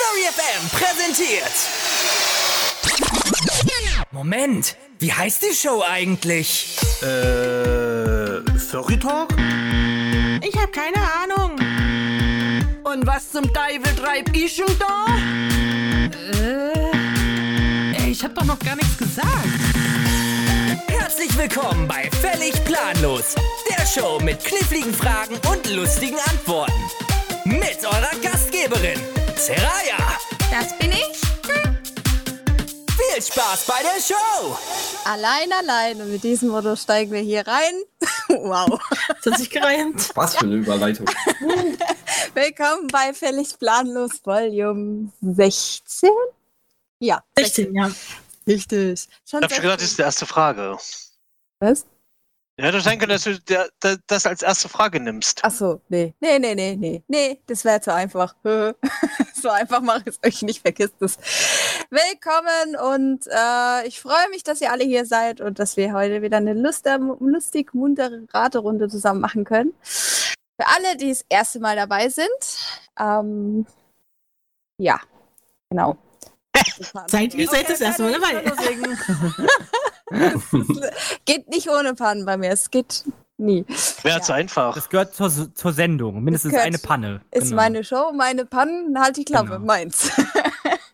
KariFM präsentiert. Moment, wie heißt die Show eigentlich? Äh, Furry Talk? Ich hab keine Ahnung. Und was zum Teufel treib ich schon da? Äh, ey, ich hab doch noch gar nichts gesagt. Herzlich willkommen bei Völlig Planlos, der Show mit kniffligen Fragen und lustigen Antworten. Mit eurer Gastgeberin, Seraya. Das bin ich. Viel Spaß bei der Show. Allein, allein. Und mit diesem Motto steigen wir hier rein. wow. Das hat sich gereimt. Was für eine Überleitung. Willkommen bei Völlig Planlos Volume 16. Ja. 16, 16 ja. Richtig. Schon ich habe schon gedacht, das ist die erste Frage. Was? Ja, du sein können, dass du der, der, das als erste Frage nimmst. Ach so, nee. Nee, nee, nee, nee. Nee, das wäre zu einfach. so einfach mache ich es euch nicht, vergisst es. Willkommen und äh, ich freue mich, dass ihr alle hier seid und dass wir heute wieder eine luster, lustig muntere Raterunde zusammen machen können. Für alle, die das erste Mal dabei sind, ähm, ja, genau. Seid ihr seid das erste Mal dabei? geht nicht ohne Pannen bei mir. Es geht nie. Wäre ja. zu einfach. Das gehört zur, zur Sendung. Mindestens eine Panne. Ist genau. meine Show, meine Pannen, halt die Klappe, genau. meins.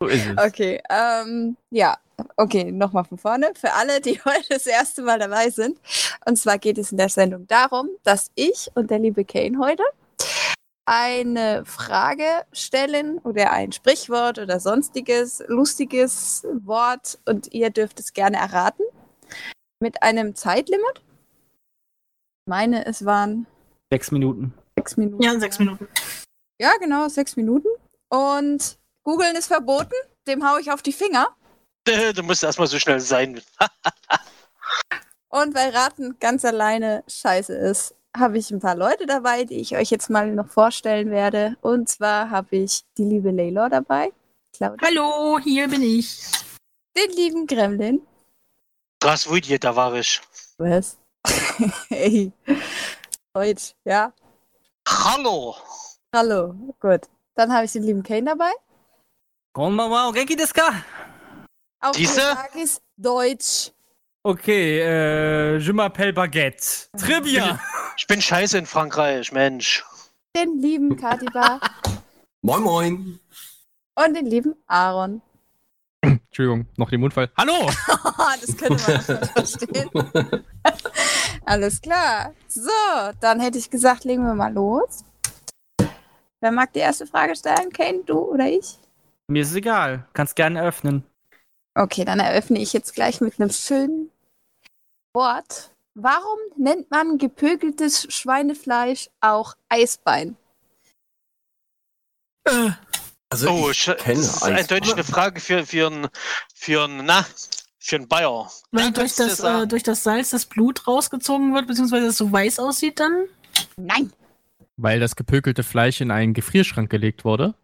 so ist es. Okay, ähm, ja. Okay, nochmal von vorne. Für alle, die heute das erste Mal dabei sind. Und zwar geht es in der Sendung darum, dass ich und der liebe Kane heute eine Frage stellen oder ein Sprichwort oder sonstiges lustiges Wort und ihr dürft es gerne erraten mit einem Zeitlimit. Ich meine, es waren Genau. sechs Minuten. Sechs Minuten. Ja, sechs Minuten. Ja, genau, sechs Minuten. Und googeln ist verboten. Dem hau ich auf die Finger. Du musst erstmal so schnell sein. und weil Raten ganz alleine scheiße ist, habe ich ein paar Leute dabei, die ich euch jetzt mal noch vorstellen werde. Und zwar habe ich die liebe Laylor dabei. Claudia. Hallo, hier bin ich. Den lieben Gremlin. Das wird ihr, da war ich. Was? hey. Deutsch, ja. Hallo. Hallo, gut. Dann habe ich den lieben Kane dabei. Konbanwa, o genki desu ka? Auch Diese? ist Deutsch. Okay, äh, je m'appelle Baguette. Trivia! Ich bin scheiße in Frankreich, Mensch. Den lieben Kadiba. moin, moin. Und den lieben Aaron. Entschuldigung, noch den Mundfall. Hallo! das könnte man nicht verstehen. Alles klar. So, dann hätte ich gesagt, legen wir mal los. Wer mag die erste Frage stellen? Kane, du oder ich? Mir ist es egal. Kannst gerne eröffnen. Okay, dann eröffne ich jetzt gleich mit einem schönen Wort. Warum nennt man gepökeltes Schweinefleisch auch Eisbein? Äh. Also oh, ich kenne das ist eindeutig eine Frage für, für einen für ein, na, für ein Bayer. Weil dann durch das, das äh, durch das Salz das Blut rausgezogen wird, beziehungsweise es so weiß aussieht dann? Nein. Weil das gepökelte Fleisch in einen Gefrierschrank gelegt wurde?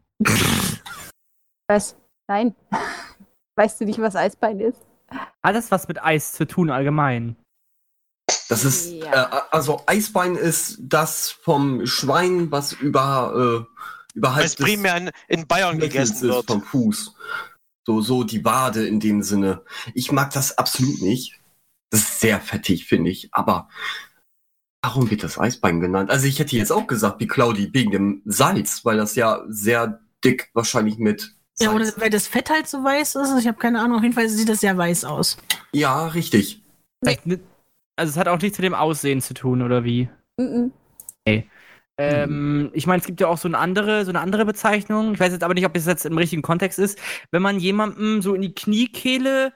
was? Nein. Weißt du nicht, was Eisbein ist? Alles, was mit Eis zu tun allgemein. Das ist, ja. äh, also Eisbein ist das vom Schwein, was über, äh, überhalb Was primär in, in Bayern gegessen wird. Vom Fuß. So, so die Wade in dem Sinne. Ich mag das absolut nicht. Das ist sehr fettig, finde ich. Aber warum wird das Eisbein genannt? Also ich hätte jetzt auch gesagt, wie Claudi, wegen dem Salz, weil das ja sehr dick wahrscheinlich mit ja, oder weil das Fett halt so weiß ist. Ich habe keine Ahnung. Auf jeden Fall sieht das sehr weiß aus. Ja, richtig. Nee. Also es hat auch nichts mit dem Aussehen zu tun, oder wie? Mhm. Okay. Ähm, ich meine, es gibt ja auch so eine andere, so eine andere Bezeichnung. Ich weiß jetzt aber nicht, ob das jetzt im richtigen Kontext ist. Wenn man jemandem so in die Kniekehle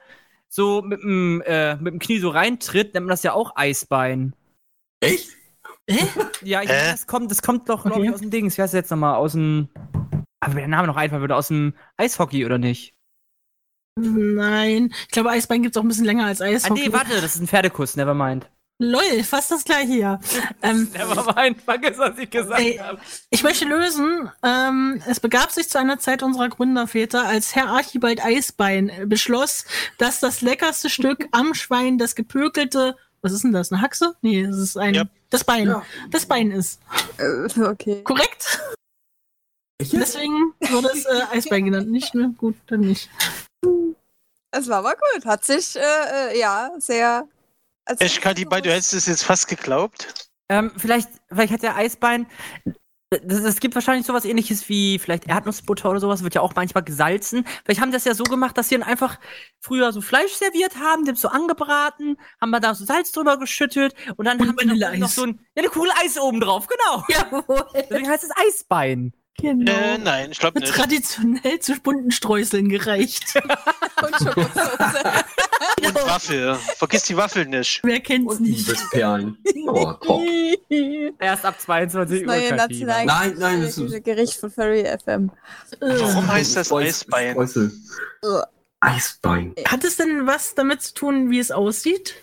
so mit dem, äh, mit dem Knie so reintritt, nennt man das ja auch Eisbein. Echt? Hä? Ja, ich meine, das kommt, das kommt doch, glaube ich, okay. aus dem Dings. Wie heißt das jetzt nochmal? Aus dem. Aber der Name noch einfallen würde, aus dem Eishockey, oder nicht? Nein. Ich glaube, Eisbein gibt es auch ein bisschen länger als Eishockey. Ah, nee, warte, das ist ein Pferdekuss, nevermind. Lol, fast das gleiche, ja. ähm, nevermind, vergiss, was ich gesagt äh, habe. Ich möchte lösen. Ähm, es begab sich zu einer Zeit unserer Gründerväter, als Herr Archibald Eisbein beschloss, dass das leckerste Stück am Schwein das gepökelte was ist denn das? Eine Haxe? Nee, das ist ein. Yep. Das Bein. Ja. Das Bein ist. Äh, okay. Korrekt? Ich jetzt? Deswegen wurde es äh, Eisbein genannt. Nicht mehr gut, dann nicht. Es war aber gut. Hat sich, äh, äh, ja, sehr. Also, Eschka, die beiden, du hättest es jetzt fast geglaubt. Ähm, vielleicht, vielleicht hat der Eisbein. Das- Es gibt wahrscheinlich sowas ähnliches wie vielleicht Erdnussbutter oder sowas, wird ja auch manchmal gesalzen. Vielleicht haben die das ja so gemacht, dass sie dann einfach früher so Fleisch serviert haben, dem so angebraten, haben wir da so Salz drüber geschüttet und dann Und haben wir noch, Vanilleeis. noch so ein, ja, eine Kugel Eis oben drauf, genau. Jawohl. Deswegen heißt es Eisbein. Genau. Äh, nein, ich glaube Wird nicht. traditionell zu Spundenstreuseln gereicht. Und Schokosoße. Und Waffel. Vergiss die Waffel nicht. Wer kennt's Und nicht? Liebesperlen. Oh, top. Erst ab 22 Uhr. Neue Kathi, National. Nein, nein, das Dieses ist. Gericht von Furry FM. Warum Äh, heißt das Eisbein? Streusel. Ugh. Eisbein. hat es denn was damit zu tun, wie es aussieht?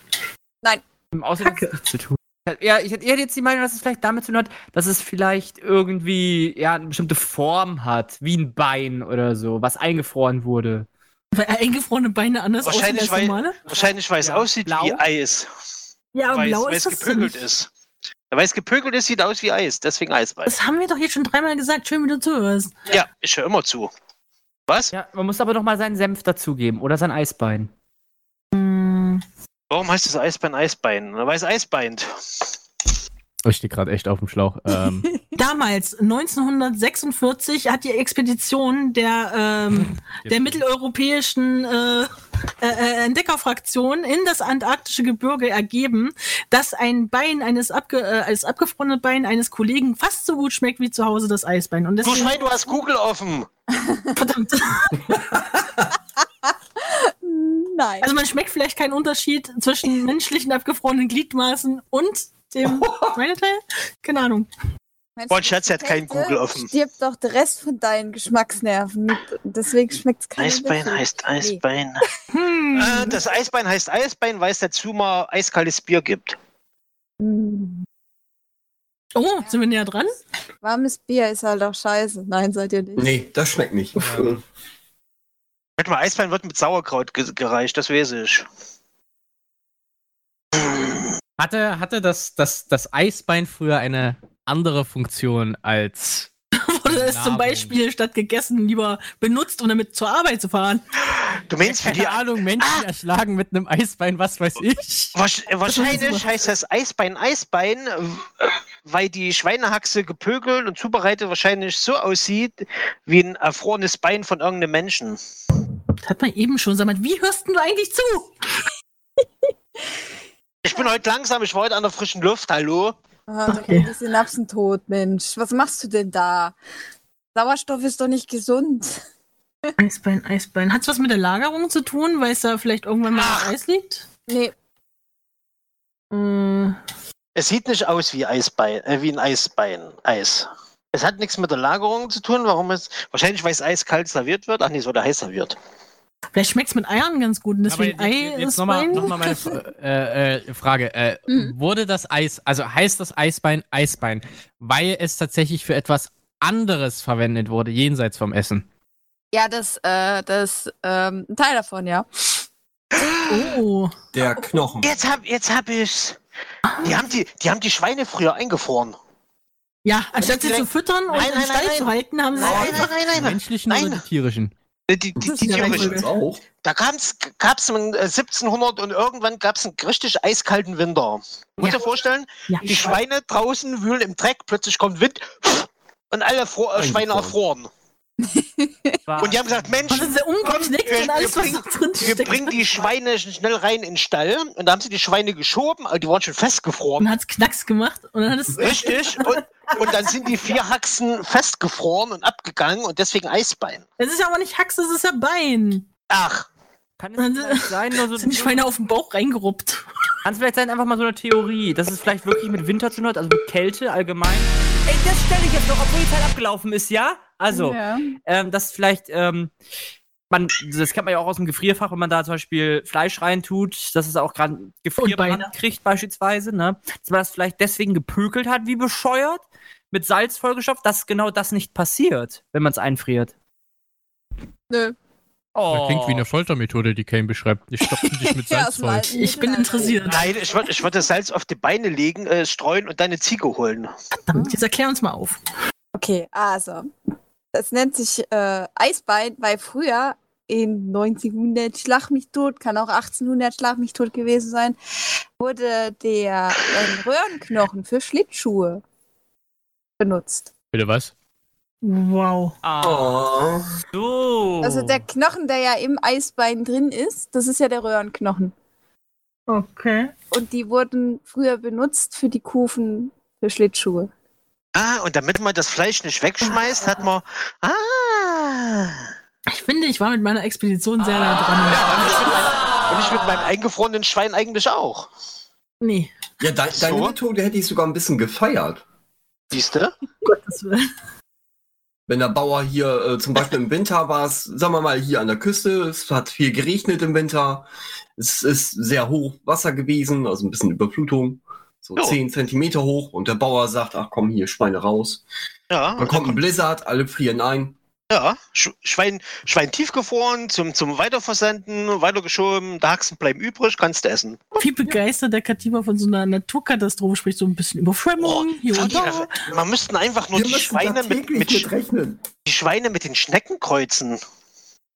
Im Ausland Kacke. nichts zu tun. Ja, ich hätte ich hätte jetzt die Meinung, dass es vielleicht damit zu tun hat, dass es vielleicht irgendwie ja, eine bestimmte Form hat, wie ein Bein oder so, was eingefroren wurde. Weil Äh, eingefrorene Beine anders Wahrscheinlich, aussehen als weil- normale? Wahrscheinlich, weil es Ja, aussieht wie blau. Eis. Ja, Weil blau ist es weil es das denn gepökelt nicht. ist. Weil es gepökelt ist, sieht aus wie Eis. Deswegen Eisbein. Das haben wir doch jetzt schon dreimal gesagt. Schön, wie du zuhörst. Ja, ich höre immer zu. Was? Ja, man muss aber noch mal seinen Senf dazugeben oder sein Eisbein. Hm. Warum heißt das Eisbein Eisbein? Weil es Eis beint. Oh, Ich stehe gerade echt auf dem Schlauch. Ähm, Damals, 1946, hat die Expedition der, ähm, der mitteleuropäischen äh, äh, äh, Entdeckerfraktion in das antarktische Gebirge ergeben, dass ein Bein eines abge äh, als abgefrorene Bein eines Kollegen fast so gut schmeckt wie zu Hause das Eisbein. Und Du deswegen, Schwein, du hast Google offen. verdammt, Nein. also man schmeckt vielleicht keinen Unterschied zwischen menschlichen abgefrorenen Gliedmaßen und dem meine Teil? Keine Ahnung. Meinst du, Boah, Schatz, er hat keinen Kälte Google offen. Stirbt doch der Rest von deinen Geschmacksnerven. Deswegen schmeckt es kein Eisbein Unterschied. heißt Eisbein. Hm. Äh, das Eisbein heißt Eisbein, weil es dazu mal eiskaltes Bier gibt. Nee. Mm. Oh, sind wir näher dran? Warmes Bier ist halt auch scheiße. Nein, seid ihr nicht. Nee, das schmeckt nicht. Warte mal, Eisbein wird mit Sauerkraut ge gereicht, das weiß ich. hatte hatte das, das, das Eisbein früher eine andere Funktion als. Wurde es zum Nahrung. Beispiel statt gegessen lieber benutzt, um damit zur Arbeit zu fahren? Du meinst für die Keine Ahnung, Ah! Menschen erschlagen mit einem Eisbein, was weiß ich. Wasch- äh, Wahrscheinlich super. heißt das Eisbein Eisbein, äh, weil die Schweinehaxe gepökelt und zubereitet wahrscheinlich so aussieht wie ein erfrorenes Bein von irgendeinem Menschen. Das hat man eben schon gesagt. Wie hörst denn du eigentlich zu? Ich bin heute langsam, ich war heute an der frischen Luft, hallo? Ah, da Okay. gehen die Synapsen tot, Mensch. Was machst du denn da? Sauerstoff ist doch nicht gesund. Eisbein, Eisbein. Hat's was mit der Lagerung zu tun, weil es da vielleicht irgendwann mal Ach. Eis liegt? Nee, Äh, Es sieht nicht aus wie Eisbein, äh, wie ein Eisbein, Eis. Es hat nichts mit der Lagerung zu tun, warum es, wahrscheinlich weil es eiskalt serviert wird. Ach nee, es wurde heiß serviert. vielleicht schmeckt's mit Eiern ganz gut und deswegen Aber jetzt, jetzt nochmal Eisbein? Mhm. noch mal meine Fra- äh, äh, Frage. Äh, Wurde das Eis, also heißt das Eisbein Eisbein, weil es tatsächlich für etwas anderes verwendet wurde, jenseits vom Essen? ja, das, äh, das, ähm, ein Teil davon, ja. oh. Der Knochen. Jetzt hab, jetzt hab ich's. Die haben die, die haben die Schweine früher eingefroren. Ja, anstatt sie vielleicht- zu füttern und Nein, im nein, Stall nein, zu halten, haben sie sie Nein, einfach. nein, nein, nein, Die nein. menschlichen Nein. oder die tierischen? Die, die, die, Das ist die ja tierischen. Reihenfolge. Das auch. Da gab's, gab's im äh, 1700 und irgendwann gab's einen richtig eiskalten Winter. Muss Ja. dir vorstellen, Ja. die Schweine draußen wühlen im Dreck, plötzlich kommt Wind und alle Fro äh, Schweine erfroren. Und die haben gesagt, Mensch, Und das ist ja umgeknickt wir- und alles, wir was da bringen- drin wir steckt. bringen die Schweine schnell rein in den Stall und da haben sie die Schweine geschoben, aber die waren schon Und festgefroren. hat's Knacks gemacht und dann hat es. Richtig. Und, und dann sind die vier Haxen festgefroren und abgegangen und deswegen Eisbein. Es ist ja aber nicht Hax, es ist ja Bein. Ach, Kann es vielleicht sein, nur so Sind die Schweine auf den Bauch reingeruppt. kann es vielleicht sein, einfach mal so eine Theorie, dass es vielleicht wirklich mit Winter zu tun hat, also mit Kälte allgemein. Ey, das stelle ich jetzt noch, obwohl die Zeit abgelaufen ist, ja? Also, Ja. ähm, dass vielleicht, ähm, man, das kennt man ja auch aus dem Gefrierfach, wenn man da zum Beispiel Fleisch reintut, dass es auch gerade Und Beine. Gefrierbrand kriegt beispielsweise, ne? Dass man das vielleicht deswegen gepökelt hat, wie bescheuert, mit Salz vollgestopft, dass genau das nicht passiert, wenn man es einfriert. Nö. Oh. Das klingt wie eine Foltermethode, die Kane beschreibt. Die stopfen dich mit Ja, Salz aus dem voll. alten Ich bin Mittelalter. interessiert. nein, ich würde ich würd das Salz auf die Beine legen, äh, streuen und deine Ziege holen. Verdammt, jetzt erklär uns mal auf. Okay, also. Das nennt sich äh, Eisbein, weil früher in 1900 Schlag mich tot, kann auch 1800 Schlag mich tot gewesen sein, wurde der ein Röhrenknochen für Schlittschuhe benutzt. Bitte was? Wow. Oh. so. Oh. Also der Knochen, der ja im Eisbein drin ist, das ist ja der Röhrenknochen. Okay. Und die wurden früher benutzt für die Kufen für Schlittschuhe. Ah, und damit man das Fleisch nicht wegschmeißt, hat man. Ah! Ich finde, ich war mit meiner Expedition sehr nah dran. Und ich mit meinem eingefrorenen Schwein eigentlich auch. Nee. Ja, de deine So? Methode hätte ich sogar ein bisschen gefeiert. Siehste? Gottes Willen. Wenn der Bauer hier äh, zum Beispiel im Winter war, es, sagen wir mal, hier an der Küste, es hat viel geregnet im Winter, es ist sehr hoch Wasser gewesen, also ein bisschen Überflutung, so Ja. 10 Zentimeter hoch und der Bauer sagt, ach komm hier, Schweine raus. Ja. Dann kommt ein Blizzard, alle frieren ein. Ja, Sch Schwein, Schwein tiefgefroren zum, zum Weiterversenden, weitergeschoben, der Haxen bleiben übrig, kannst du essen. Wie begeistert der Katiba von so einer Naturkatastrophe spricht, so ein bisschen Überschwemmung Oh, hier und da. äh, Man müssten einfach nur die Schweine mit, mit, Sch- rechnen. die Schweine mit den Schnecken kreuzen.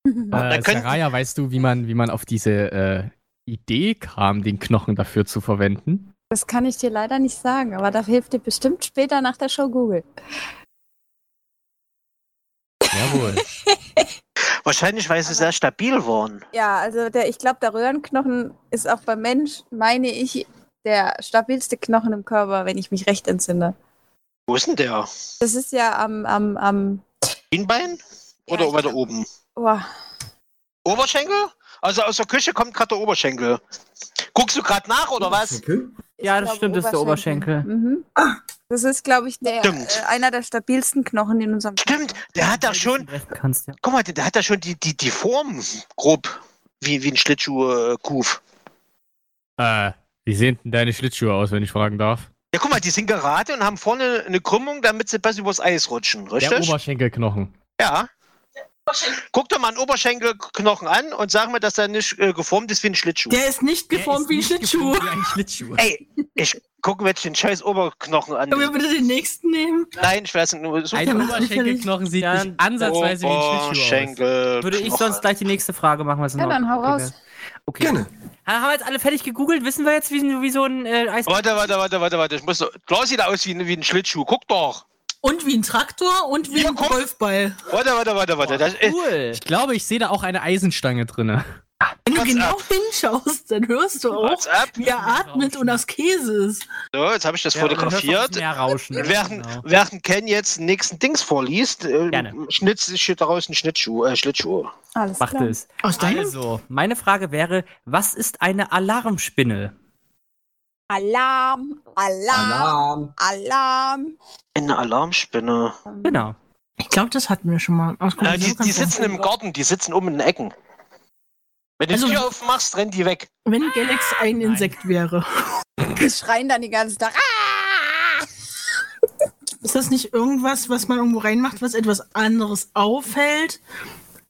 Äh, könnten- Saraya, weißt du, wie man, wie man auf diese äh, Idee kam, den Knochen dafür zu verwenden? Das kann ich dir leider nicht sagen, aber da hilft dir bestimmt später nach der Show Google. Jawohl. Wahrscheinlich, weil sie Aber- sehr stabil waren. Ja, also der, ich glaube, der Röhrenknochen ist auch beim Mensch, meine ich, der stabilste Knochen im Körper, wenn ich mich recht entsinne. Wo ist denn der? Das ist ja am, am, am, Innenbein? Oder Ja, ich weiter glaub- oben? oh, Oberschenkel? Also aus der Küche kommt gerade der Oberschenkel. Guckst du gerade nach oder was? ich Ja, das glaub, stimmt, das ist der Mhm. Das ist, glaube ich, der, Stimmt. äh, einer der stabilsten Knochen in unserem Stimmt, der hat da schon, Recht kannst, ja. guck mal, der hat da schon die, die, die Form grob wie, wie ein Schlittschuh-Kuf. äh, wie sehen denn deine Schlittschuhe aus, wenn ich fragen darf? Ja, guck mal, die sind gerade und haben vorne eine Krümmung, damit sie besser übers Eis rutschen, Der richtig? Oberschenkelknochen. Ja. Guck doch mal einen Oberschenkelknochen an und sag mir, dass der nicht äh, geformt ist wie ein Schlittschuh. Der ist nicht geformt wie ein Schlittschuh. Wie ein Schlittschuh. Ey, ich gucke mir jetzt den scheiß Oberknochen an. Können wir bitte den nächsten nehmen? Nein, ich weiß nicht, so Ein Oberschenkelknochen sieht Ja, nicht ansatzweise wie ein Schlittschuh aus. Oberschenkel. Würde ich sonst gleich die nächste Frage machen, was Ja, dann hau raus. Okay. Gerne. Ha- Haben wir jetzt alle fertig gegoogelt? Wissen wir jetzt, wie, wie so ein äh, Eis. Warte, warte, warte, warte, warte. Ich muss. so- Klar sieht er aus wie, ein- wie ein Schlittschuh. Guck doch. Und wie ein Traktor und wie Ja, oh. ein guck. Golfball. Warte, warte, warte, warte. Das, äh, cool. Ich glaube, ich sehe da auch eine Eisenstange drin. Wenn du What's genau hinschaust, dann hörst du auch, what's up? wie er atmet und aus Käse ist. So, Ne, jetzt habe ich das fotografiert. Mehr rauschen. ne? Während, Genau. während Ken jetzt den nächsten Dings vorliest, äh, Gerne. schnitzt sich daraus ein Schnittschuh, äh, Schlittschuh. Alles Genau. Macht klar. es. Aus deinem? Also, Meine Frage wäre: Was ist eine Alarmspinne? Alarm, Alarm, Alarm. Alarm. Eine Alarmspinne. Genau. Ich glaube, das hatten wir schon mal. Aus Ja, Äh, die, die sitzen im Garten, die sitzen oben in den Ecken. Wenn du Also- die Tür aufmachst, rennen die weg. Wenn Galax ein Insekt wäre. Die schreien dann den ganzen Tag. Ah! Ist das nicht irgendwas, was man irgendwo reinmacht, was etwas anderes aufhält?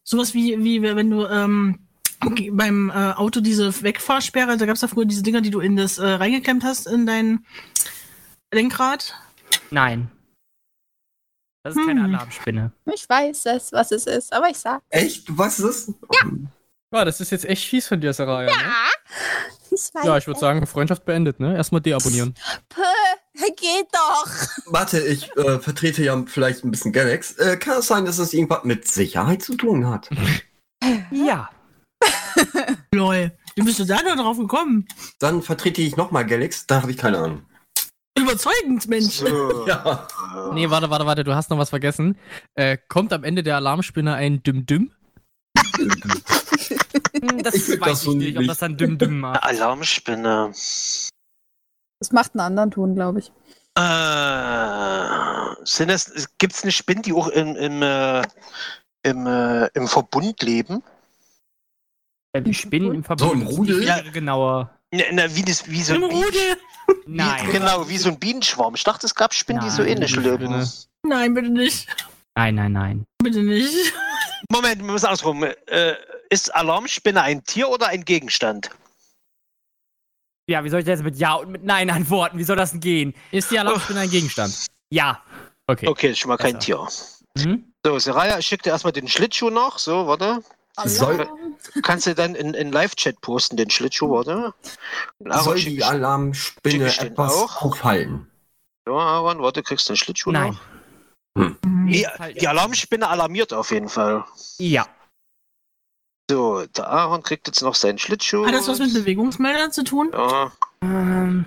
Sowas wie, wie wenn du ähm, ge- beim äh, Auto diese Wegfahrsperre, da gab es ja früher diese Dinger, die du in das äh, reingeklemmt hast, in dein Lenkrad. Nein. Das ist keine Hm. Alarmspinne. Ah, Ich weiß es, was es ist, aber ich sag, Echt? Du weißt es? ja, das ist jetzt echt fies von dir, Saraya. Ne? ich weiß Ja, ich würde es. sagen, Freundschaft beendet, ne? Erstmal deabonnieren. Puh, geht doch. Warte, ich äh, vertrete ja vielleicht ein bisschen Galax. Äh, kann es sein, dass das irgendwas mit Sicherheit zu tun hat? Ja. Lol. Wie bist du da nur drauf gekommen? Dann vertrete ich nochmal Galax, da habe ich keine Ahnung. Überzeugend, Mensch. So. Ja. Nee, warte, warte, warte, du hast noch was vergessen. Äh, kommt am Ende der Alarmspinne ein Düm-Düm? Hm, Das Ich find weiß das ich so nicht, ob nicht. das dann dümm dümm Eine macht. Alarmspinne. Das macht einen anderen Ton, glaube ich. Äh, sind das, gibt's eine Spinne, die auch im, im, äh, im, äh, im Verbund leben? Äh, Die Spinnen im Verbund. So, im Rudel? Ja, genauer. Ne, ne, wie, das, wie so Im ein Bienen- Rudel. Nein. Genau, wie so ein Bienenschwarm. Ich dachte, es gab Spinnen, die so Nein, ähnlich die leben. Spinne. Nein, bitte nicht. Nein, nein, nein. Bitte nicht. Moment, wir müssen ausruhen. Äh, ist Alarmspinne ein Tier oder ein Gegenstand? Ja, wie soll ich jetzt mit Ja und mit Nein antworten? Wie soll das denn gehen? Ist die Alarmspinne ein Gegenstand? Ja. Okay. Okay, ist schon mal kein Besser. Tier. Also. Mhm. So, Seraya, ich schicke dir erstmal den Schlittschuh noch. So, warte. Soll, Kannst du dann in, in Live-Chat posten, den Schlittschuh, warte. Und Aaron, soll schick die ich- schick Alarmspinne ich den etwas auch? auffallen? Ja, Aaron, warte, kriegst du den Schlittschuh Nein. Mhm. noch? Die, die Alarmspinne alarmiert auf jeden Fall. Ja. So, der Aaron kriegt jetzt noch seinen Schlittschuh. Hat das was mit Bewegungsmeldern zu tun? ja. Ähm,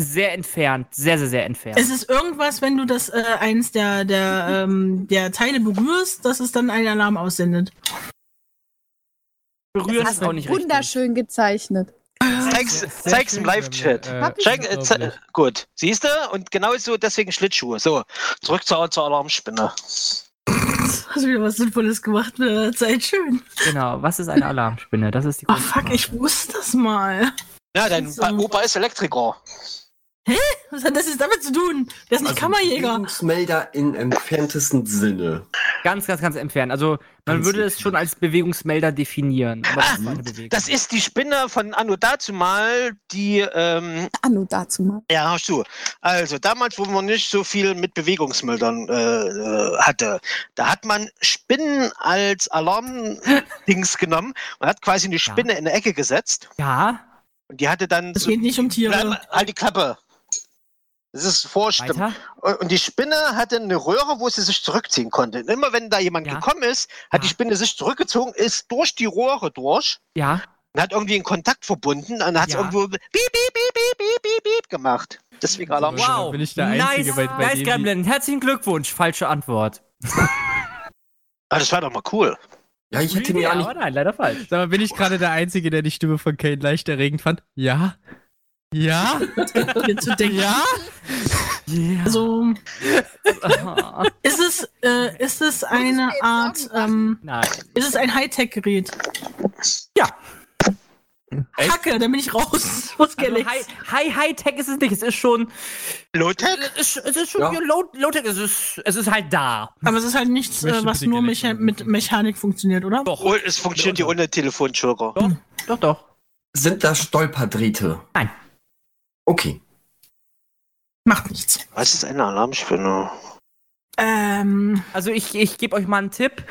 sehr entfernt. Sehr, sehr, sehr entfernt. Es ist irgendwas, wenn du das äh, eins der, der, ähm, der Teile berührst, dass es dann einen Alarm aussendet. berühren Das hast du wunderschön gezeichnet. Zeig's, zeig's im Live-Chat. Hab ich Zeig, äh, ze gut, siehst du? Und genauso deswegen Schlittschuhe. So, zurück zur, zur Alarmspinne. Hast wieder was Sinnvolles gemacht mit der Zeit. Schön. Genau. Was ist eine Alarmspinne? Das ist die Oh große fuck, Frage. ich wusste das mal. Ja, dein So. Pa- Opa ist Elektriker. Was hat das jetzt damit zu tun? Der Also ist nicht Also, Kammerjäger. Bewegungsmelder in entferntesten Sinne. Ganz, ganz, ganz entfernt. Also man Ganz würde es schon als Bewegungsmelder definieren. aber Ah, das ist eine Bewegung. Das ist die Spinne von Anno dazu mal, die, ähm, Anno dazu mal. ja, hast du. Also, damals, wo man nicht so viel mit Bewegungsmeldern äh, äh, hatte, da hat man Spinnen als Alarmdings genommen. Man hat quasi eine Spinne in eine Ecke gesetzt ja, und die hatte dann Es so, geht nicht um Tiere. bleib, halt die Klappe. Das ist Vorstimmen. weiter. Und und die Spinne hatte eine Röhre, wo sie sich zurückziehen konnte. Und immer wenn da jemand Ja. gekommen ist, hat Ja. die Spinne sich zurückgezogen, ist durch die Rohre durch Ja. und hat irgendwie einen Kontakt verbunden und hat Ja. irgendwo beep, beep, beep, beep, beep, beep, beep gemacht. Deswegen Alarm. Wow. bin ich der Einzige nice, bei- bei nice dem, Gremlin. Herzlichen Glückwunsch. Falsche Antwort. Ah, das war doch mal cool. Ja, ich hätte mir ja, ja nicht. aber nein, leider falsch. Sag mal, bin ich gerade der Einzige, der die Stimme von Kane leicht erregend fand? Ja. Ja. Mir zu denken. Ja. Yeah. Also, Ah, ist es, äh, ist es mir eine jetzt Art, ähm, nein. ist es ein Hightech-Gerät? Ja. Echt? Kacke, da bin ich raus. Muss Also, hi, hi, hi Tech ist es nicht. Es ist schon, Low-Tech? es ist, es ist schon Ja. ja. low, low Tech. Es ist, es ist halt da. Aber es ist halt nichts, Ich möchte äh, was bitte nur Galaxy mecha anrufen. mit Mechanik funktioniert, oder? Doch, Oh, es funktioniert ja ohne Telefonjoker. doch, doch. Sind da Stolperdrähte? Nein. Okay. Macht nichts. Was ist eine Alarmspinne? Ähm, Also ich, ich gebe euch mal einen Tipp.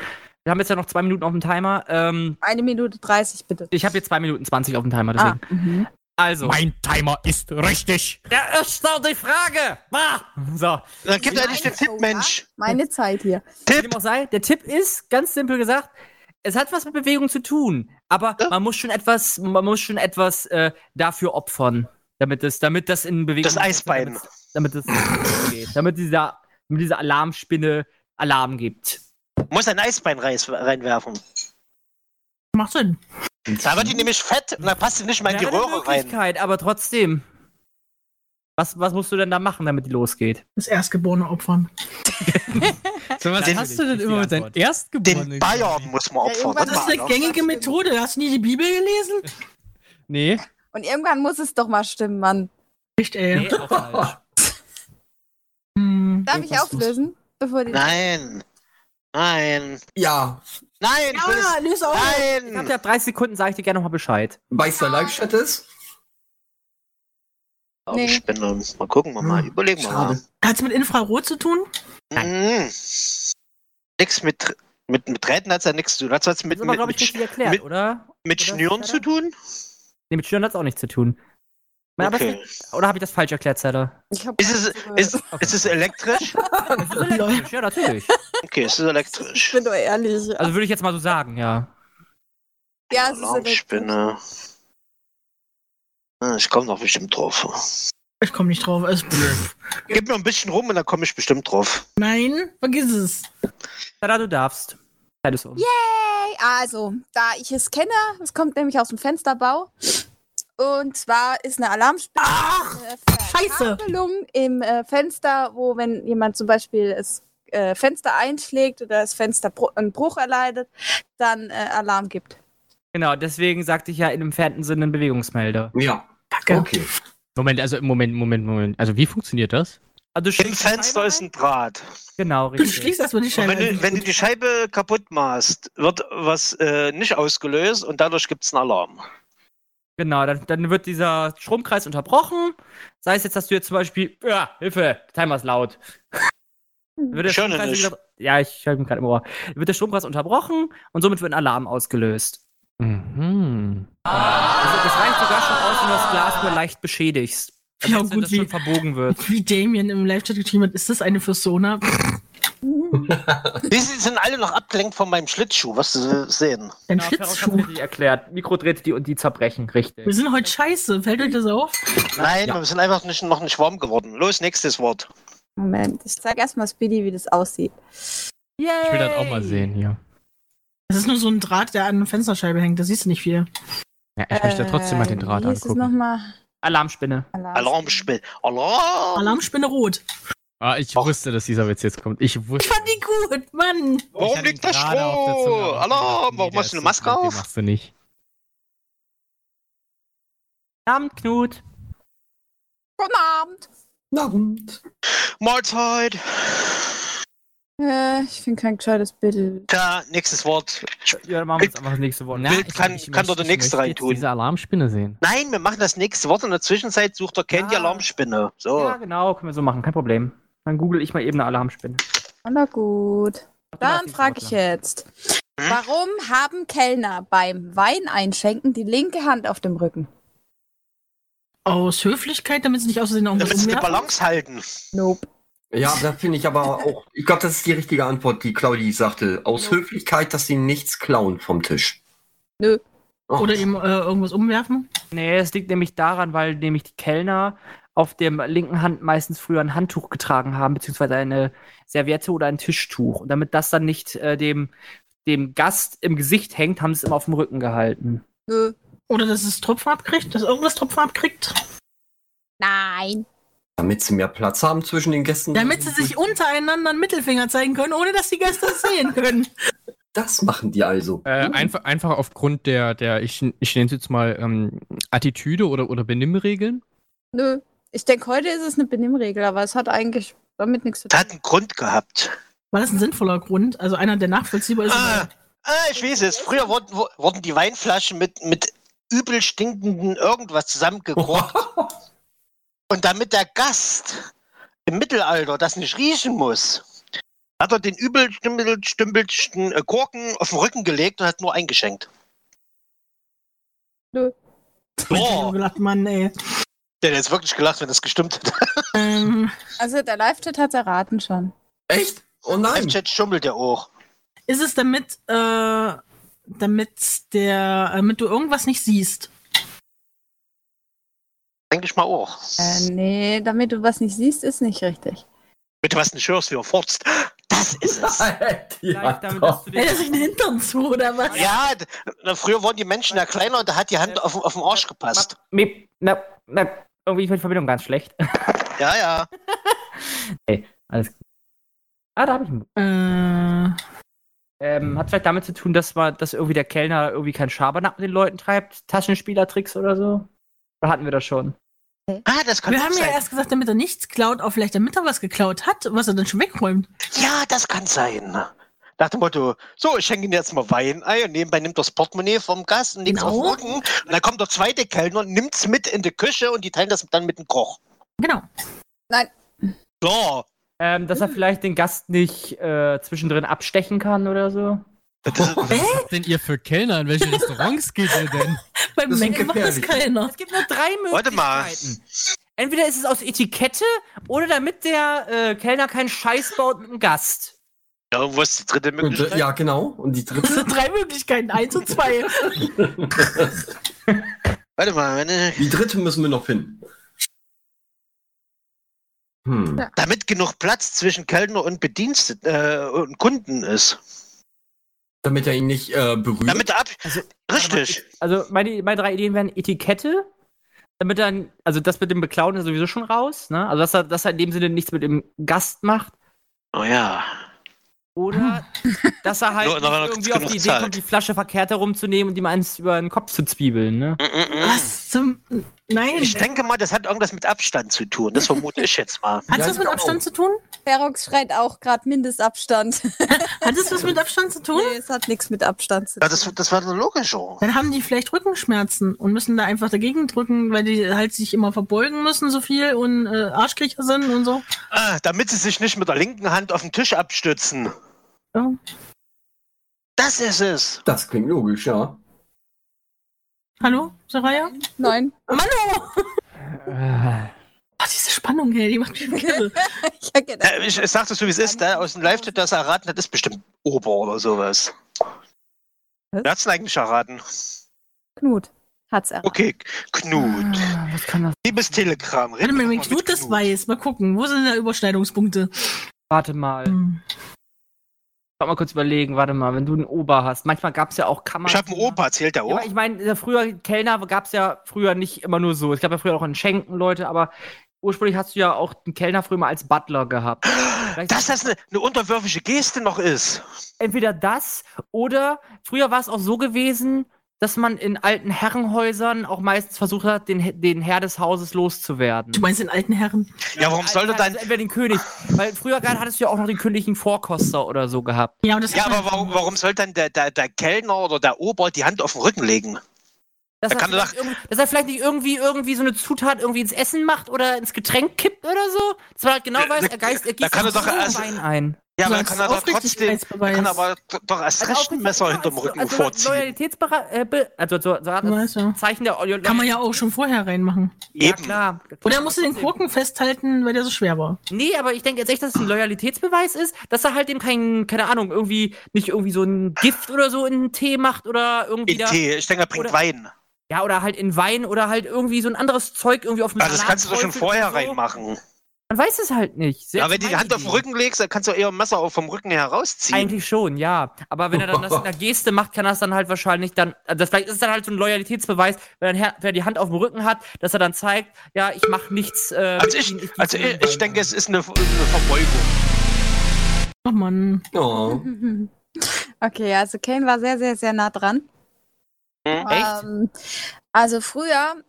Wir haben jetzt ja noch zwei Minuten auf dem Timer. Ähm, Eine Minute 30 bitte. ich habe jetzt zwei Minuten 20 auf dem Timer. Ah. Deswegen. mhm. Also. Mein Timer ist richtig. Der ist doch die Frage. Ah. So. Dann gib Ja, eigentlich den eine Tipp, Solar. Mensch. Meine Zeit hier. Wie dem auch sei, der Tipp ist, ganz simpel gesagt, es hat was mit Bewegung zu tun, aber Ja. man muss schon etwas, man muss schon etwas äh, dafür opfern, damit es, damit das in Bewegung Das Eisbein. damit es geht, damit dieser, damit diese Alarmspinne Alarm gibt. Muss ein Eisbein reis- reinwerfen. macht Sinn. Da wird die nämlich fett und dann passt sie nicht mal in die Wäre eine Röhre rein. Möglichkeit, aber trotzdem. Was, was musst du denn da machen, damit die losgeht? Das erstgeborene Opfern. So, was Den- hast du denn ist die immer mit deinen Antwort. Erstgeborenen? Den Bayern muss man Ja, opfern. irgendwas Das ist Warte eine mal, gängige Methode. Hast du nie die Bibel gelesen? Nee. Und irgendwann muss es doch mal stimmen, Mann. Nicht, ey. Nee, auch falsch. Hm. Darf ich Irgendwas auflösen? Bevor die Nein. Nein. Ja, Nein. ich will es- Ja, löse auf. Ich hab Nein. ja 30 Sekunden, sage ich dir gerne nochmal Bescheid. weißt du, wer Live-Chat ist? Nee. Spinne. Mal gucken wir mal. Überlegen wir mal. Schade. Hat es mit Infrarot zu tun? Mhm. Nix mit, mit, mit Drähten hat es ja nichts zu tun. Hat es mit, Das ist aber, mit, glaube ich, mit, richtig erklärt, mit- oder? mit Schnüren zu tun? Nee, mit Schülern hat es auch nichts zu tun. Mein Arbeits- Okay. Oder habe ich das falsch erklärt, Zeller? Ich hab Ist es, ist, ist es elektrisch? Elektrisch, ja, natürlich. Okay, es ist ich elektrisch. bin doch ehrlich. Also würde ich jetzt mal so sagen, ja. ja, es ist Alarmspinne. Ah, Ich komme noch bestimmt drauf. Ich komme nicht drauf. Also, pff. Gib mir ein bisschen rum und dann komme ich bestimmt drauf. Nein, vergiss es. Zeller, du darfst. Zeit ist um. Yay! Also, da ich es kenne, es kommt nämlich aus dem Fensterbau. Und zwar ist eine Alarmspinne. Ach, eine scheiße. Verkabelung im äh, Fenster, wo, wenn jemand zum Beispiel das äh, Fenster einschlägt oder das Fenster bru- einen Bruch erleidet, dann äh, Alarm gibt. Genau, deswegen sagte ich ja im entfernten Sinne einen Bewegungsmelder. Ja. Kacke. Okay. Moment, also Moment, Moment, Moment. Also wie funktioniert das? Also Im Fenster ist ein Draht. Genau, Du richtig. schließt erstmal die Und Scheibe. wenn du, wenn du die Scheibe kaputt machst, wird was äh, nicht ausgelöst und dadurch gibt es einen Alarm. Genau, dann, dann wird dieser Stromkreis unterbrochen. Sei es jetzt, dass du jetzt zum Beispiel, ja, Hilfe, der Timer ist laut. Wird Ich der höre Stromkreis, wie nicht. gesagt- ja, ich höre ihn gerade im Ohr. Wird der Stromkreis unterbrochen und somit wird ein Alarm ausgelöst. Mhm. Also das reicht sogar schon aus, wenn du das Glas nur leicht beschädigst. Also Ja, selbst wenn gut, das schon wie- verbogen wird. Wie Damien im Live-Chat geschrieben hat, ist das eine Persona? Die sind alle noch abgelenkt von meinem Schlittschuh, was sie sehen. Ein Ja, Ferros hat's Schlittschuh. richtig erklärt. Mikrodrähte die und die zerbrechen, richtig. Wir sind heute scheiße. Fällt euch das auf? Nein, wir sind einfach nicht, noch nicht warm geworden. Los, nächstes Wort. Moment, ich zeig erstmal Speedy, wie das aussieht. Ich will das auch mal sehen hier. Das ist nur so ein Draht, der an einer Fensterscheibe hängt. Da siehst du nicht viel. Ja, ich möchte trotzdem mal den Ähm, Draht wie hieß es angucken. nochmal? Alarmspinne. Alarm. Alarmspiel. Alarm! Alarmspinne rot. Ah, ich wusste, dass dieser Witz jetzt kommt. Ich Ich wusste. fand die gut, Mann. ich Warum hatte ihn liegt das gerade auf der Zunge, Stroh? aber ich dachte, Alarm! nee, Warum der machst du ist eine so Maske krank, den auf? Machst du nicht. Abend, Knut. Guten Abend. Mahlzeit! Äh, ich finde kein gescheites Bild. Da, nächstes Wort. Ja, dann machen wir jetzt einfach das nächste Wort. Na, Bild kann- kann doch der ich Nächste möchte jetzt reintun. Diese Alarmspinne sehen. Nein, wir machen das nächste Wort. In der Zwischenzeit sucht der Ken die Ja. Alarmspinne. So. Ja, genau, können wir so machen, kein Problem. Dann google ich mal eben eine Alarmspinne. Na gut. Dann frage ich jetzt. jetzt. Warum haben Kellner beim Weineinschenken die linke Hand auf dem Rücken? Aus Höflichkeit, damit sie nicht aussehen irgendwas Damit sie die umwerfen. Balance halten. Nope. Ja, da finde ich aber auch. Ich glaube, das ist die richtige Antwort, die Claudi sagte. Aus Höflichkeit, dass sie nichts klauen vom Tisch. Nö. Oh. Oder eben äh, irgendwas umwerfen. Nee, es liegt nämlich daran, weil nämlich die Kellner auf der linken Hand meistens früher ein Handtuch getragen haben, beziehungsweise eine Serviette oder ein Tischtuch. Und damit das dann nicht äh, dem, dem Gast im Gesicht hängt, haben sie es immer auf dem Rücken gehalten. Nö. Oder dass es Tropfen abkriegt, dass irgendwas Tropfen abkriegt. Nein. Damit sie mehr Platz haben zwischen den Gästen. Damit sie sich untereinander einen Mittelfinger zeigen können, ohne dass die Gäste es sehen können. Das machen die also. Äh, einfach, einfach aufgrund der, der ich, ich nenne es jetzt mal ähm, Attitüde oder, oder Benimmregeln. Nö. Ich denke, heute ist es eine Benimmregel, aber es hat eigentlich damit nichts zu Das tun. hat einen Grund gehabt. War das ein sinnvoller Grund? Also einer, der nachvollziehbar ist. Ah, ah, ich weiß es. Früher wurden, wo- wurden die Weinflaschen mit, mit übel stinkenden irgendwas zusammengekocht. Und damit der Gast im Mittelalter das nicht riechen muss, hat er den übel stümpel- stümpelsten äh, Korken auf den Rücken gelegt und hat nur eingeschenkt. Nö. Ich hab nur Boah, gedacht, Mann, ey. der hätte jetzt wirklich gelacht, wenn das gestimmt hätte. Ähm, Also der Live-Chat hat erraten schon. Echt? Oh Im nein. Chat schummelt der auch. ist es damit, äh, damit der, äh, damit du irgendwas nicht siehst? Denke ich mal auch. Äh, nee, damit du was nicht siehst, ist nicht richtig. Bitte was nicht hörst, wie er furzt. Das ist es. ja, Vielleicht damit, doch. dass du Ey, den dass ich einen Hintern zu, oder was? Ja, d- na, früher wurden die Menschen ja kleiner und da hat die Hand auf, auf den Arsch gepasst. Miep, na, na, irgendwie ist meine Verbindung ganz schlecht. Ja, ja. Alles gut. Ah, da habe ich einen. Äh, Ähm, hat vielleicht damit zu tun, dass man, dass irgendwie der Kellner irgendwie keinen Schabernack mit den Leuten treibt, Taschenspielertricks oder so. Oder hatten wir das schon? Ah, das kann wir auch haben ja sein. erst gesagt, damit er nichts klaut, aber vielleicht damit er was geklaut hat, was er dann schon wegräumt. Ja, das kann sein. Nach dem Motto, so, ich schenke Ihnen jetzt mal Wein ein und nebenbei nimmt er das Portemonnaie vom Gast und legt es auf den Genau. Rücken. Und dann kommt der zweite Kellner und nimmt es mit in die Küche und die teilen das dann mit dem Koch. Genau. Klar, Ähm, dass er vielleicht den Gast nicht äh, zwischendrin abstechen kann oder so. Was habt denn ihr für Kellner? In welche Restaurants geht ihr denn? Beim Das ist Mengen macht das gefährlich. keiner. Es gibt nur drei Möglichkeiten. Warte mal. Entweder ist es aus Etikette oder damit der äh, Kellner keinen Scheiß baut mit dem Gast. ja, wo ist die dritte Und, Möglichkeit? äh, ja, genau. Und die Das dritte? sind drei Möglichkeiten, eins und zwei. Warte mal, wenn, äh, Die dritte müssen wir noch finden. Hm. damit genug Platz zwischen Kellner und Bediensteten äh, und Kunden ist. Damit er ihn nicht äh, berührt. Damit er ab. Also, Richtig. Also meine, meine drei Ideen wären Etikette, damit dann, also das mit dem Beklauen ist sowieso schon raus, ne? Also dass er, dass er in dem Sinne nichts mit dem Gast macht. Oh ja. Oder dass er halt Nur- noch- nicht noch irgendwie auf genug die Idee Zeit. kommt, die Flasche verkehrt herumzunehmen und ihm eins über den Kopf zu zwiebeln, ne? Mm, mm, mm. Was? was zum. Nein. Ich denke mal, das hat irgendwas mit Abstand zu tun. Das vermute ich jetzt mal. Hat Ja, das ich mit auch. Abstand zu tun? Ferox schreit auch gerade Mindestabstand. Hat das was mit Abstand zu tun? nee, es hat nichts mit Abstand zu Ja, tun. das, das war so logisch. oh. Dann haben die vielleicht Rückenschmerzen und müssen da einfach dagegen drücken, weil die halt sich immer verbeugen müssen so viel und äh, Arschkriecher sind und so. Ah, damit sie sich nicht mit der linken Hand auf den Tisch abstützen. Ja. Das ist es. Das klingt logisch, ja. Hallo, Saraya? Nein, Manu! Äh, Oh, diese Spannung, hey, die macht mich verkehrt. ich hab gedacht, Äh, Ich, ich sagte so, wie es ist. Da aus dem Live-Chat, das erraten hat, ist bestimmt Ober oder sowas. Was? Wer hat's denn eigentlich erraten? Knut hat's erraten. Okay, Knut. was kann das? Liebes Telegram. red Warte mal, doch wenn mit Knut das weiß, mal gucken, wo sind da Überschneidungspunkte? Warte mal. Ich Hm. muss mal kurz überlegen. Warte mal, wenn du einen Ober hast. Manchmal gab es ja auch Kammer. Ich habe einen Opa, zählt der Ja, auch? aber ich meine, früher Kellner gab es ja früher nicht immer nur so. Es gab ja früher auch einen Schenken, Leute, aber ursprünglich hast du ja auch den Kellner früher mal als Butler gehabt. Vielleicht Dass das eine, eine unterwürfige Geste noch ist. entweder das oder früher war es auch so gewesen, dass man in alten Herrenhäusern auch meistens versucht hat, den, den Herr des Hauses loszuwerden. Du meinst den alten Herren? Ja, warum sollte also dann. entweder den König, weil früher gerade hattest du ja auch noch den königlichen Vorkoster oder so gehabt. Ja, und das Ja, hat man- aber warum, warum soll dann der, der, der Kellner oder der Ober die Hand auf den Rücken legen? Da Dass er, kann vielleicht irgendwie- dass er vielleicht nicht irgendwie, irgendwie so eine Zutat irgendwie ins Essen macht oder ins Getränk kippt oder so. Dass man halt genau Da- weiß, da- er geist, er da gießt kann er sich doch so erst- Wein ein. Ja, aber Du dann kann er sagst doch trotzdem. Aufrichtigkeitsbeweis. Er kann aber d- doch erst Also recht auch- ein Messer hinterm also- Rücken also vorziehen. Loyalitätsbera- äh, be- also so, so hat Du das weißt ja. Zeichen der Kann man ja auch schon vorher reinmachen. Ja, Eben. klar. Oder er musste den Korken festhalten, weil der so schwer war. Ah, Nee, aber ich denke jetzt echt, dass es ein Loyalitätsbeweis ist, dass er halt dem kein, keine Ahnung, irgendwie nicht irgendwie so ein Gift oder so in einen Tee macht oder irgendwie In da, Tee. E Ich denke, er bringt Oder- Wein. ja oder halt in Wein oder halt irgendwie so ein anderes Zeug irgendwie auf den Also das Salat kannst du doch schon träufelt vorher oder so. reinmachen. Man weiß es halt nicht. Selbst Ja, wenn du die meine Hand auf den Idee. Rücken legst, dann kannst du eher ein Messer auch vom Rücken herausziehen. Eigentlich schon, ja. Aber wenn er dann das in der Geste macht, kann er es dann halt wahrscheinlich dann. also Das vielleicht ist es dann halt so ein Loyalitätsbeweis, wenn er, wenn er die Hand auf dem Rücken hat, dass er dann zeigt, ja, ich mache nichts. Äh, mit Also Ihnen, ich, gieße also Ihnen ich, ich Wein denke, ein. es ist eine, eine Verbeugung. Oh Mann. Oh. Mhm. Okay, also Kane war sehr, sehr, sehr nah dran. Hm? Echt? Ähm, also früher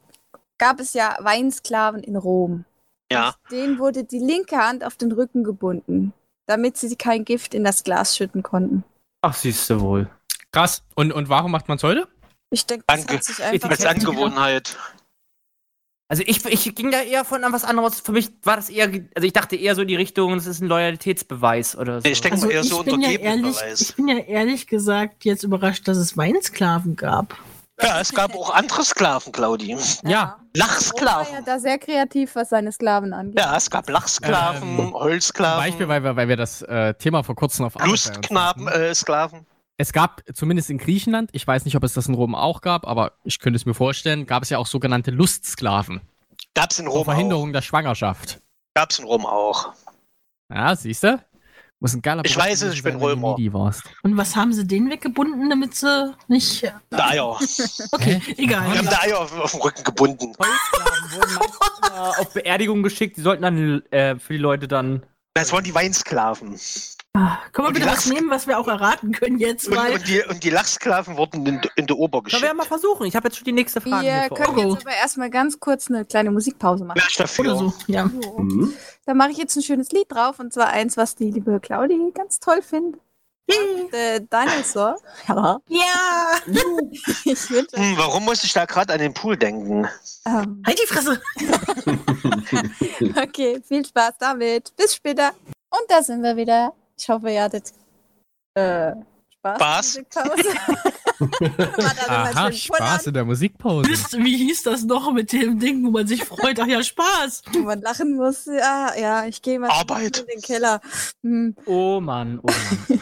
gab es ja Weinsklaven in Rom. Ja. Denen wurde die linke Hand auf den Rücken gebunden, damit sie kein Gift in das Glas schütten konnten. Ach, siehst du wohl. Krass. Und, und warum macht man es heute? Ich denke, das Danke. hat sich einfach... Als Etikett. Angewohnheit. Also ich, ich ging da eher von an was anderes. Für mich war das eher, also ich dachte eher so in die Richtung, es ist ein Loyalitätsbeweis oder so. Ich denke Also mal eher ich so bin, ja untergeben. ehrlich, ich bin ja ehrlich gesagt jetzt überrascht, dass es Weinsklaven gab. Ja, es gab auch andere Sklaven, Claudi. Ja. Rom war Oh, ja Lachsklaven. da sehr kreativ, was seine Sklaven angeht. Ja, es gab Lachsklaven, Ähm, Zum Beispiel, Holzsklaven, weil wir, weil wir das äh, Thema vor kurzem auf Arbeit bei uns Lustknaben, hatten. äh, Sklaven. Es gab zumindest in Griechenland, ich weiß nicht, ob es das in Rom auch gab, aber ich könnte es mir vorstellen, gab es ja auch sogenannte Lustsklaven. Oh, Gab's in Zur Rom auch. Verhinderung der Schwangerschaft. Gab's in Rom auch. Ja, siehst du? Muss ein geiler Ich Beruf weiß es, gewesen ich bin sein, wenn du Römer. Medi warst. Und was haben sie den weggebunden, damit sie nicht. Der Eier. Okay, Wir haben egal. der Eier auf, auf den Rücken gebunden. Holzklaven wurden manchmal auf Beerdigungen geschickt. Die sollten dann äh, für die Leute dann. Das waren die Weinsklaven. Können wir Und die bitte was Lachs- nehmen, was wir auch erraten können jetzt, Und, weil. und, die, und die Lachsklaven wurden in, in die Ober Können wir ja geschickt. mal versuchen. Ich habe jetzt schon die nächste Frage. hier Wir für können euch. jetzt aber erstmal ganz kurz eine kleine Musikpause machen. Wer ist dafür? Oder so, ja. Mhm. Da mache ich jetzt ein schönes Lied drauf und zwar eins, was die liebe Claudi ganz toll findet. Äh, Dinosaur. Ja. Ja! Ich wünsche Hm, warum muss ich da gerade an den Pool denken? ähm, Halt die Fresse! Okay, viel Spaß damit. Bis später. Und da sind wir wieder. Ich hoffe, ihr hattet äh, Spaß. Spaß. in der Pause. War dann immer Aha, schön Spaß in der Musikpause. Wisst, wie hieß das noch mit dem Ding, wo man sich freut? Ach ja, Spaß! Pullern, Wo man lachen muss. Ja, ja ich gehe mal Arbeit. in den Keller. Hm. Oh Mann, oh Mann.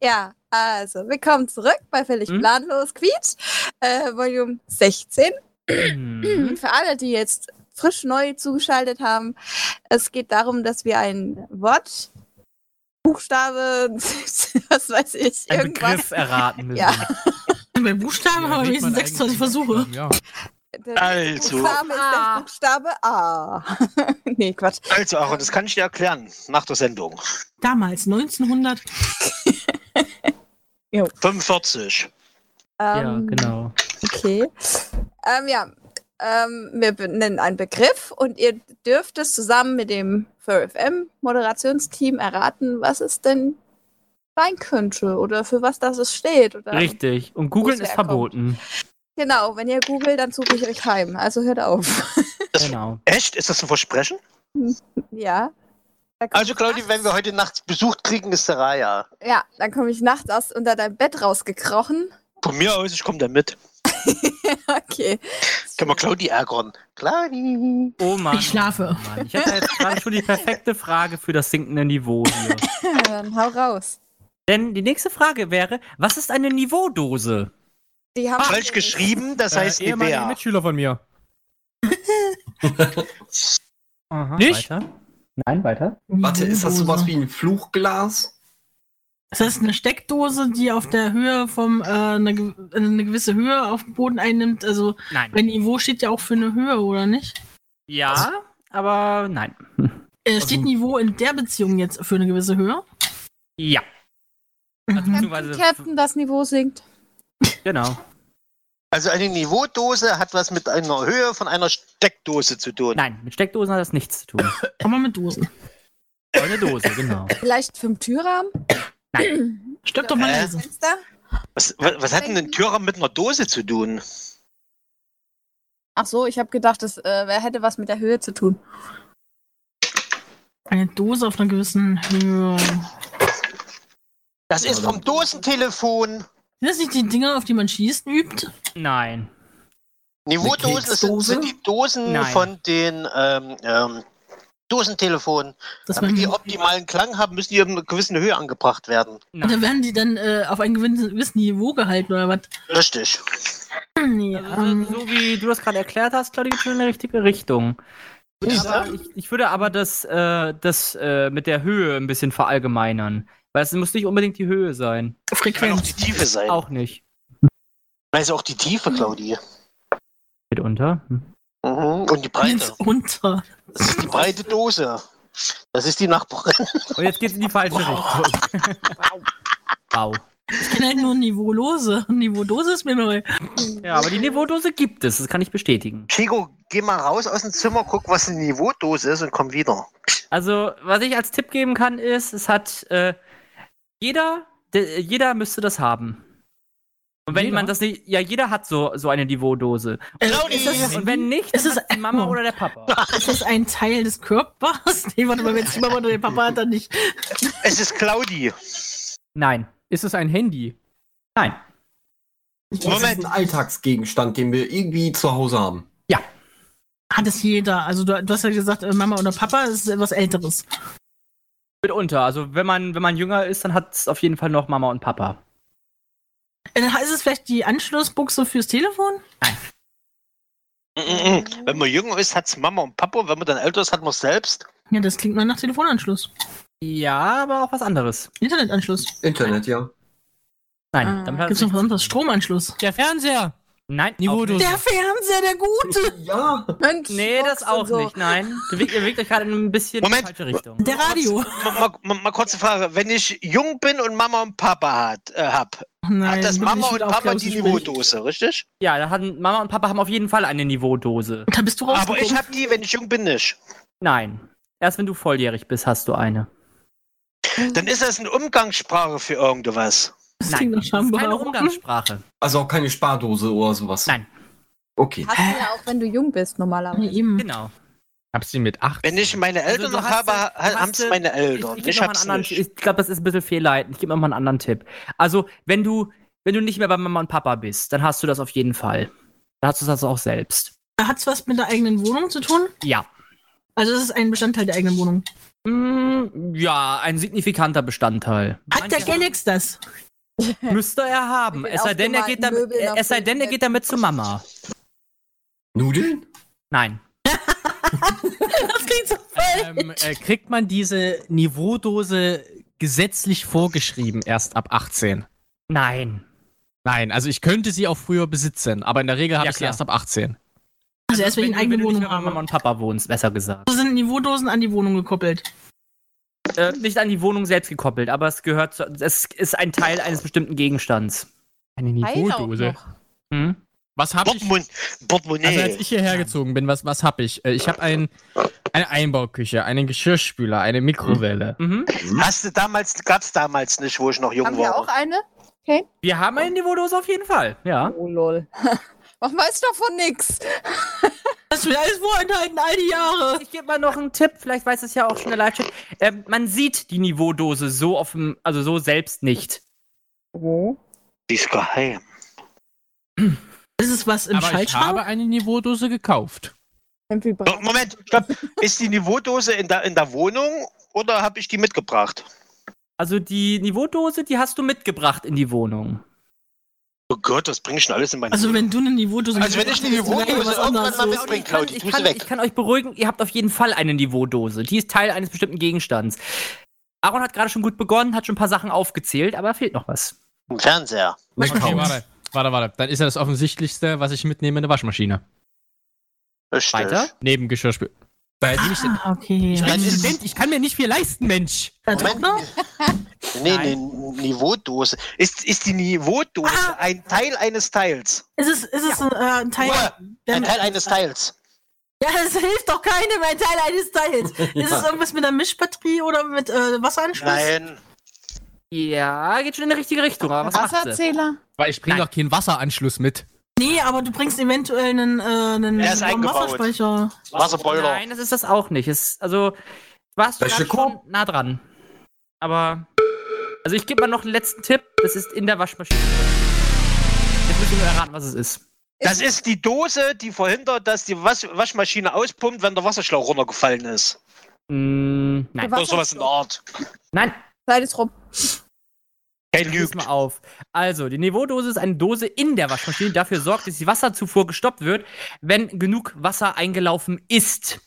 Ja, also, willkommen zurück bei Völlig Hm? Planlos Quietsch, äh, Volume 16. Hm. Für alle, die jetzt frisch neu zugeschaltet haben, es geht darum, dass wir ein Wort, Buchstabe, was weiß ich, Ein irgendwas. Begriff erraten müssen. Ja. Bei Buchstaben haben wir legt man wenigstens 26 Versuche. eigentlich- Ja. Der Also. Buchstabe ist der Ah. Buchstabe A. nee, Quatsch. Also, Aaron, das kann ich dir erklären. Nach der Sendung. Damals, 1900. 45. Ähm, ja, genau. Okay. Ähm, ja, ähm, wir benennen einen Begriff und ihr dürft es zusammen mit dem FurFM-Moderationsteam erraten, was es denn sein könnte oder für was das es steht. Oder Richtig. Und googeln Wo es ist verboten. Genau, wenn ihr googelt, dann suche ich euch heim. Also hört auf. Genau. Echt? Ist das ein Versprechen? ja. Da komm Also, ich Claudi, wenn wir heute Nacht Besuch kriegen, ist der Raya. nachts- Ja, dann komme ich nachts aus unter deinem Bett rausgekrochen. Von mir aus, ich komme da mit. okay. Können wir Claudi ärgern? Claudi. Oh Mann. Ich schlafe. oh Mann. Ich hatte jetzt gerade schon die perfekte Frage für das sinkende Niveau hier. Ja, Dann hau raus. Denn die nächste Frage wäre, was ist eine Niveaudose? Die haben Falsch geschrieben, das heißt äh, ehemaliger Nivea. Mitschüler von mir. Aha, Nicht? Weiter? Nein, weiter. Warte, ist das sowas wie ein Fluchglas? Ist das eine Steckdose, die auf der Höhe vom, äh, eine, gew- äh, eine gewisse Höhe auf dem Boden einnimmt? Also, Nein. mein Niveau steht ja auch für eine Höhe, oder nicht? Ja, aber nein. Äh, steht Also- Niveau in der Beziehung jetzt für eine gewisse Höhe? Ja. Also, Captain, beziehungsweise- Captain, das Niveau sinkt. Genau. Also, eine Niveaudose hat was mit einer Höhe von einer Steckdose zu tun. Nein, mit Steckdosen hat das nichts zu tun. Aber mit Dosen. Aber eine Dose, genau. Vielleicht vom Türrahmen? Stimmt doch mal Äh? leise. Fenster? Was, was, was hat denn ein Türrahmen mit einer Dose zu tun? Ach so, ich habe gedacht, das äh, wer hätte was mit der Höhe zu tun. Eine Dose auf einer gewissen Höhe. Das ist vom Dosentelefon. Sind das nicht die Dinger, auf die man schießen übt? Nein. Niveaudosen sind, Keksdose? sind die Dosen Nein. von den ähm, ähm, Dosentelefonen. Dass Damit man, die optimalen Klang haben, müssen die auf eine gewisse Höhe angebracht werden. Und dann nein. werden die dann äh, auf ein gewissen gewissen Niveau gehalten, oder was? Richtig. Nee, Also, ähm, so wie du das gerade erklärt hast, Claudia, geht schon in die richtige Richtung. Aber ich, ich würde aber das, äh, das äh, mit der Höhe ein bisschen verallgemeinern. Weil es muss nicht unbedingt die Höhe sein. Kann auch Frequenz. die Tiefe sein. Auch nicht. Weiß auch die Tiefe, Claudi. Mitunter. Hm. Mhm. Und die Jetzt Breite. runter. Das ist die breite Dose. Das ist die Nachbarin. Und jetzt geht's in die falsche Richtung. wow. Ich kenne halt nur Niveaulose. Niveaudose ist mir neu. Ja, aber die Niveaudose gibt es, das kann ich bestätigen. Chico, geh mal raus aus dem Zimmer, guck, was eine Niveaudose ist und komm wieder. Also, was ich als Tipp geben kann, ist, es hat äh, jeder, de, jeder müsste das haben. Und wenn Jeder? man das nicht, ja, jeder hat so, so eine Niveaudose. Äh, Claudi! ist, das, Und wenn nicht, Es dann ist- hat's die Mama oder der Papa. ist das ein Teil des Körpers? Nee, warte mal, wenn es die Mama oder der Papa hat, dann nicht. Es ist Claudi. Nein. Ist es ein Handy? Nein. Das ist ein Alltagsgegenstand, den wir irgendwie zu Hause haben. Hat es jeder. Also du, du hast ja gesagt, äh, Mama oder Papa ist etwas Älteres. Mitunter. Also wenn man, wenn man jünger ist, dann hat es auf jeden Fall noch Mama und Papa. Äh, Ist es vielleicht die Anschlussbuchse fürs Telefon? Mhm. Wenn man jünger ist, hat's Mama und Papa. Wenn man dann älter ist, hat man selbst. Ja, das klingt mal nach Telefonanschluss. Ja, aber auch was anderes. Internetanschluss. Internet, ja. Nein. Ah. damit hat Gibt es es noch was nichts anderes? zu tun. Stromanschluss. Der Fernseher. Nein. Auch Niveaudose. nicht. Der Fernseher, der Gute. Ja. Und Nee, das Xbox und auch so. nicht. Nein. Du bewegt, ihr bewegt euch gerade in ein bisschen Moment. in die falsche Richtung. Der Radio. Mal, mal, mal, mal kurze Frage. Wenn ich jung bin und Mama und Papa hat, äh, hab, Nein, hat das Mama ich und wieder Papa aufgehört die zu sprechen. Niveaudose, richtig? Ja, da hatten Mama und Papa haben auf jeden Fall eine Niveaudose. Da bist du raus. Aber ich hab die, wenn ich jung bin, nicht. Nein. Erst wenn du volljährig bist, hast du eine. Dann ist das eine Umgangssprache für irgendwas. das Nein, klingt nach das ist keine Schambehaarung. Umgangssprache. Also auch keine Spardose oder sowas. Nein. Okay. Hast du ja auch, wenn du jung bist, Nee, normalerweise. eben. Genau. Hab sie mit 8. Wenn ich meine Also, Eltern du noch hast habe, ja- du hast haben es ja- meine Ich, Eltern. ich, Ich, ich, hab's anderen, nicht. ich glaube, das ist ein bisschen fehlleitend. Ich gebe mal einen anderen Tipp. Also, wenn du, wenn du nicht mehr bei Mama und Papa bist, dann hast du das auf jeden Fall. Dann hast du das auch selbst. Hat's was mit der eigenen Wohnung zu tun? Ja. Also es ist ein Bestandteil der eigenen Wohnung. Mm, ja, ein signifikanter Bestandteil. Hat der Galax das? Müsste er haben. Mit den Es sei, denn, er geht aufgemalten damit, Möbeln auf es sei dem denn, er Bett. geht damit zu Mama. Nudeln? Nein. Das klingt so Ähm, äh, kriegt man diese Niveaudose gesetzlich vorgeschrieben erst ab 18? Nein. Nein, also ich könnte sie auch früher besitzen, aber in der Regel habe Ja, ich sie klar. erst ab 18. Also erst wenn ich Wenn eine du, wenn eigene du nicht Wohnung mehr bei Mama habe. und Papa wohnst, besser gesagt. So sind Niveaudosen an die Wohnung gekoppelt. Äh, nicht an die Wohnung selbst gekoppelt, aber es gehört zu, es ist ein Teil eines bestimmten Gegenstands. Eine Teil auch noch. Hm? Was habe ich? Portemonnaie. Also Portemonnaie. als ich hierher gezogen bin, was, was habe ich? Äh, Ich habe ein, eine Einbauküche, einen Geschirrspüler, eine Mikrowelle. Mhm. Hast du damals, gab's damals nicht, wo ich noch jung Haben wir war. auch eine? Wir haben einen Niveaudose auf jeden Fall. Ja. Oh lol. Man weiß davon nix. Das will alles vorenthalten, all die Jahre. Ich gebe mal noch einen Tipp, vielleicht weiß es ja auch schon der Live-Chat. Ähm, man sieht die Niveaudose so auf dem, also so selbst nicht. Oh. Die ist geheim. Ist es was im Aber ich habe Schaltschrank? eine Niveaudose gekauft. Ein So, Vibrator. Moment, stopp. Ist die Niveaudose in der, in der Wohnung oder habe ich die mitgebracht? Also die Niveaudose, die hast du mitgebracht in die Wohnung. Oh Gott, das bringe ich schon alles in meine Also wenn du eine Niveaudose Also, wenn ich eine Niveaudose irgendwann mal mitbringe, Ich kann, Claudi, ich, tust kann, du weg. ich kann euch beruhigen, ihr habt auf jeden Fall eine Niveaudose. Die ist Teil eines bestimmten Gegenstands. Aaron hat gerade schon gut begonnen, hat schon ein paar Sachen aufgezählt, aber fehlt noch was. Wohnung. Fernseher. Eine Okay, Couch. warte, warte, warte. Dann ist ja das Offensichtlichste, was ich mitnehme, eine Waschmaschine. Richtig. Weiter? Neben Geschirrspüler. Weil ich, Ah, okay. ich Dann bin ist- Student, ich kann mir nicht viel leisten, Mensch. Der Moment. Trockner? Nee, nee, Niveaudose. Ist, ist die Niveaudose Ah. ein Teil eines Teils? Ist es, ist es äh, ein Teil? Ruhe. der- Ein Teil eines Teils. Ja, das hilft doch keinem, ein Teil eines Teils. Ist es irgendwas mit einer Mischbatterie oder mit äh, Wasseranschluss? Nein. Ja, geht schon in die richtige Richtung, aber was macht sie? Wasserzähler? Weil ich bringe doch keinen Wasseranschluss mit. Nee, aber du bringst eventuell einen, äh, einen Der ist eingebaut. Wasserspeicher. Wasserboiler. Nein, das ist das auch nicht. Es, also, warst du Wäsche gerade schon nah dran. Aber, also ich gebe mal noch einen letzten Tipp. Das ist in der Waschmaschine. Jetzt müsst ihr nur erraten, was es ist. Das ist die Dose, die verhindert, dass die Was Waschmaschine auspumpt, wenn der Wasserschlauch runtergefallen ist. Mm, nein. Was Oder sowas in der Art. Nein, Zeit ist rum. Kein Lügt. Lügt. mal auf. Also, die Niveaudose ist eine Dose in der Waschmaschine, die dafür sorgt, dass die Wasserzufuhr gestoppt wird, wenn genug Wasser eingelaufen ist.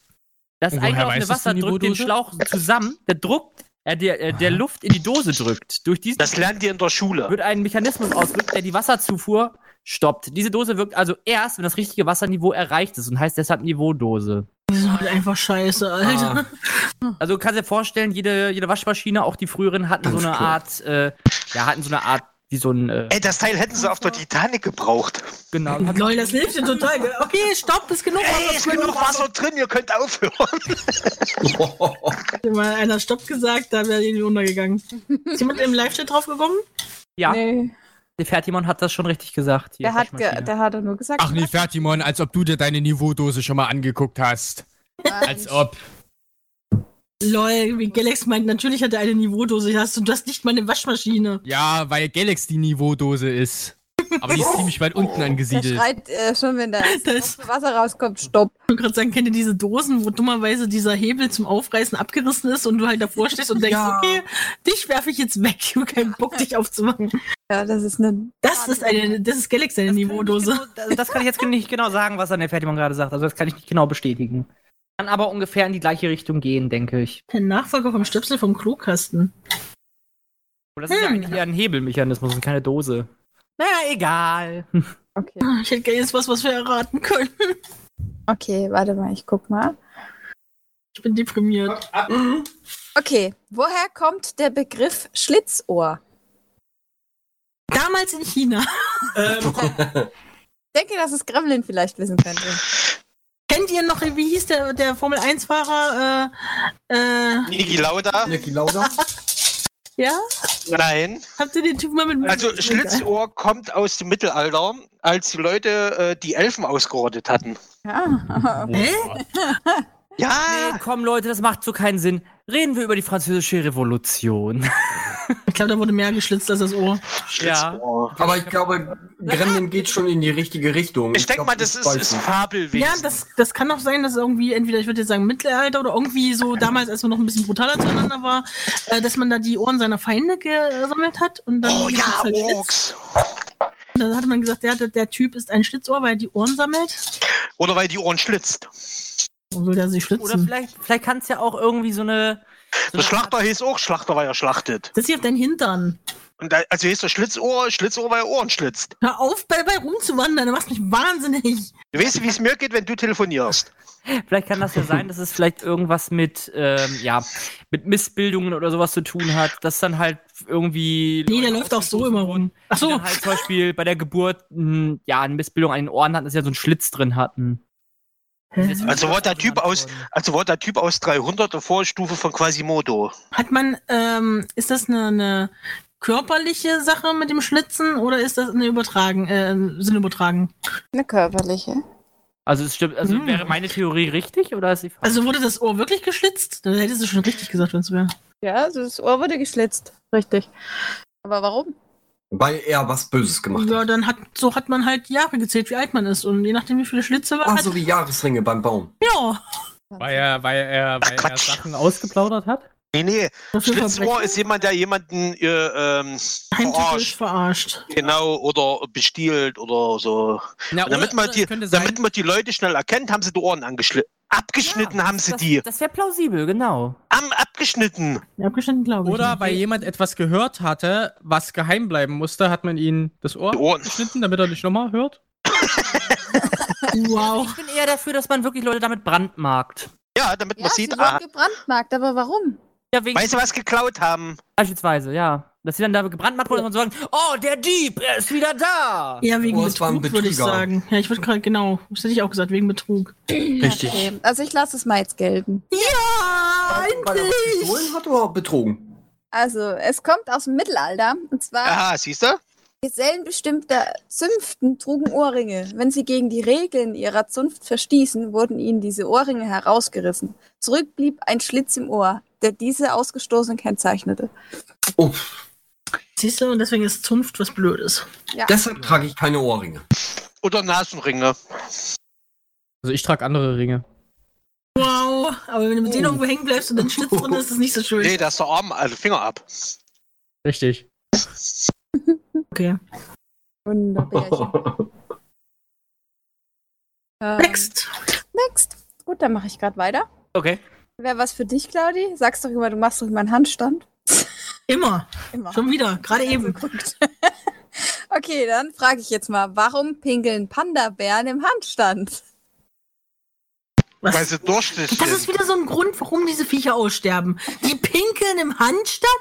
Das Und woher eingelaufene weiß das Wasser die drückt den Niveaudose? Schlauch zusammen, der Druck, äh, der, äh, der Luft in die Dose drückt. Durch diesen Das lernt ihr in der Schule. wird ein Mechanismus ausgedrückt, der die Wasserzufuhr stoppt. Diese Dose wirkt also erst, wenn das richtige Wasserniveau erreicht ist und heißt deshalb Niveaudose. Die sind halt einfach scheiße, Alter. Ah. Also du kannst dir vorstellen, jede, jede Waschmaschine, auch die früheren, hatten so Ganz eine klar. Art, äh, ja, hatten so eine Art, wie so ein, äh, Ey, das Teil hätten sie auf der Titanic gebraucht. genau, Ah. Lol, das hilft dir total. Okay, stopp, ist genug. Ey, ist genug Wasser drin, ihr könnt aufhören. Wenn mal einer Stopp gesagt, da wäre irgendwie untergegangen. Ist jemand im Live-Chat draufgekommen? Ja. Nee. Der Fertimon hat das schon richtig gesagt. hier, Der hat, ge Waschmaschine. der hat doch nur gesagt. Ach nee, Fertimon, als ob du dir deine Niveaudose schon mal angeguckt hast. Als ob. Lol, wie Galax meint, natürlich hat er eine Niveaudose. Hast du, du hast nicht mal eine Waschmaschine. Ja, weil Galax die Niveaudose ist. Aber die ist ziemlich weit unten Der angesiedelt. schreit äh, schon, wenn da Das- Wasser rauskommt. Stopp. Ich wollte gerade sagen, kennt ihr diese Dosen, wo dummerweise dieser Hebel zum Aufreißen abgerissen ist und du halt davor stehst und denkst, okay, dich werfe ich jetzt weg. Ich habe keinen Bock, dich aufzumachen. Ja, das ist ne- eine. Das ist eine, das ist Galax eine Niveaudose. Das- Also, Das kann ich jetzt nicht genau sagen, was dann der Fertimon gerade sagt. Also das kann ich nicht genau bestätigen. Kann aber ungefähr in die gleiche Richtung gehen, denke ich. Der Nachfolger vom Stöpsel vom Klokasten. Und Oh, das ist ja Hm. eigentlich eher ein Hebelmechanismus und keine Dose. Naja, egal. Okay. Ah, Ich hätte gerne jetzt was, was wir erraten können. okay, warte mal, ich guck mal. Ich bin deprimiert. Ah. Okay, woher kommt der Begriff Schlitzohr? Damals in China. Ich denke, dass es Gremlin vielleicht wissen könnte. Kennt ihr noch, wie hieß der, der Formel 1-Fahrer? Äh, äh, Niki Lauda? Niki Lauda? ja? Nein. Habt ihr den Typen mal mit Also Schlitzohr kommt aus dem Mittelalter, als die Leute äh, die Elfen ausgerottet hatten. Hä? Ja. Nee, Ja, komm Leute, das macht so keinen Sinn. Reden wir über die französische Revolution. Ich glaube, da wurde mehr geschlitzt als das Ohr. Schlitzohr. Aber ich glaube, Gremlin geht schon in die richtige Richtung. Ich denke glaub, mal, das ist, weiß ist nicht. Fabelwesen. Ja, das, das kann auch sein, dass irgendwie entweder, ich würde jetzt sagen, Mittelalter oder irgendwie so damals, als man noch ein bisschen brutaler zueinander war, äh, dass man da die Ohren seiner Feinde gesammelt hat und dann, oh ja, halt Schlitz. Orks. und dann hatte man gesagt, der, der Typ ist ein Schlitzohr, weil er die Ohren sammelt. Oder weil die Ohren schlitzt. Warum soll der sich Oder schlitzen? vielleicht, vielleicht kann es ja auch irgendwie so eine. Der Schlachter hieß auch Schlachter, weil er schlachtet. Das hier auf deinen Hintern. Und da, also hier ist das Schlitzohr, Schlitzohr, weil er Ohren schlitzt. Hör auf, bei, bei rumzuwandern, du machst mich wahnsinnig. Du weißt, wie es mir geht, wenn du telefonierst. Vielleicht kann das ja sein, dass es vielleicht irgendwas mit, ähm, ja, mit Missbildungen oder sowas zu tun hat, dass dann halt irgendwie. Nee, der läuft auch so immer rum. Ach Die so, dann halt zum Beispiel bei der Geburt mh, ja, eine Missbildung an den Ohren hatten, dass sie ja so einen Schlitz drin hatten. Also war der Typ aus- Also war der Typ aus 300 der Vorstufe von Quasimodo. hat man, ähm, ist das eine, eine körperliche Sache mit dem Schlitzen oder ist das eine übertragen, äh, Sinn übertragen? Eine körperliche. Also es stimmt, also Hm. wäre meine Theorie richtig oder ist sie falsch? Also wurde das Ohr wirklich geschlitzt? Dann hättest du schon richtig gesagt, wenn es wäre. Ja, also das Ohr wurde geschlitzt. Richtig. Aber warum? Weil er was Böses gemacht Ja, hat. dann hat, so hat man halt Jahre gezählt, wie alt man ist. Und je nachdem, wie viele Schlitze man Ah, Also, hat, so wie Jahresringe beim Baum. ja. Weil er, weil er, weil er Quatsch. Sachen ausgeplaudert hat? Nee, nee. Dafür Schlitzohr Verbrechen. ist jemand, der jemanden äh, ähm, heimtückisch verarscht. verarscht. Genau, oder bestiehlt oder so. Na, Und damit, oder- man oder die, es könnte sein- damit man die Leute schnell erkennt, haben sie die Ohren angeschnitten. Abgeschnitten haben sie das, die. Das wäre plausibel, genau. Am, abgeschnitten. Ja, abgestanden, glaube ich. Oder nicht. weil jemand etwas gehört hatte, was geheim bleiben musste, hat man ihm das Ohr Die Ohren. geschnitten, damit er nicht nochmal hört. Wow. Ich bin eher dafür, dass man wirklich Leute damit brandmarkt. Ja, damit Ja, man sie sieht, wurden ah, gebrandmarkt, aber warum? Ja, wegen weißt du, was geklaut haben? beispielsweise, ja. Dass sie dann da gebranntmarkt wurden und sagen, oh, der Dieb, er ist wieder da. Ja, wegen Oh, es war ein Betrug, würde ich Betrüger. sagen. Ja, ich würde gerade, genau, das hätte ich auch gesagt, wegen Betrug. Richtig. Okay. Also ich lasse es mal jetzt gelten. Weil er was gestohlen hat oder betrogen? Also es kommt aus dem Mittelalter und zwar Aha, siehst du? Gesellen bestimmter Zünften trugen Ohrringe. Wenn sie gegen die Regeln ihrer Zunft verstießen, wurden ihnen diese Ohrringe herausgerissen. Zurück blieb ein Schlitz im Ohr, der diese ausgestoßen kennzeichnete. Oh, Siehst du, und deswegen ist Zunft was Blödes. deshalb trage ich keine Ohrringe. Oder Nasenringe. Also ich trage andere Ringe. Wow, aber wenn du mit denen irgendwo hängen bleibst und dann Schlitz drin ist, ist es nicht so schön. Nee, da ist der Arm, also Finger ab. Richtig. Okay. Oh. Wunderbärchen. ähm, Next. Next. Gut, dann mache ich gerade weiter. Okay. Wäre was für dich, Claudi? Sagst doch immer, du machst doch immer einen Handstand. Immer. Immer. Schon wieder. Gerade eben. Geguckt. okay, dann frage ich jetzt mal, warum pinkeln Panda-Bären im Handstand? Weil Was? sie durstig Das ist sind. wieder so ein Grund, warum diese Viecher aussterben. Die pinkeln im Handstand?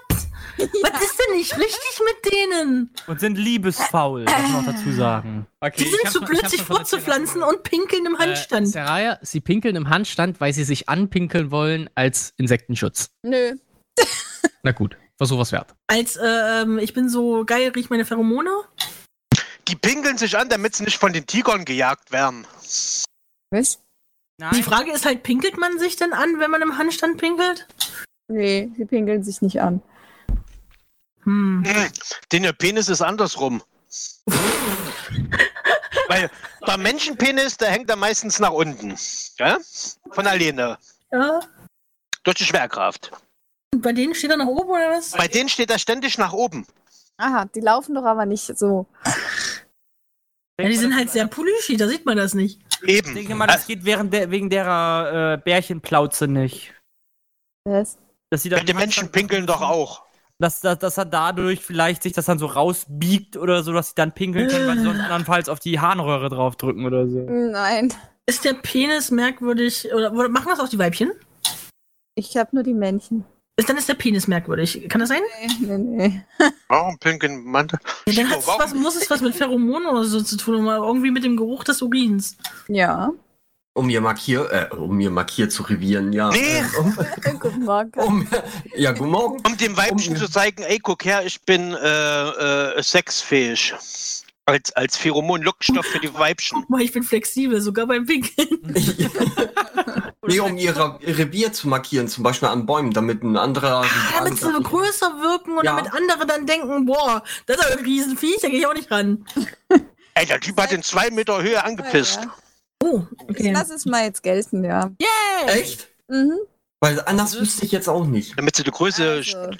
Was ist denn nicht richtig mit denen? Und sind liebesfaul, muss man noch dazu sagen. Okay, Die sind zu blöd, sich fortzupflanzen und pinkeln im Äh, Handstand. Seraya, sie pinkeln im Handstand, weil sie sich anpinkeln wollen als Insektenschutz. Nö, Na gut, versuch was wert. Als äh, ähm, ich bin so geil, riech meine Pheromone. Die pinkeln sich an, damit sie nicht von den Tigern gejagt werden. Was? Die Frage ist halt, pinkelt man sich denn an, wenn man im Handstand pinkelt? Nee, sie pinkeln sich nicht an. Hm. Denn ihr Penis ist andersrum. Weil der Menschenpenis, der hängt da meistens nach unten. Ja? Von alleine. Ja. Durch die Schwerkraft. Und bei denen steht er nach oben oder was? Bei denen steht er ständig nach oben. Aha, die laufen doch aber nicht so. Ja, die sind halt sehr polüschi, da sieht man das nicht. Ich Eben. Äh, denke mal, das geht während der, wegen derer äh, Bärchenplauze nicht. Was? Dass sie Ja, dann die Menschen pinkeln doch auch. Dass, dass, dass er dadurch vielleicht sich das dann so rausbiegt oder so, dass sie dann pinkeln können, weil sie sonst andernfalls auf die Harnröhre draufdrücken oder so. Nein, Ist der Penis merkwürdig? Oder, oder machen das auch die Weibchen? ich habe nur die Männchen. Ist, dann ist der Penis merkwürdig. Kann das sein? Nee, nee. Warum pinkeln Mantel? Ja, dann Chico, hat's warum- was, muss es was mit Pheromonen oder so zu tun, oder irgendwie mit dem Geruch des Urins. Ja. Um ihr markier, äh, um ihr markier zu revieren, ja. Nee. Äh, Um, Guten Morgen. Oh, um, ja, guten Morgen. Um dem Weibchen Um- zu zeigen, ey, guck her, ich bin äh, äh, sexfähig. Als, als Pheromon-Lockstoff für die Weibchen. Guck mal, ich bin flexibel, sogar beim Winkeln. nee, um ihre, ihr Revier zu markieren, zum Beispiel an Bäumen, damit ein anderer. Ah, Damit sie größer wirken und Ja. damit andere dann denken, boah, das ist ein Riesenviech, da gehe ich auch nicht ran. Ey, der Typ hat in zwei Meter Höhe angepisst. Ja. Oh, Ich okay. lass es mal jetzt gelten, ja. Echt? Mhm. Also Weil anders wüsste ich jetzt auch nicht. Damit sie die Größe. Also,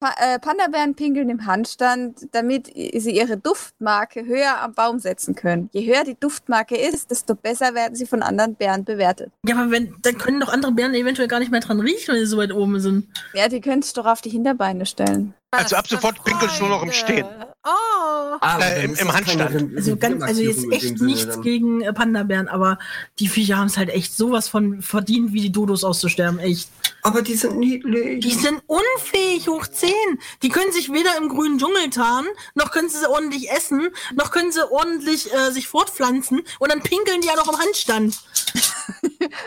Pa äh, Panda-Bären pinkeln im Handstand, damit i- sie ihre Duftmarke höher am Baum setzen können. Je höher die Duftmarke ist, desto besser werden sie von anderen Bären bewertet. Ja, aber wenn, dann können doch andere Bären eventuell gar nicht mehr dran riechen, wenn sie so weit oben sind. Ja, die können es doch auf die Hinterbeine stellen. Also ab sofort pinkelst du nur noch im Stehen. Oh! Äh, Ah, dann im- ist im das keine Handstand. Re- Also, ganz, also jetzt Reviermarkierung in dem echt Sinne nichts dann. gegen äh, Panda-Bären, aber die Viecher haben es halt echt sowas von verdient, wie die Dodos auszusterben, echt. Aber die sind niedlich. Die sind unfähig hoch 10. Die können sich weder im grünen Dschungel tarnen, noch können sie sie ordentlich essen, noch können sie ordentlich äh, sich fortpflanzen und dann pinkeln die ja noch im Handstand.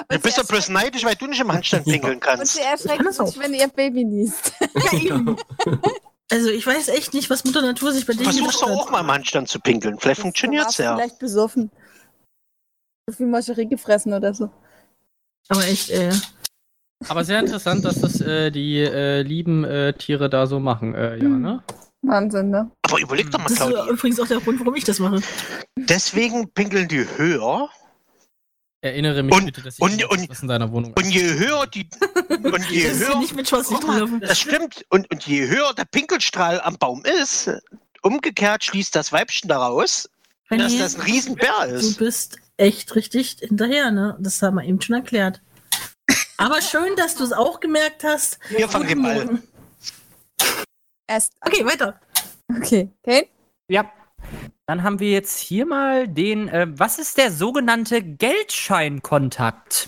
Du bist doch bloß neidisch, weil du nicht im Handstand pinkeln Und kannst. sie erschrecken das auch. sich, wenn ihr Baby niest. Ja, eben. Also ich weiß echt nicht, was Mutter Natur sich bei denen Versuchst doch gedacht auch mal im Handstand zu pinkeln. Vielleicht funktioniert's Da warst du ja. Vielleicht besoffen. So viel Moscherie gefressen oder so. Aber echt, äh, ey. Aber sehr interessant, dass das äh, die äh, lieben äh, Tiere da so machen. Äh, Hm. ja, ne? Wahnsinn, ne? Aber überleg doch mal, Das ist Claudia. übrigens auch der Grund, warum ich das mache. Deswegen pinkeln die höher. Erinnere mich Und- bitte, dass und- nicht und- was in deiner Wohnung Und je höher die. Und je Das ist ja höher. nicht mit Schwarz nicht Guck mal, drin. Das stimmt. Und, und je höher der Pinkelstrahl am Baum ist, umgekehrt schließt das Weibchen daraus, dass das ein Riesenbär Du ist. bist echt richtig hinterher, ne? Das haben wir eben schon erklärt. Aber schön, dass du es auch gemerkt hast. Hier fang den Ball. Morgen. Erst. Okay, weiter. Okay. Okay. Ja. Dann haben wir jetzt hier mal den, äh, was ist der sogenannte Geldscheinkontakt?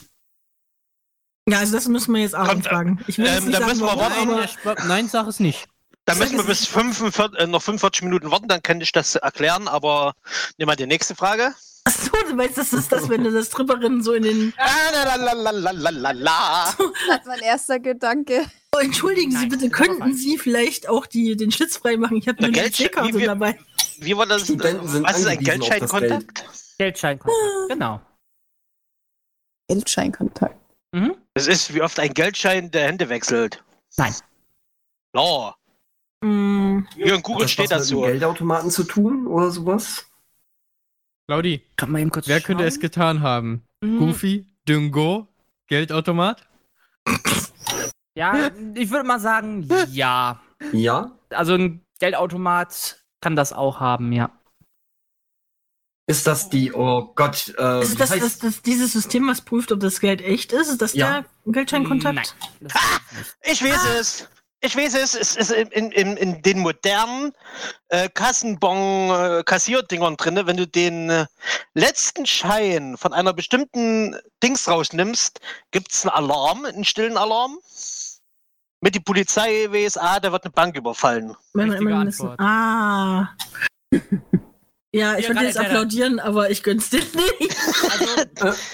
Ja, also das müssen wir jetzt auch Kommt, äh, fragen. Ich will jetzt ähm, nicht da sagen, müssen wir warum, warten. aber Nein, sag es nicht. Da müssen wir bis 45, äh, noch 45 Minuten warten, dann kann ich das erklären. Aber nimm mal die nächste Frage. Achso, du meinst, das ist das, wenn du das Stripperin so in den. Lalalalalalala. Das war mein erster Gedanke. Oh, entschuldigen Sie Nein, bitte, das ist aber könnten Sie vielleicht auch die, den Schlitz frei machen? Ich habe Na, nur eine Geld- Seekarte wie wir- dabei. Wie war das? Studenten sind Was ist ein angewiesen auf das Geld. Geldscheinkontakt? Ah. Geldscheinkontakt, genau. Geldscheinkontakt. Mhm. Das ist, wie oft ein Geldschein der Hände wechselt. Nein. No. Mm, Hier in Hat Google steht was das mit dem so. Geldautomaten zu tun oder sowas? Claudi, Kann man eben kurz wer könnte es getan haben? Mhm. Goofy, Düngo, Geldautomat? Ja, ich würde mal sagen, ja. Ja. Also ein Geldautomat kann das auch haben, ja. Ist das die, oh Gott, äh, ist wie Also das, heißt- das, das dieses System, was prüft, ob das Geld echt ist? Ist das Ja. der Geldscheinkontakt? Nein. Das ist nicht. Ich weiß es. Ich weiß es. Es ist in, in, in den modernen äh, Kassenbon äh, Kassierdingern drin. Wenn du den äh, letzten Schein von einer bestimmten Dings rausnimmst, gibt es einen Alarm, einen stillen Alarm. Mit die Polizei weiß, ah, da wird eine Bank überfallen. Wenn man Richtige immer müssen. Antwort. Ah. ja, ich Ja, würde gerade jetzt leider. applaudieren, aber ich gönn's dir nicht.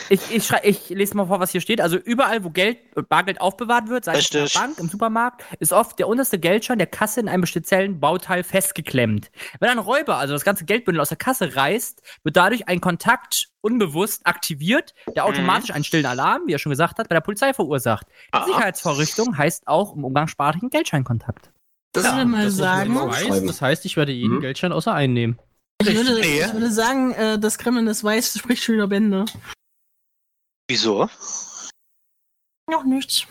Ich, ich, schrei, ich lese mal vor, was hier steht. Also überall, wo Geld und Bargeld aufbewahrt wird, sei es in der Richtig. Bank, im Supermarkt, ist oft der unterste Geldschein der Kasse in einem speziellen Bauteil festgeklemmt. Wenn ein Räuber also das ganze Geldbündel aus der Kasse reißt, wird dadurch ein Kontakt unbewusst aktiviert, Mhm. der automatisch einen stillen Alarm, wie er schon gesagt hat, bei der Polizei verursacht. Die Ah. Aha. Sicherheitsvorrichtung heißt auch im umgangssprachlichen Geldscheinkontakt. Ich würde mal Das, was ich sagen, jetzt weiß, das heißt, ich werde jeden Mhm. Geldschein außer einnehmen. ich würde, Nee. ich würde sagen, äh, das Kremlin das Weiß spricht schöner Bände. Wieso? Noch nichts.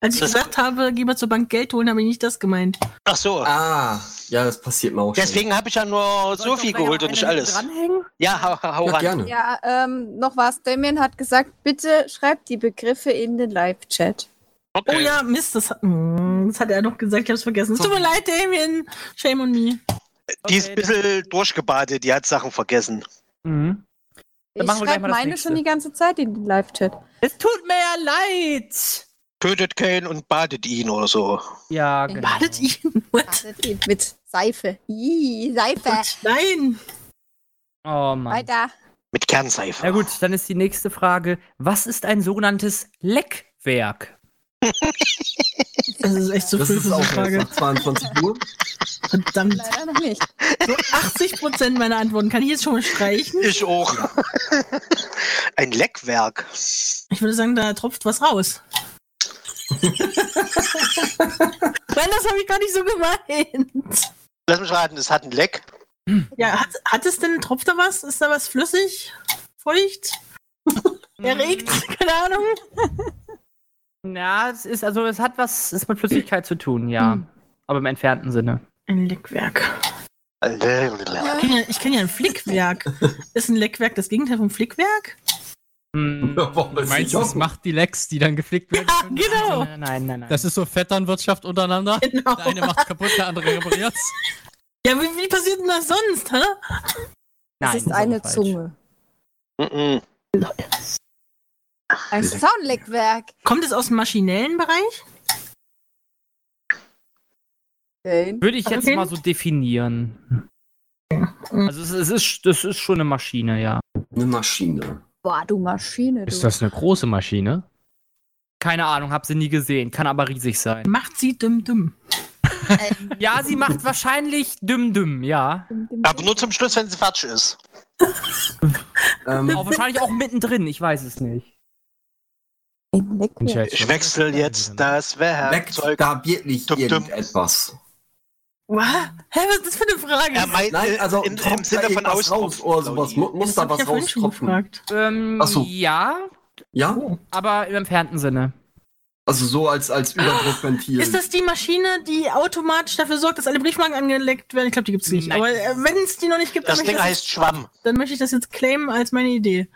Als ich Das- gesagt habe, geh mal zur Bank Geld holen, habe ich nicht das gemeint. Ach so. Ah, ja, das passiert mir auch Deswegen habe ich ja nur so viel geholt und nicht alles. Dranhängen? Ja, hau, hau, hau schon. Ja, ran. gerne. Ja, ähm, noch was. Damien hat gesagt, bitte schreibt die Begriffe in den Live-Chat. Okay. Oh ja, Mist, das, hat- mm, das hat er noch gesagt, ich hab's vergessen. Es tut mir leid, Damien. Shame on me. Die ist ein bisschen durchgebadet, die hat Sachen vergessen. Mhm. Dann Ich machen wir gleich schreibe mal das meine nächste. schon die ganze Zeit in den Live-Chat. Es tut mir ja leid. Tötet Kane und badet ihn oder so. Ja, genau. Badet ihn. What? Wartet ihr Mit Seife. Ii, Seife. Nein. Oh Mann. Weiter. Mit Kernseife. Na gut, dann ist die nächste Frage. Was ist ein sogenanntes Leckwerk? Das ist echt zu Das früh ist für so auch eine erst Frage. nach 22 Uhr. Verdammt. Leider noch nicht. 80% meiner Antworten kann ich jetzt schon mal streichen. Ich auch. Ein Leckwerk. Ich würde sagen, da tropft was raus. Nein, das habe ich gar nicht so gemeint. Lass mich raten, es hat ein Leck. Ja, hat, hat es denn, tropft da was? Ist da was flüssig? Feucht? Erregt? Keine Ahnung. Ja, es ist also, es hat was es mit Flüssigkeit zu tun, ja. aber im entfernten Sinne. Ein Leckwerk. Ich kenne ja, ich kenn ja ein Flickwerk. Ist ein Leckwerk das Gegenteil vom Flickwerk? Hm, Warum weiß Meinst du, das macht die Lecks, die dann geflickt werden? Ja, genau. Nein, nein, nein. nein. Das ist so Vetternwirtschaft untereinander. genau. Der eine macht kaputt, der andere repariert's. Ja, wie, wie passiert denn das sonst, hä? nein, es ist eine falsch. Zunge. Mhm. Ein Soundleckwerk. Kommt es aus dem maschinellen Bereich? Kane. Würde ich jetzt Okay. mal so definieren. Also es, es, ist, das ist schon eine Maschine, ja. Eine Maschine. Boah, du Maschine, du. Ist das eine große Maschine? Keine Ahnung, hab sie nie gesehen, kann aber riesig sein. Macht sie dumm dumm. Ähm, Ja, sie macht wahrscheinlich dümm-dümm, ja. Aber nur zum Schluss, wenn sie falsch ist. Ähm, Auch wahrscheinlich auch mittendrin, ich weiß es nicht. Ein Ein Leckwerk. Scherz. Ich wechsle jetzt das Werkzeug. weckt da wirklich Dum, dum. irgendetwas. Wow. Hä, was ist das für eine Frage? Er meint, Nein, also im, im tropft Sinne da von irgendwas raus Austropfen, oder sowas. Claudi. Mu- Muss das da hab was ich ja vorhin schon raustropfen. gefragt. Oh. Ähm, Ach so. ja, Ja? aber im entfernten Sinne. Also so als, als Überdruckventil. Ah. Ist das die Maschine, die automatisch dafür sorgt, dass alle Briefmarken angelegt werden? Ich glaube, die gibt es nicht. Nein. Aber äh, wenn es die noch nicht gibt, dann Das möchte, Ding ich das, heißt Schwamm. dann möchte ich das jetzt claimen als meine Idee.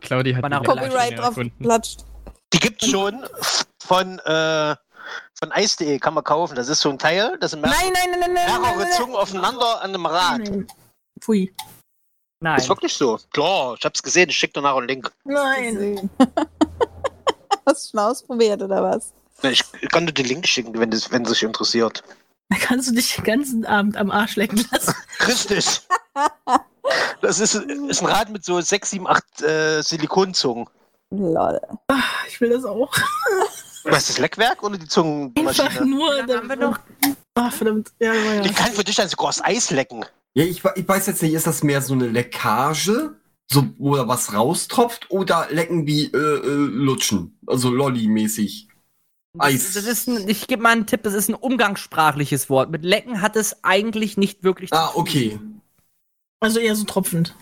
Claudia hat Man die hat Maschine Copyright drauf erfunden. geklatscht. Die gibt's schon von, äh, von Eis.de, kann man kaufen. Das ist so ein Teil, das sind mehr- Nein, nein, nein, nein, nein. nein, mehrere nein, Zungen aufeinander an einem Rad. nein, nein. Pfui. Nein. Ist wirklich so. Klar, ich hab's gesehen, ich schick dir nachher einen Link. Nein. Gesehen. Hast du schon ausprobiert, oder was? Na, Ich ich kann dir den Link schicken, wenn es wenn es dich interessiert. Da kannst du dich den ganzen Abend am Arsch lecken lassen. Christus! Das ist, ist ein Rad mit so sechs, sieben, acht äh, Silikonzungen. Lol. Ich will das auch. Was das Leckwerk oder die Einfach Zungenmaschine? nur. Dann haben wir noch- Ach, verdammt. Ja, war ja. Die kann für dich dann sogar das Eis lecken. ja, ich, we- ich weiß jetzt nicht, ist das mehr so eine Leckage, so, wo da was raustropft oder lecken wie äh, äh, Lutschen, also Lolli-mäßig? Eis. Das, das ist ein, ich gebe mal einen Tipp, das ist ein umgangssprachliches Wort. Mit Lecken hat es eigentlich nicht wirklich zu Ah, tun. okay. Also eher so tropfend.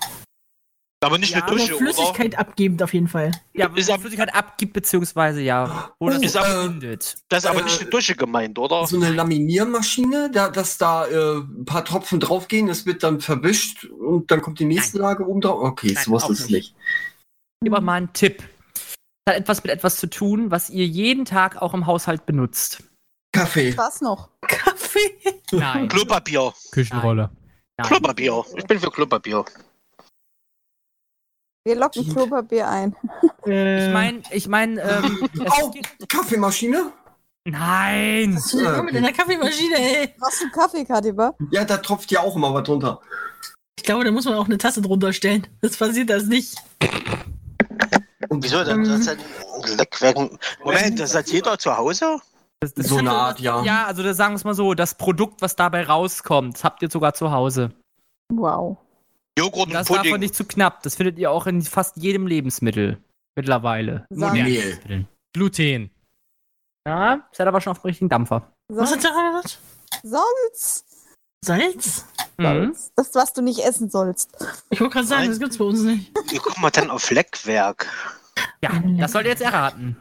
Aber nicht Ja, eine aber Aber Dusche, oder? Flüssigkeit abgebend auf jeden Fall. Ja, Ist ist ab- Flüssigkeit halt abgibt, beziehungsweise ja, wo das Ist ist ab- verbindet. Das ist aber Äh, nicht eine Dusche gemeint, oder? So eine Laminiermaschine, da, dass da äh, ein paar Tropfen draufgehen, es wird dann verwischt und dann kommt die nächste Lage oben drauf. Okay, Nein, sowas auch ist es nicht. Ich gebe auch mal einen Tipp. Das hat etwas mit etwas zu tun, was ihr jeden Tag auch im Haushalt benutzt. Kaffee. Was noch? Kaffee. Nein. Klopapier. Küchenrolle. Nein. Klopapier. Ich bin für Klopapier. Wir locken Klopapier ein. Äh. Ich meine, ich meine, ähm, es Oh, geht- Kaffeemaschine? Ähm, nein. Was ist denn mit einer Kaffeemaschine, ey? Was für ein Kaffee, Kadiba? Ja, da tropft ja auch immer was drunter. Ich glaube, da muss man auch eine Tasse drunter stellen. Das passiert das nicht. Und Wieso denn? Das ist ein Leckwerk. Moment, das hat jeder zu Hause? Das, das so eine hat- Art, ja. Ja, also das, sagen wir es mal so, das Produkt, was dabei rauskommt, das habt ihr sogar zu Hause. Wow. Joghurt und Das ist Pudding. davon nicht zu knapp. Das findet ihr auch in fast jedem Lebensmittel mittlerweile. Sag, Mehl. Gluten. Ja, seid aber schon auf dem richtigen Dampfer. Was Salz. hat Sarah gesagt? Salz. Salz? Mhm. Das, was du nicht essen sollst. Ich wollte gerade sagen, Nein. das gibt's bei uns nicht. Wie kommt man dann auf Leckwerk? Ja, das sollt ihr jetzt erraten.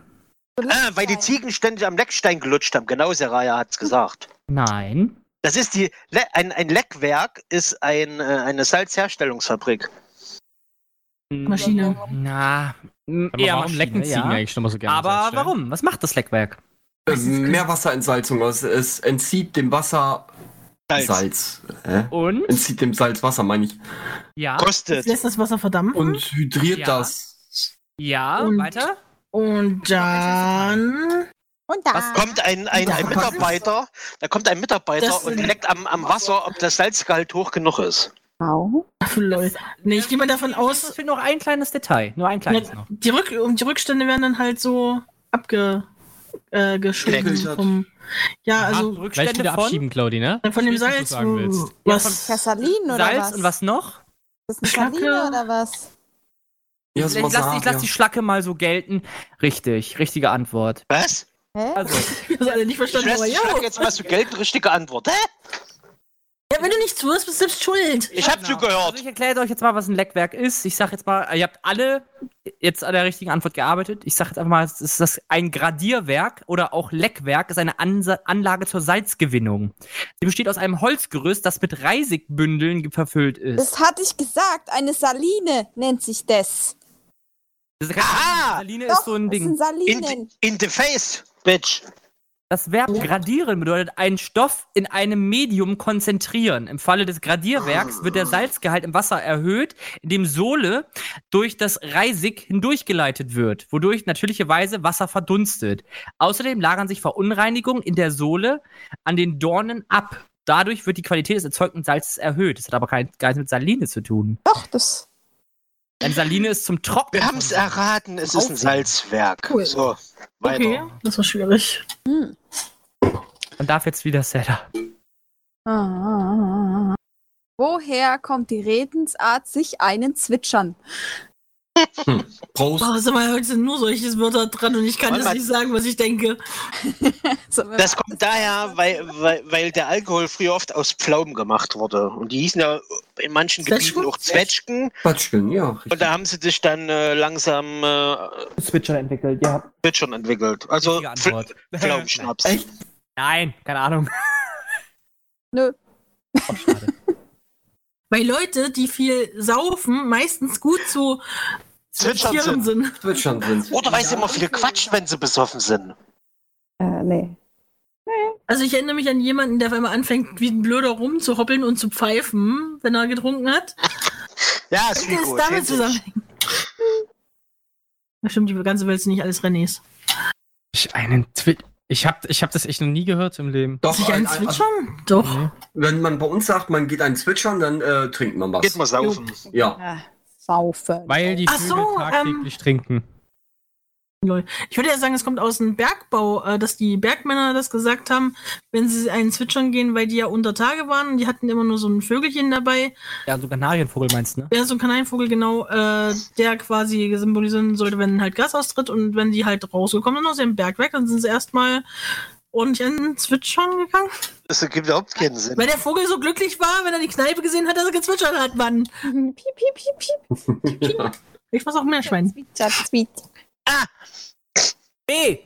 Ah, weil die Ziegen ständig am Leckstein gelutscht haben. Genau, Seraya hat's gesagt. Nein. Das ist die Le ein, ein Leckwerk ist ein, äh, eine Salzherstellungsfabrik. Maschine. Na, m, Aber eher warum Maschine, lecken Ziegen ne? ja. eigentlich schon mal so gerne? Aber Salzstellen? warum? Was macht das Leckwerk? Äh, Meerwasserentsalzung. Es, es entzieht dem Wasser Salz. Salz. Hä? Und? Entzieht dem Salz Wasser, meine ich. Ja. Das Kostet. lässt das Wasser verdampfen. Und hydriert Mhm. Ja. das. Ja, Und- weiter? Und dann. Und da. Was Kommt ein, ein, ein Mitarbeiter, da kommt ein Mitarbeiter Das- und leckt am, am Wasser, ob das Salzgehalt hoch genug ist. Wow. Ach, lol. Nee, ich gehe mal davon Es aus, fehlt noch ein kleines Detail. Nur ein kleines noch. die, Rück und die Rückstände werden dann halt so abge. Äh, geschoben Geleckert. vom, ja, also Rückstände Gleich wieder von abschieben, Claudi, ne? von dem Verstehst, was du Salz. sagen willst. Was? Kassalin oder Salz was? und was noch? Ist das eine Schlacke. Saline oder was? Ja, Ich so was lass, ich lass ja. die Schlacke mal so gelten. Richtig, richtige Antwort. Was? Hä? Also, Ich habe alle nicht Ich verstanden, lass aber dich ja. fragen, jetzt mal so Geld, richtige Antwort. Hä? Ja, wenn du nichts wirst, bist du selbst schuld. Ich hab zugehört. Also ich erkläre euch jetzt mal, was ein Leckwerk ist. Ich sage jetzt mal, ihr habt alle jetzt an der richtigen Antwort gearbeitet. Ich sage jetzt einfach mal, es ist das ein Gradierwerk oder auch Leckwerk ist eine Ansa Anlage zur Salzgewinnung. Sie besteht aus einem Holzgerüst, das mit Reisigbündeln verfüllt ist. Das hatte ich gesagt. Eine Saline nennt sich das. Das Aha! Saline Doch, ist so ein das sind Ding. Salinen. In, in the face, bitch. Das Verb gradieren bedeutet einen Stoff in einem Medium konzentrieren. Im Falle des Gradierwerks wird der Salzgehalt im Wasser erhöht, indem Sohle durch das Reisig hindurchgeleitet wird, wodurch natürlicherweise Wasser verdunstet. Außerdem lagern sich Verunreinigungen in der Sohle an den Dornen ab. Dadurch wird die Qualität des erzeugten Salzes erhöht. Das hat aber kein- gar nichts mit Saline zu tun. Doch, das. Denn Saline ist zum Trocknen. Wir haben es von- erraten, es ist ein Salzwerk. Cool. So, weiter. Okay, das war schwierig. Man darf jetzt wieder Setup. Woher kommt die Redensart, sich einen zwitschern? Ah. Prost. Boah, Oh, sag mal, heute sind nur solche Wörter dran und ich kann Mann, jetzt Mann. nicht sagen, was ich denke. So, wenn Das man- kommt daher, weil, weil, weil der Alkohol früher oft aus Pflaumen gemacht wurde. Und die hießen ja in manchen Zwetschgen? Gebieten auch Zwetschgen. Quatscheln, ja. richtig. Und da haben sie sich dann äh, langsam äh, Switcher entwickelt, ja. Zwitschern entwickelt. Also Richtige Pfl- Antwort. Pflaumenschnaps. Echt? Nein, keine Ahnung. Nö. Oh, schade. Weil Leute, die viel saufen, meistens gut zu Zwitschern Tieren sind. sind. Zwitschern sind. Oder weil sie immer viel quatschen, wenn sie besoffen sind. Äh, nee. Also ich erinnere mich an jemanden, der auf einmal anfängt, wie ein Blöder rumzuhoppeln und zu pfeifen, wenn er getrunken hat. Ja, ist Der wie ist gut. damit zusammenhängen. Ja, stimmt, die ganze Welt sind nicht alles Renés. Ich einen Twitch. Ich hab, ich hab das echt noch nie gehört im Leben. Doch, Sich einen ein- also ein- also zwitschern? Doch. wenn man bei uns sagt, man geht einen zwitschern, dann äh, trinkt man was. Geht mal saufen. Ja. Ah, saufen. Weil die Ach Vögel so, ähm, tagtäglich trinken. Ich würde ja sagen, es kommt aus dem Bergbau, äh, dass die Bergmänner das gesagt haben, wenn sie einen zwitschern gehen, weil die ja unter Tage waren und die hatten immer nur so ein Vögelchen dabei. Ja, so Kanarienvogel meinst du, ne? Ja, so ein Kanarienvogel, genau, äh, der quasi symbolisieren sollte, wenn halt Gas austritt und wenn die halt rausgekommen sind aus dem Berg weg, dann sind sie erstmal ordentlich an den Zwitschern gegangen. Das ergibt überhaupt keinen Sinn. Weil der Vogel so glücklich war, wenn er die Kneipe gesehen hat, dass er gezwitschert hat, Mann. piep, piep, piep, piep. ja. Ich weiß auch mehr Schwein. Zwitschert, zwit. B!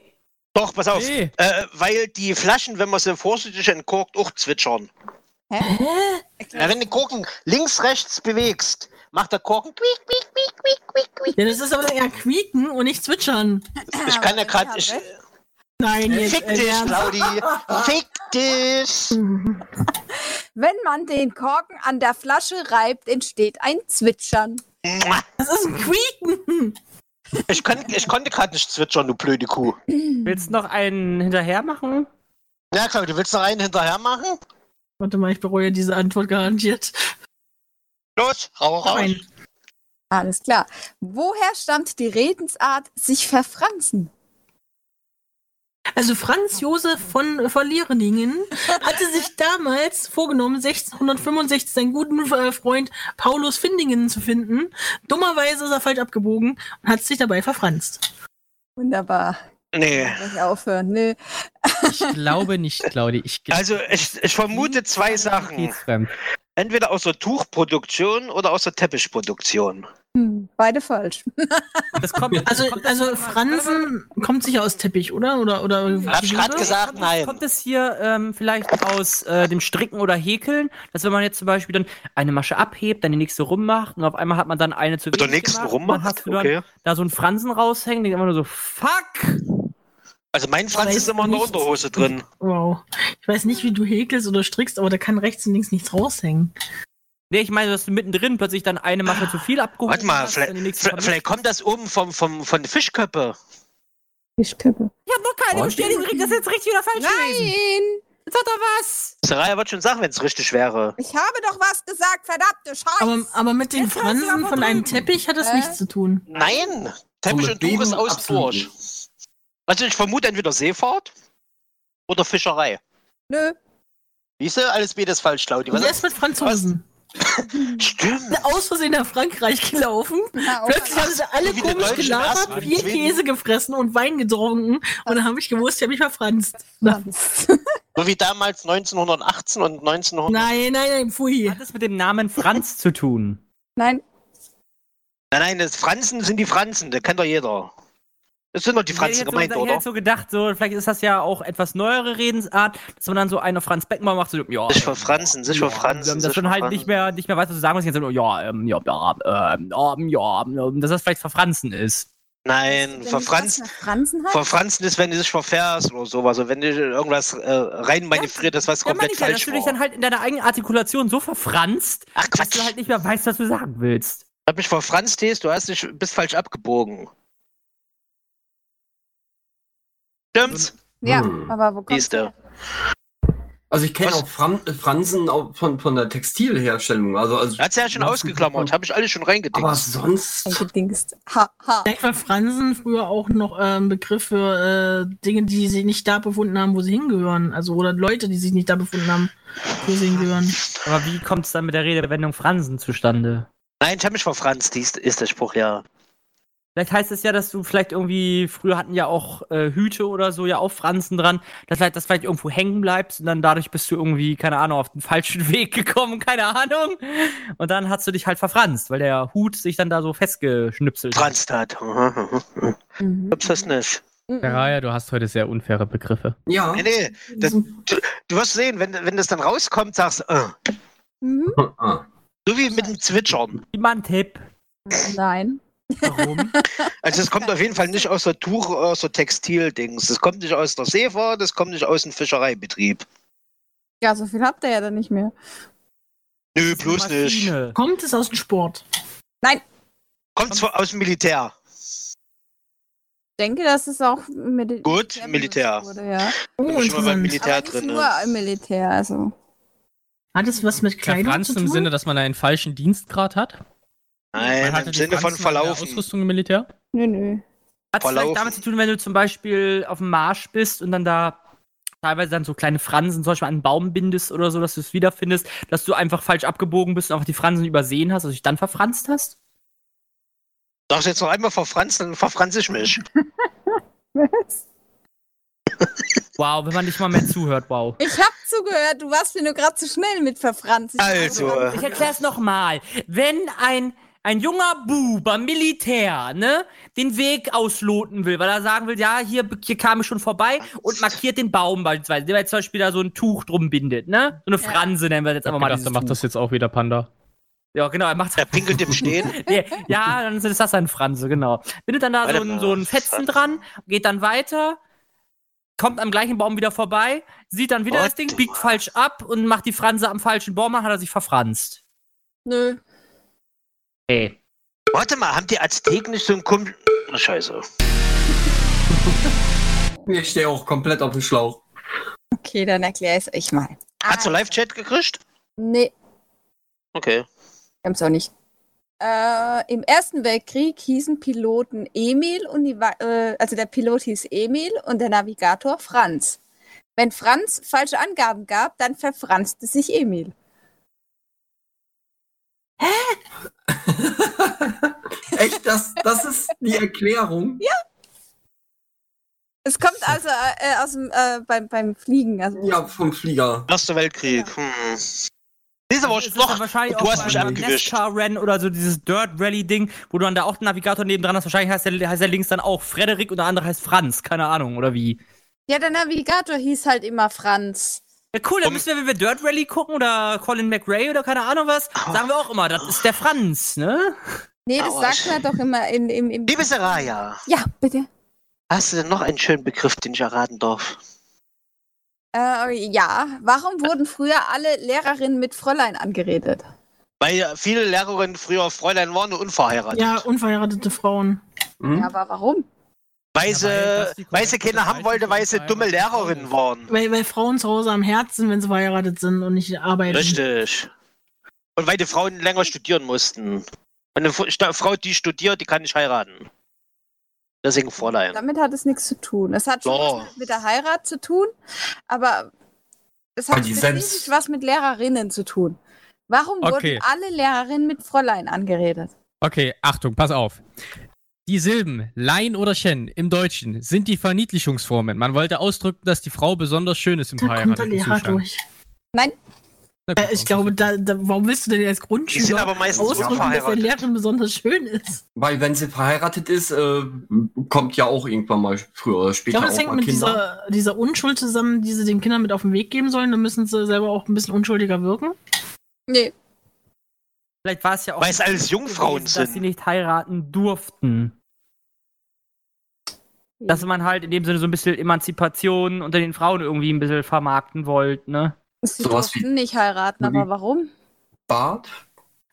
Doch, pass auf. Nee. Äh, weil die Flaschen, wenn man sie vorsichtig entkorkt, auch zwitschern. Hä? Na, wenn du Korken links, rechts bewegst, macht der Korken quiek, quiek, quiek, quiek, quiek, quiek. Ja, das ist aber eher quieken und nicht zwitschern. Ich kann ja ne? aber gerade. ihr Ich, habt Nein, jetzt. fick äh, dich, ernst. Claudi! Fick dich! Wenn man den Korken an der Flasche reibt, entsteht ein Zwitschern. Das ist ein Quieken. Ich, kann, ich konnte gerade nicht zwitschern, du blöde Kuh. Willst du noch einen hinterher machen? Ja, Claudi, willst du noch einen hinterher machen? Warte mal, ich bereue diese Antwort garantiert. Los, hau raus! Nein. Alles klar. Woher stammt die Redensart, sich verfransen? Also Franz Josef von Verliereningen hatte sich damals vorgenommen, 1665 seinen guten äh, Freund Paulus Findingen zu finden. Dummerweise ist er falsch abgebogen und hat sich dabei verfranst. Wunderbar. Nee. Kann ich aufhören. ne? Nö. Ich glaube nicht, Claudi. Ich glaub- Also, ich, ich Hm. vermute zwei Sachen. geht's fremd. Entweder aus der Tuchproduktion oder aus der Teppichproduktion. Hm, beide falsch. Das kommt, Also, kommt das- also Fransen kommt sicher aus Teppich, oder? Oder, oder Hab ich gerade gesagt, nein. Kommt es hier ähm, vielleicht aus äh, dem Stricken oder Häkeln, dass wenn man jetzt zum Beispiel dann eine Masche abhebt, dann die nächste rummacht und auf einmal hat man dann eine zu Mit der wenig nächsten gemacht, Dann hast rummacht? du dann Okay. da so einen Fransen raushängen, denkt man nur so, fuck! Also, mein Franz Weiß ist immer in der nichts. Unterhose drin. Wow. Ich weiß nicht, wie du häkelst oder strickst, aber da kann rechts und links nichts raushängen. Nee, ich meine, dass du mittendrin plötzlich dann eine Masche zu viel abgeholt Warte mal, hast, dann die vielleicht, nächste vielleicht vielleicht kommt das oben vom, vom, von Fischköppe. Fischköppe. Ich hab noch keine Bestätigung, das ist jetzt richtig oder falsch gewesen. Nein! Jetzt hat er was! Saraya wird schon sagen, wenn es richtig wäre. Ich habe doch was gesagt, verdammte Scheiße! Aber, aber mit den Jetzt hast du Fransen aber von einem drüben. Teppich hat das Äh? nichts zu tun. Nein! Teppich mit und Tuch Beben ist aus absolut Bursch. Also, ich vermute entweder Seefahrt oder Fischerei. Nö. Siehste, alles B ist falsch, Claudi. Und Was er ist mit Franzosen. Stimmt. Aus Versehen nach Frankreich gelaufen. Na, auch Plötzlich haben sie alle wie die komisch Deutschen gelabert, erstmal viel deswegen. Käse gefressen und Wein getrunken. Und dann habe ich gewusst, ich habe mich verfranst. Na, verfranst. So wie damals 1918 und 1900. Nein, nein, nein, pfui. Hat das mit dem Namen Franz zu tun? Nein, Nein, nein, das Franzen sind die Franzen, der kennt doch jeder. Das sind doch die ich Franzen hätte gemeint, so, Ich oder? hätte so gedacht, so, vielleicht ist das ja auch etwas neuere Redensart, dass man dann so eine Franz Beckenbauer macht, so, ja. Sich für Franzen, sich für Franzen. Ähm, sich dass man für halt Franzen. nicht mehr, nicht mehr weiß, was du sagen musst. Jetzt so, ja, ähm, ja, ja, ähm, ja, ähm, ja, ähm, dass das vielleicht verfranzen ist. Nein, Wenn für du was Franzen. nach Franzen Vor heißt? Franzen ist, wenn du dich verfährst oder sowas. Und wenn du irgendwas äh, reinmanövriert hast, was Ja, meine komplett ich ja, dass falsch du dich war. dann halt in deiner eigenen Artikulation so verfranst, Ach dass Quatsch, du halt nicht mehr weißt, was du sagen willst. ich hab mich verfranzt, Tees, du hast dich, bist falsch abgebogen. Stimmt's? Ja, Hm. aber wo kommt Siehste. der? Also ich kenne Was? auch Fran äh, Fransen auch von, von der Textilherstellung. Also, also Hat's ja schon ausgeklammert, habe ich alles schon reingedickt. aber Also, sonst. Eingedingst. Ha, ha. Vielleicht war Fransen früher auch noch äh, ein Begriff für äh, Dinge, die sie nicht da befunden haben, wo sie hingehören. Also, oder Leute, die sich nicht da befunden haben, wo sie hingehören. Aber wie kommt es dann mit der Redewendung Fransen zustande? Nein, ich hab mich verfranzt, dies ist der Spruch, ja. Vielleicht heißt es ja, dass du vielleicht irgendwie, früher hatten ja auch äh, Hüte oder so, ja auch Fransen dran, dass vielleicht, dass vielleicht irgendwo hängen bleibst und dann dadurch bist du irgendwie, keine Ahnung, auf den falschen Weg gekommen, keine Ahnung. Und dann hast du dich halt verfranst, weil der Hut sich dann da so festgeschnipselt hat. Franzt hat. Hab's Mhm. das nicht. Terraria, du hast heute sehr unfaire Begriffe. Ja. Nee, nee. Das, Hm. du, du wirst sehen, wenn, wenn das dann rauskommt, sagst du, äh, Mhm. Ah. so wie mit dem Zwitschern. Gib mal einen Tipp. Nein. Warum? Also das kommt auf jeden Fall nicht aus der Tuch, aus der Textildings. Das kommt nicht aus der Seefahrt, das kommt nicht aus dem Fischereibetrieb. Ja, so viel habt ihr ja dann nicht mehr. Nö, bloß nicht. Maschine. Kommt es aus dem Sport? Kommt zwar aus dem Militär. Ich denke, das ist auch Mil Gut, Militär. Wurde, ja. Oh, Bin schon mal beim interessant. Militär Aber nicht drin. ne? nur im Militär, also. Hat es was mit Ja, Kleidung zu Franzen tun? im Sinne, dass man einen falschen Dienstgrad hat? Man Nein, hatte Äh, im die Sinne von Franzen in der verlaufen. Ausrüstung im Militär? Nö, nö. Hat es Verlaufen. vielleicht damit zu tun, wenn du zum Beispiel auf dem Marsch bist und dann da teilweise dann so kleine Fransen zum Beispiel an einen Baum bindest oder so, dass du es wiederfindest, dass du einfach falsch abgebogen bist und einfach die Fransen übersehen hast, also dich dann verfranst hast? Darfst du jetzt noch einmal verfranzen, dann verfranze ich mich. Was? Wow, wenn man nicht mal mehr zuhört, wow. Ich hab zugehört, du warst mir nur gerade zu schnell mit verfranzt. Ich- Also, äh, Ich erklär's nochmal. Wenn ein, ein junger Bub am Militär, ne, den Weg ausloten will, weil er sagen will, ja, hier, hier kam ich schon vorbei und markiert den Baum beispielsweise, der jetzt zum Beispiel da so ein Tuch drum bindet, ne? So eine Ja. Franse nennen wir jetzt Ich hab einfach mal gedacht, dieses dann macht Tuch. das jetzt auch wieder Panda. Ja, genau, er macht der pinkelt im Stehen. Ja, ja, dann ist das ein Franse, genau. Bindet dann da so Warte ein, mal. so ein Fetzen dran, geht dann weiter, kommt am gleichen Baum wieder vorbei, sieht dann wieder Warte das Ding, biegt mal. falsch ab und macht die Franse am falschen Baum, dann hat er sich verfranst. Nö. Ey. Warte mal, haben die Azteken nicht so einen Kumpel... Na, scheiße. Ich stehe auch komplett auf dem Schlauch. Okay, dann erklär es euch mal. Ah, Hast du Live-Chat gekriegt? Nee, Okay. wir haben's auch nicht. Äh, Im Ersten Weltkrieg hießen Piloten Emil und die, Wa- äh, also der Pilot hieß Emil und der Navigator Franz. Wenn Franz falsche Angaben gab, dann verfranzte sich Emil. Echt? Das, das ist die Erklärung? Ja. Es kommt also äh, aus dem, äh, beim, beim Fliegen. Also, Ja, vom Flieger. Erster Weltkrieg. Hm. Diese Woche Das ist doch. dann wahrscheinlich Du auch hast mich beim abgewischt. NASCAR-Rennen oder so dieses Dirt-Rally-Ding, wo du dann da auch den Navigator nebendran hast. Wahrscheinlich heißt der, heißt der links dann auch Frederik und der andere heißt Franz, keine Ahnung, oder wie. ja, der Navigator hieß halt immer Franz. Ja, cool, dann Um- müssen wir, wenn wir Dirt Rally gucken oder Colin McRae oder keine Ahnung was, sagen wir auch immer, das ist der Franz, ne? Nee, das Aua. sagt man doch immer in, im, im. Liebe Saraya, Ja, bitte. hast du denn noch einen schönen Begriff, den ich erraten darf? Äh, ja, warum wurden früher alle Lehrerinnen mit Fräulein angeredet? Weil ja viele Lehrerinnen früher Fräulein waren und unverheiratet. Ja, unverheiratete Frauen. Hm? Ja, aber warum? weil, sie, Ja, weil das die weil sie korrekte keine haben wollte, weil sie Bezeichnung dumme für eine Frau Lehrerinnen ist. waren. Weil, weil Frauen zu Hause am Herz sind, wenn sie verheiratet sind und nicht arbeiten. Richtig. Und weil die Frauen länger studieren mussten. Wenn eine Fu- Sta- Frau, die studiert, die kann nicht heiraten. Deswegen Fräulein. Damit hat es nichts zu tun. Es hat schon Ja. was mit der Heirat zu tun, aber es Weil hat die spezifisch selbst- was mit Lehrerinnen zu tun. Warum Okay. wurden alle Lehrerinnen mit Fräulein angeredet? Okay, Achtung, pass auf. Die Silben Lein oder Shen im Deutschen sind die Verniedlichungsformen. Man wollte ausdrücken, dass die Frau besonders schön ist im Da kommt der verheirateten Lehrer Zustand. durch. Na gut, Äh, ich glaube, da, da, warum willst du denn als Die sind Grundschüler aber meistens ausdrücken, dass der unverheiratet. Lehrerin besonders schön ist? Weil wenn sie verheiratet ist, äh, kommt ja auch irgendwann mal früher oder Ich später glaube, das auch hängt mal mit Kinder. dieser, dieser Unschuld zusammen, die sie den Kindern mit auf den Weg geben sollen. Dann müssen sie selber auch ein bisschen unschuldiger wirken. Nee. Vielleicht war es ja auch. Weil es alles Jungfrauen gewesen, Dass sie sind. nicht heiraten durften. Dass man halt in dem Sinne so ein bisschen Emanzipation unter den Frauen irgendwie ein bisschen vermarkten wollte, ne? Sie Sowas durften nicht heiraten, aber warum? Bart.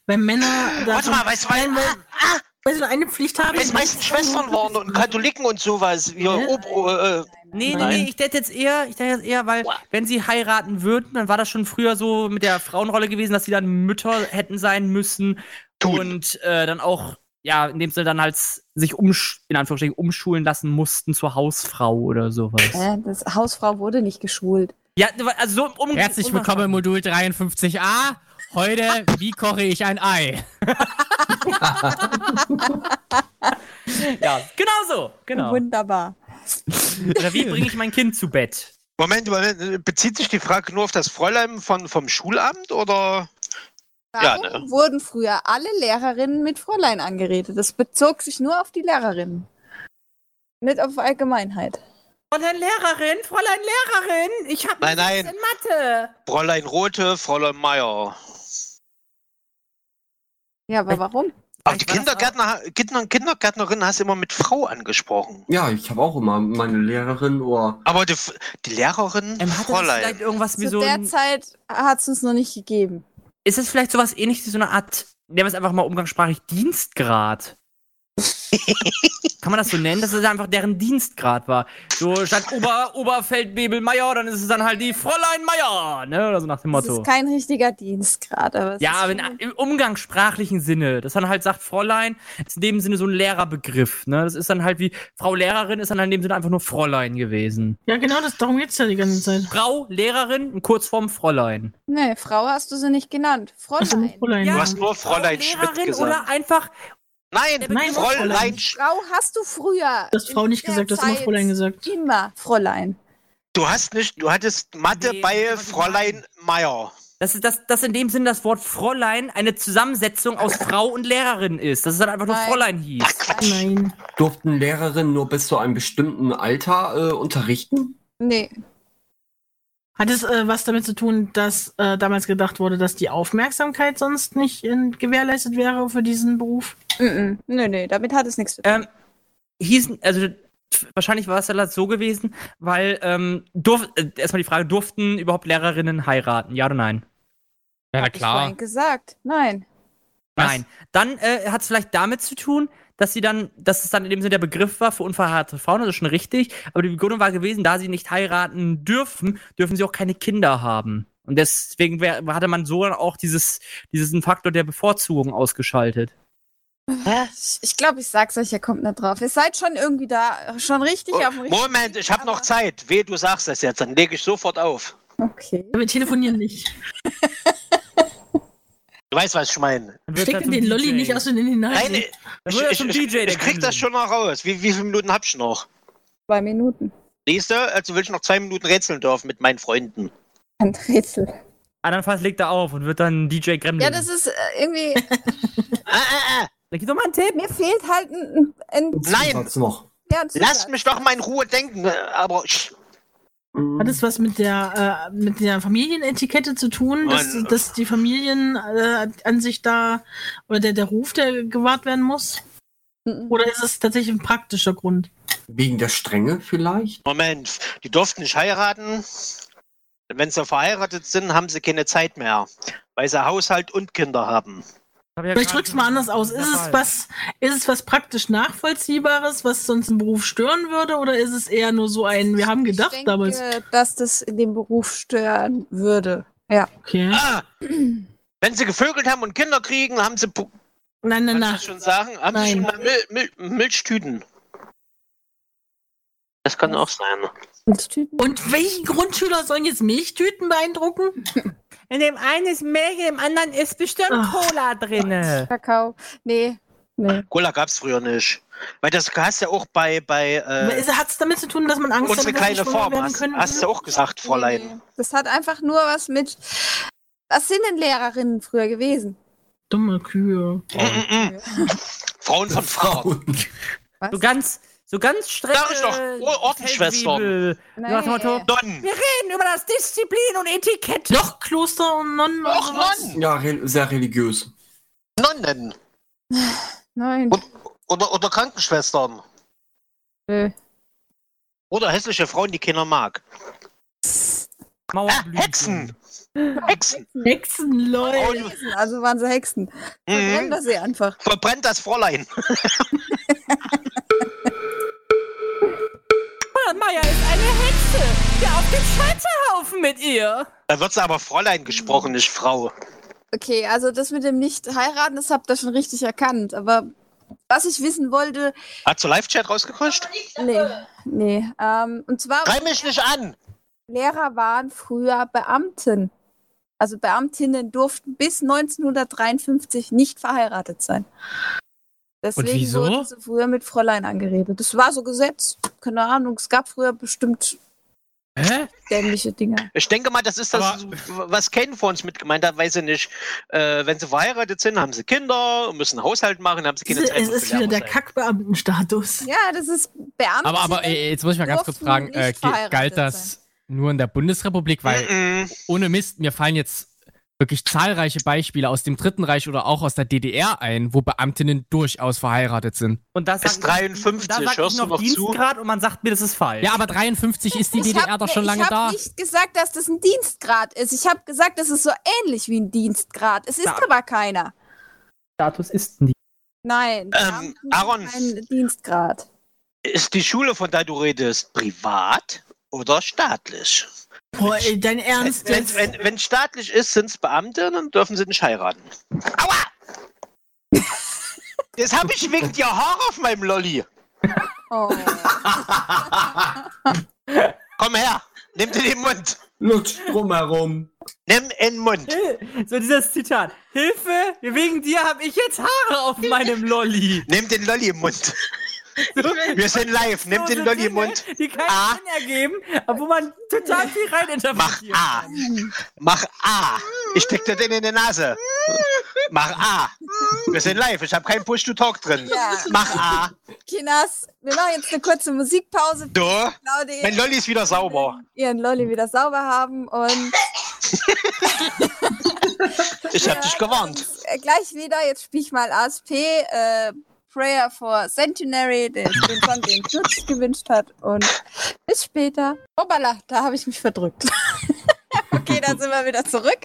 Wenn Männer da Warte mal, weißt du, Nein, weil, weil, Ah, weil sie nur eine Pflicht haben. weil es meistens Schwestern waren und Katholiken und sowas. Hier, Hä? Obro, äh, Nee, Nein. nee, nee, ich dachte jetzt eher, ich dachte jetzt eher, weil Wow. wenn sie heiraten würden, dann war das schon früher so mit der Frauenrolle gewesen, dass sie dann Mütter hätten sein müssen Tun. und äh, dann auch, ja, in dem Sinne dann halt sich umsch in Anführungsstrichen umschulen lassen mussten zur Hausfrau oder sowas. Äh, das Hausfrau wurde nicht geschult. Ja, also so um Herzlich willkommen im Modul 53a. Heute, wie koche ich ein Ei? Ja, genau so, genau. Wunderbar. Oder wie bringe ich mein Kind zu Bett? Moment, Moment, bezieht sich die Frage nur auf das Fräulein von, vom Schulamt oder? Warum Ja, ne. wurden früher alle Lehrerinnen mit Fräulein angeredet? Das bezog sich nur auf die Lehrerinnen. Nicht auf Allgemeinheit. Fräulein Lehrerin, Fräulein Lehrerin, ich habe Nein, nein. in Mathe. Fräulein Rote, Fräulein Meier. Ja, aber warum? Aber die Vielleicht war das Kindergärtner, Kinder, Kindergärtnerin hast du immer mit Frau angesprochen. Ja, ich habe auch immer meine Lehrerin oder Aber die, F- die Lehrerin, Ähm, hat das Fräulein. vielleicht irgendwas wie Zu so der ein Zeit hat es uns noch nicht gegeben. ist es vielleicht sowas ähnliches wie so eine Art, nennen wir es einfach mal umgangssprachig, Dienstgrad? Kann man das so nennen, dass es einfach deren Dienstgrad war? So statt Ober Oberfeldwebel Meier, dann ist es dann halt die Fräulein Meier, ne? Oder so nach dem Das Motto. ist kein richtiger Dienst gerade. Aber es Ja, ist aber in, äh, schon- im umgangssprachlichen Sinne, dass man halt sagt, Fräulein ist in dem Sinne so ein Lehrerbegriff, ne? Das ist dann halt wie Frau Lehrerin ist dann in dem Sinne einfach nur Fräulein gewesen. Ja, genau, das, darum geht's ja die ganze Zeit. Frau Lehrerin in Kurzform Fräulein. Nee, Frau hast du sie nicht genannt. Fräulein. Fräulein. Ja. Du hast nur Fräulein Frau Schmidt Lehrerin gesagt. oder einfach Nein, Nein, Fräulein. Fräulein Schmidt. Frau hast du früher. Du hast Frau nicht in der gesagt, du hast immer Zeit Fräulein gesagt. Immer Fräulein. Du hast nicht, du hattest Mathe Nee, bei das wollte ich Fräulein Meier. Dass, dass, dass in dem Sinn das Wort Fräulein eine Zusammensetzung aus Frau und Lehrerin ist. Dass es dann einfach nur Nein. Fräulein hieß. Quatsch. Nein. durften Lehrerinnen nur bis zu einem bestimmten Alter äh, unterrichten? Nee. Hat es äh, was damit zu tun, dass äh, damals gedacht wurde, dass die Aufmerksamkeit sonst nicht in, gewährleistet wäre für diesen Beruf? Mm -mm. Nee, nee, damit hat es nichts zu tun. Ähm, hießen, also f- wahrscheinlich war es ja so gewesen, weil ähm, durf, äh, erstmal die Frage, durften überhaupt Lehrerinnen heiraten? Ja oder nein? Ja, na Hab ich vorhin klar. gesagt. Nein. Was? Nein. Dann äh, hat es vielleicht damit zu tun, dass sie dann, dass es dann in dem Sinne der Begriff war für unverheiratete Frauen, das ist schon richtig, aber die Begründung war gewesen, da sie nicht heiraten dürfen, dürfen sie auch keine Kinder haben. Und deswegen wär, hatte man so dann auch dieses, diesen Faktor der Bevorzugung ausgeschaltet. Ich, ich glaube, ich sag's euch, ihr kommt nicht drauf. Ihr seid schon irgendwie da, schon Oh, richtig auf dem richtigen Moment, Weg, ich habe noch aber- Zeit. Weh, du sagst das jetzt, dann lege ich sofort auf. Okay. Wir telefonieren nicht. Du weißt, was ich meine. Steck dir den Lolli nicht aus den Nein, äh, hinein. ich, Dann wird er ich, zum ich, DJ, der ich krieg Kunde. das schon noch raus. Wie, wie viele Minuten hab ich noch? Zwei Minuten. Siehst du, also will ich noch zwei Minuten rätseln dürfen mit meinen Freunden. Ein Rätsel. Andernfalls legt er auf und wird dann DJ Gremlin. Ja, das ist äh, irgendwie. Ah, ah, ah. Da gibt's doch mal einen Tipp. mir fehlt halt ein. ein, ein Nein. Zusatz noch. ja, ein Lasst Zusatz. mich doch mal in Ruhe denken. äh, Aber sch- Hat es was mit der, äh, mit der Familienetikette zu tun, dass, Nein. dass die Familien äh, an sich da oder der, der Ruf, der gewahrt werden muss? Mhm. Oder ist es tatsächlich ein praktischer Grund? Wegen der Strenge vielleicht? Moment, die durften nicht heiraten. Wenn sie verheiratet sind, haben sie keine Zeit mehr, weil sie Haushalt und Kinder haben. Hab ja Vielleicht gerade drück's mal schon anders aus. Ist es gesagt. was, ist es was praktisch Nachvollziehbares, was sonst einen Beruf stören würde, oder ist es eher nur so ein, wir haben gedacht ich denke, damals? dass das in dem Beruf stören würde. Okay. Ah, wenn sie gevögelt haben und Kinder kriegen, haben sie, Pu- Nein, nein, kann ich nein. das schon sagen, haben sie schon Nein. mal Mil Mil Milchtüten. Das kann auch sein. Und welchen Grundschüler sollen jetzt Milchtüten beeindrucken? In dem einen ist Milch, in dem anderen ist bestimmt Ach. Cola drinne. Kakao. Nee, Nee. Cola gab's früher nicht. Weil das hast ja auch bei, bei äh, Hat es damit zu tun, dass man Angst unsere dass man kleine schwanger Form werden hast, könnte? hast du auch gesagt, Fräulein. Nee, nee. Das hat einfach nur was mit. Was sind denn Lehrerinnen früher gewesen? Dumme Kühe. Mm, mm, mm. Frauen von Oh. Frauen. So ganz, so ganz streng. Sag ich doch, oh, Ur- Ordensschwestern. Nach dem Motto, Nonnen. wir reden über das Disziplin und Etikett. Noch Kloster und Nonnen. und Auch sowas? Nonnen. Ja, re sehr religiös. Nonnen. Nein. Oder, oder Krankenschwestern. Nö. Oder hässliche Frauen, die keiner mag. Ah, Mauerblümchen. Hexen. Hexen. Hexen, Leute. Frauen- Also waren sie Hexen. Verbrennen Mhm. wir sie einfach. Verbrennt das Fräulein. Meier ist eine Hexe. Ja, auf dem Scheiterhaufen mit ihr. Da wird's aber Fräulein gesprochen, nicht Frau. Okay, also das mit dem Nicht-Heiraten, das habt ihr schon richtig erkannt. Aber was ich wissen wollte. Hast du Live-Chat rausgekriegt? Nee. Nee. Ähm, und zwar, Greif mich nicht an. Lehrer waren früher Beamten. Also Beamtinnen durften bis 1953 nicht verheiratet sein. Deswegen wieso? wurden sie früher mit Fräulein angeredet. Das war so Gesetz. Keine Ahnung, es gab früher bestimmt Hä? dämliche Dinge. Ich denke mal, das ist das, was Ken vor uns mitgemeint hat, weiß ich nicht. Äh, wenn sie verheiratet sind, haben sie Kinder, müssen Haushalt machen, haben sie Es keine ist- Zeit. es mehr ist für wieder der Lehrersein. Kackbeamtenstatus. Ja, das ist Beamten. Aber, aber äh, jetzt muss ich mal ganz kurz Durften fragen, nicht äh, ge- verheiratet galt das nur in der Bundesrepublik? Weil Mhm. ohne Mist, mir fallen jetzt wirklich zahlreiche Beispiele aus dem Dritten Reich oder auch aus der DDR ein, wo Beamtinnen durchaus verheiratet sind. Und das Bis 53, da sag hörst ich du noch, noch zu? Dienstgrad und man sagt mir, das ist falsch. Ja, aber 53 ist die Ich DDR hab- doch schon ich lange hab da. nicht gesagt, dass das ein Dienstgrad ist. Ich habe gesagt, das ist so ähnlich wie ein Dienstgrad. Es ist Da- aber keiner. Status ist nie. Nein, Ähm, Beamten Aaron. kein Dienstgrad. Ist die Schule, von der du redest, privat oder staatlich? Boah, ey, dein Ernst Wenn, jetzt. wenn, wenn staatlich ist, sind es Beamte, dann dürfen sie nicht heiraten. Aua! Jetzt habe ich wegen dir Haar auf meinem Lolli. Oh. Komm her, nimm dir den Mund. Lutscht drumherum. Nimm in den Mund. So dieses Zitat. Hilfe, wegen dir habe ich jetzt Haare auf meinem Lolli. Nimm den Lolli im Mund. So, Wir sind live. Nimm den so Lolli im Dinge, Mund. Die keinen Ah. Sinn ergeben, aber wo man total viel Mach reininterpretiert. A. Mach A. Ich steck dir den in die Nase. Mach A. Wir sind live. Ich habe kein Push-to-Talk drin. Ja. Mach A. Kinas, wir machen jetzt eine kurze Musikpause. Du. Claudia, Mein Lolli ist wieder sauber. ihren Lolli wieder sauber haben und Ich habe dich gewarnt. äh, gleich wieder, jetzt spiele ich mal ASP, äh, Prayer for Centenary, den, den Song, den Knutsch gewünscht hat und bis später. Obala, da habe ich mich verdrückt. okay, dann sind wir wieder zurück.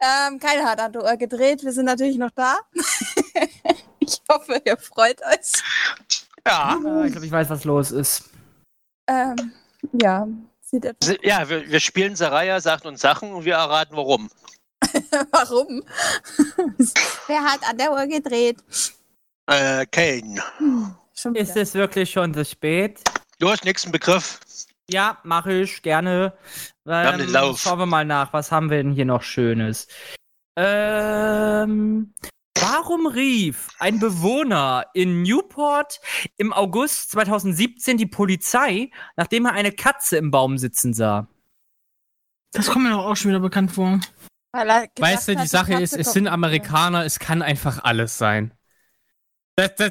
Ähm, keine hat an der Uhr gedreht, wir sind natürlich noch da. ich hoffe, ihr freut euch. Ja. Ah, ich glaube, ich weiß, was los ist. Ähm, ja, sieht etwas Ja, wir, wir spielen Saraya, sagt uns Sachen und wir erraten warum. Warum? Wer hat an der Uhr gedreht? Äh, Kane. Schon Ist wieder. es wirklich schon zu spät? Du hast nächsten Begriff. Ja, mache ich gerne. haben Ähm, den Lauf. Schauen wir mal nach, was haben wir denn hier noch Schönes? Ähm, warum rief ein Bewohner in Newport im August 2017 die Polizei, nachdem er eine Katze im Baum sitzen sah? Das kommt mir doch auch schon wieder bekannt vor. Weil er gedacht Weißt du, hat, die Sache Katze ist, es kommt sind nicht mehr. Amerikaner, es kann einfach alles sein. Das, das,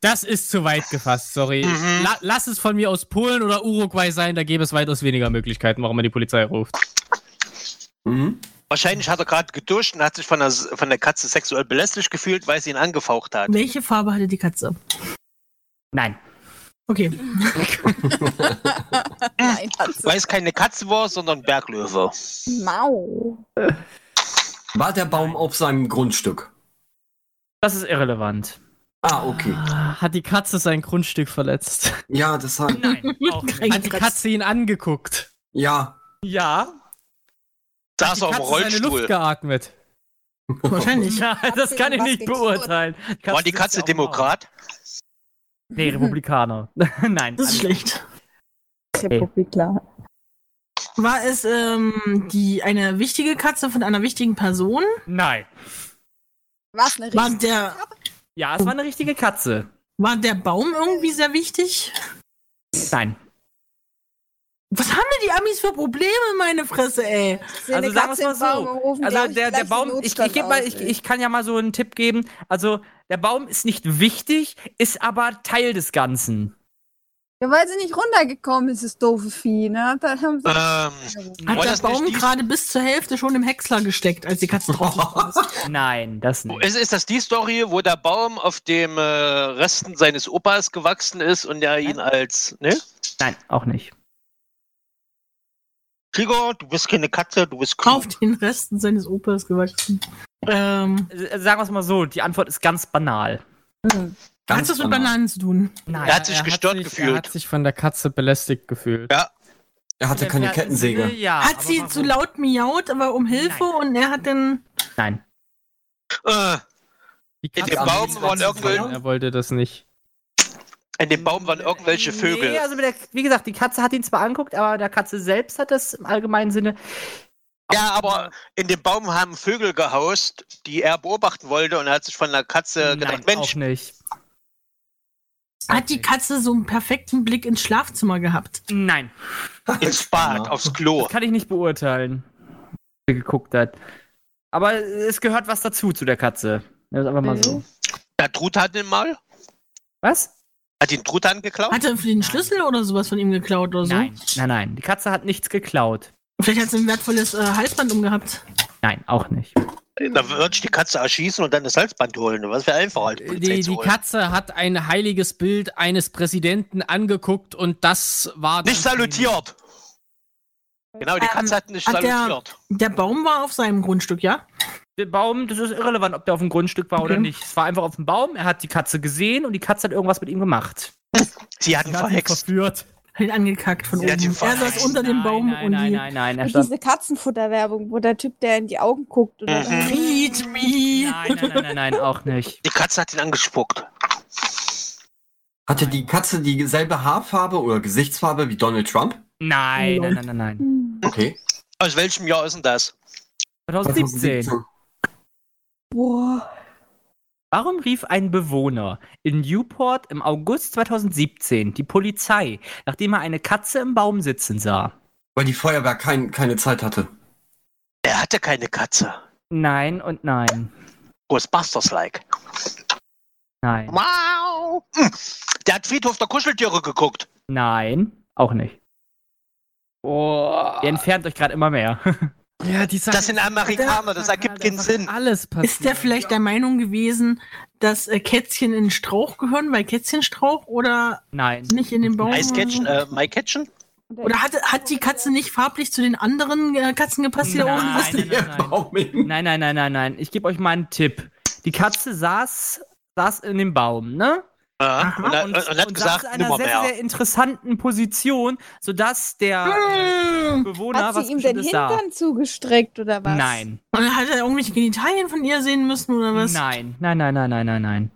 das ist zu weit gefasst, sorry. Mhm. La, lass es von mir aus Polen oder Uruguay sein, da gäbe es weitaus weniger Möglichkeiten, warum man die Polizei ruft. Oh Mhm. Wahrscheinlich hat er gerade geduscht und hat sich von der, von der Katze sexuell belästigt gefühlt, weil sie ihn angefaucht hat. Welche Farbe hatte die Katze? Nein. Okay. Nein, Katze. Weil es keine Katze war, sondern Berglöwe. Mau. War der Baum auf seinem Grundstück? Das ist irrelevant. Ah, okay. Hat die Katze sein Grundstück verletzt? Ja, deshalb. Nein, auch nicht. Hat die Katze ihn angeguckt? Ja. Ja, Saß auf Hat die dem Katze seine Luft Rollstuhl. geatmet? Wahrscheinlich. ja das kann ich nicht beurteilen. War die sitzt Katze ja auch im Baum. Demokrat? Nee, Republikaner. Nein. Das ist alles- schlecht. Republik, klar. War es ähm, die, eine wichtige Katze von einer wichtigen Person? Nein. Was eine War richtige der Ja, es war eine richtige Katze. War der Baum irgendwie sehr wichtig? Nein. Was haben denn die Amis für Probleme, meine Fresse, ey? Also sagen wir es mal so. Also der, der Baum, ich, ich, geb mal, ich, ich kann ja mal so einen Tipp geben. Also der Baum ist nicht wichtig, ist aber Teil des Ganzen. ja, weil sie nicht runtergekommen ist, das doofe Vieh, ne? Da haben sie Ähm, Hat wollt der das nicht Baum dies- gerade bis zur Hälfte schon im Häcksler gesteckt, als die Katze drauf gekommen ist. Nein, das nicht. Ist, ist das die Story, wo der Baum auf dem äh, Resten seines Opas gewachsen ist und er ihn als. Ne? Nein, auch nicht. Gregor, du bist keine Katze, du bist Auf klug. den Resten seines Opas gewachsen. Ähm, Also sagen wir es mal so, die Antwort ist ganz banal. hat das genau. mit banal. Bananen zu tun? Nein. Er hat sich gestört sich, Er gefühlt. hat sich von der Katze belästigt gefühlt. Ja. Er hatte Der keine Pferd- Kettensäge. Äh, Ja, hat Ah, aber sie warum? zu laut miaut, aber um Hilfe Nein. und er hat den. Nein. Äh, Die In Katze dem hat Baum sich waren gefallen, irgendwel- Er wollte das nicht. an dem Baum waren irgendwelche Vögel. Nee, also mit der, wie gesagt, die Katze hat ihn zwar anguckt, aber der Katze selbst hat das im allgemeinen Sinne. Ja, aber in dem Baum haben Vögel gehaust, die er beobachten wollte und er hat sich von der Katze gedacht, Nein, Äh, genau, Mensch, auch nicht. Hat die Katze so einen perfekten Blick ins Schlafzimmer gehabt? Nein, ins Bad, Ja. aufs Klo. kann ich nicht beurteilen, wie er geguckt hat. Aber es gehört was dazu zu der Katze. Das ist einfach mal Mhm. so. Der Truthahn den mal? Was? Hat ihn Truthahn geklaut? Hat er für den Schlüssel oder sowas von ihm geklaut oder so? Nein, nein, nein. Die Katze hat nichts geklaut. Vielleicht hat sie ein wertvolles äh, Halsband umgehabt. Nein, auch nicht. Da würde ich die Katze erschießen und dann das Halsband holen. Was wäre einfacher als Polizei Die, zu die holen. Katze hat ein heiliges Bild eines Präsidenten angeguckt und das war. Nicht salutiert! Genau, die Ähm, Katze hat nicht hat der- salutiert. Der Baum war auf seinem Grundstück, ja? Der Baum, das ist irrelevant, ob der auf dem Grundstück war oder Okay. nicht. Es war einfach auf dem Baum, er hat die Katze gesehen und die Katze hat irgendwas mit ihm gemacht. Sie hat ihn hat ihn verhext. verführt. Hat ihn angekackt von Sie oben. hat ihn Er saß verheizt. unter dem Baum nein, und nein, die- nein, nein, nein, er Und stand- diese Katzenfutterwerbung, wo der Typ, der in die Augen guckt. Oder Mhm. Feed me! nein, nein, nein, nein, nein, auch nicht. Die Katze hat ihn angespuckt. Hatte die Katze dieselbe Haarfarbe oder Gesichtsfarbe wie Donald Trump? Nein, Mhm. nein, nein, nein, nein. Hm. Okay. Aus welchem Jahr ist denn das? 2017. Boah. Warum rief ein Bewohner in Newport im August 2017 die Polizei, nachdem er eine Katze im Baum sitzen sah? Weil die Feuerwehr kein, keine Zeit hatte. Er hatte keine Katze. Nein und nein. Ghostbusters-like. Nein. Wow! Hm. Der hat Friedhof der Kuscheltiere geguckt. Nein. Auch nicht. Oh. Ihr entfernt euch gerade immer mehr. Ja, die Sache Das sind Amerikaner, das ergibt keinen Sinn. Alles passiert. Ist der vielleicht der Meinung gewesen, dass äh, Kätzchen in den Strauch gehören, weil Kätzchenstrauch oder Nein. nicht in den Baum? Ice Catchen, äh, My Catchen? Oder hat, hat die Katze nicht farblich zu den anderen äh, Katzen gepasst, die da oben Nein. saßen? nein, nein, nein. Nein, nein, nein, nein, nein. Ich gebe euch mal einen Tipp. Die Katze saß, saß in dem Baum, ne? Ja, und, er- Und, und, und hat saß gesagt, in einer nimmer sehr, mehr. sehr interessanten Position, sodass der Hm. äh, Bewohner Hat was sie ihm den Bestimmtes sah. Hintern zugestreckt oder was? Nein. Und hat er irgendwelche Genitalien von ihr sehen müssen oder was? Nein, nein, nein, nein, nein, nein, nein.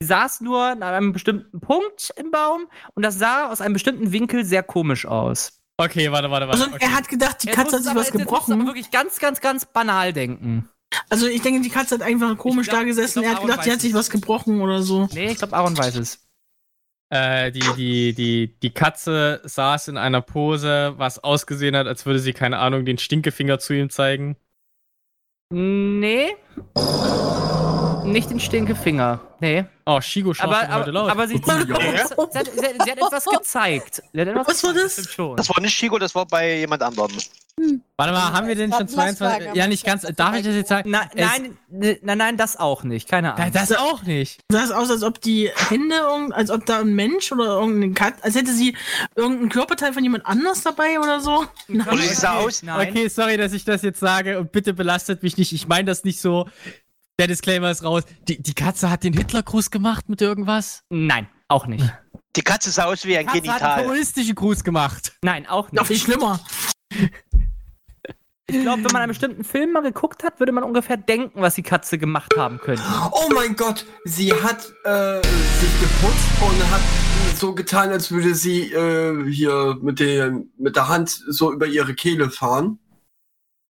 Sie saß nur an einem bestimmten Punkt im Baum und das sah aus einem bestimmten Winkel sehr komisch aus. Okay, warte, warte, warte. Also Okay. er hat gedacht, die Jetzt Katze hat sich musst du aber- was jetzt- jetzt musst du aber gebrochen. wirklich ganz, ganz, ganz banal denken. Also ich denke, die Katze hat einfach komisch glaub- da gesessen. ich glaub, er hat gedacht, die Aaron hat sich weiß was gebrochen oder so. Nee, ich glaube, Aaron weiß es. Äh, die, die, die, die Katze saß in einer Pose, was ausgesehen hat, als würde sie, keine Ahnung, den Stinkefinger zu ihm zeigen. Nee. Nicht den Stinkefinger. Nee. Oh, Shigo schlaft Aber, heute aber, laut. aber sie, sie, hat, sie, hat, sie hat etwas gezeigt. Sie hat etwas Was war gezeigt, das? stimmt Schon. Das war nicht Chico, das war bei jemand anderem. warte mal, haben wir denn schon 22? Ja, nicht ganz. Darf ich das jetzt sagen? Na, Es- nein, n- nein, nein, das auch nicht. Keine Nein, Ahnung. das auch nicht. Sah es aus, als ob die Hände, irgend- als ob da ein Mensch oder irgendeine Katze, als hätte sie irgendein Körperteil von jemand anders dabei oder so. Und sie sah Okay, aus, Nein. Okay, sorry, dass ich das jetzt sage und bitte belastet mich nicht. Ich meine das nicht so. Der Disclaimer ist raus. Die, die Katze hat den Hitlergruß gemacht mit irgendwas? Nein, auch nicht. die Katze sah aus wie ein Katze hat einen Genital. terroristischen Gruß gemacht. Nein, auch Noch nicht. viel schlimmer. Ich glaube, wenn man einen bestimmten Film mal geguckt hat, würde man ungefähr denken, was die Katze gemacht haben könnte. Oh mein Gott, sie hat äh, sich geputzt und hat so getan, als würde sie äh, hier mit, den, mit der Hand so über ihre Kehle fahren.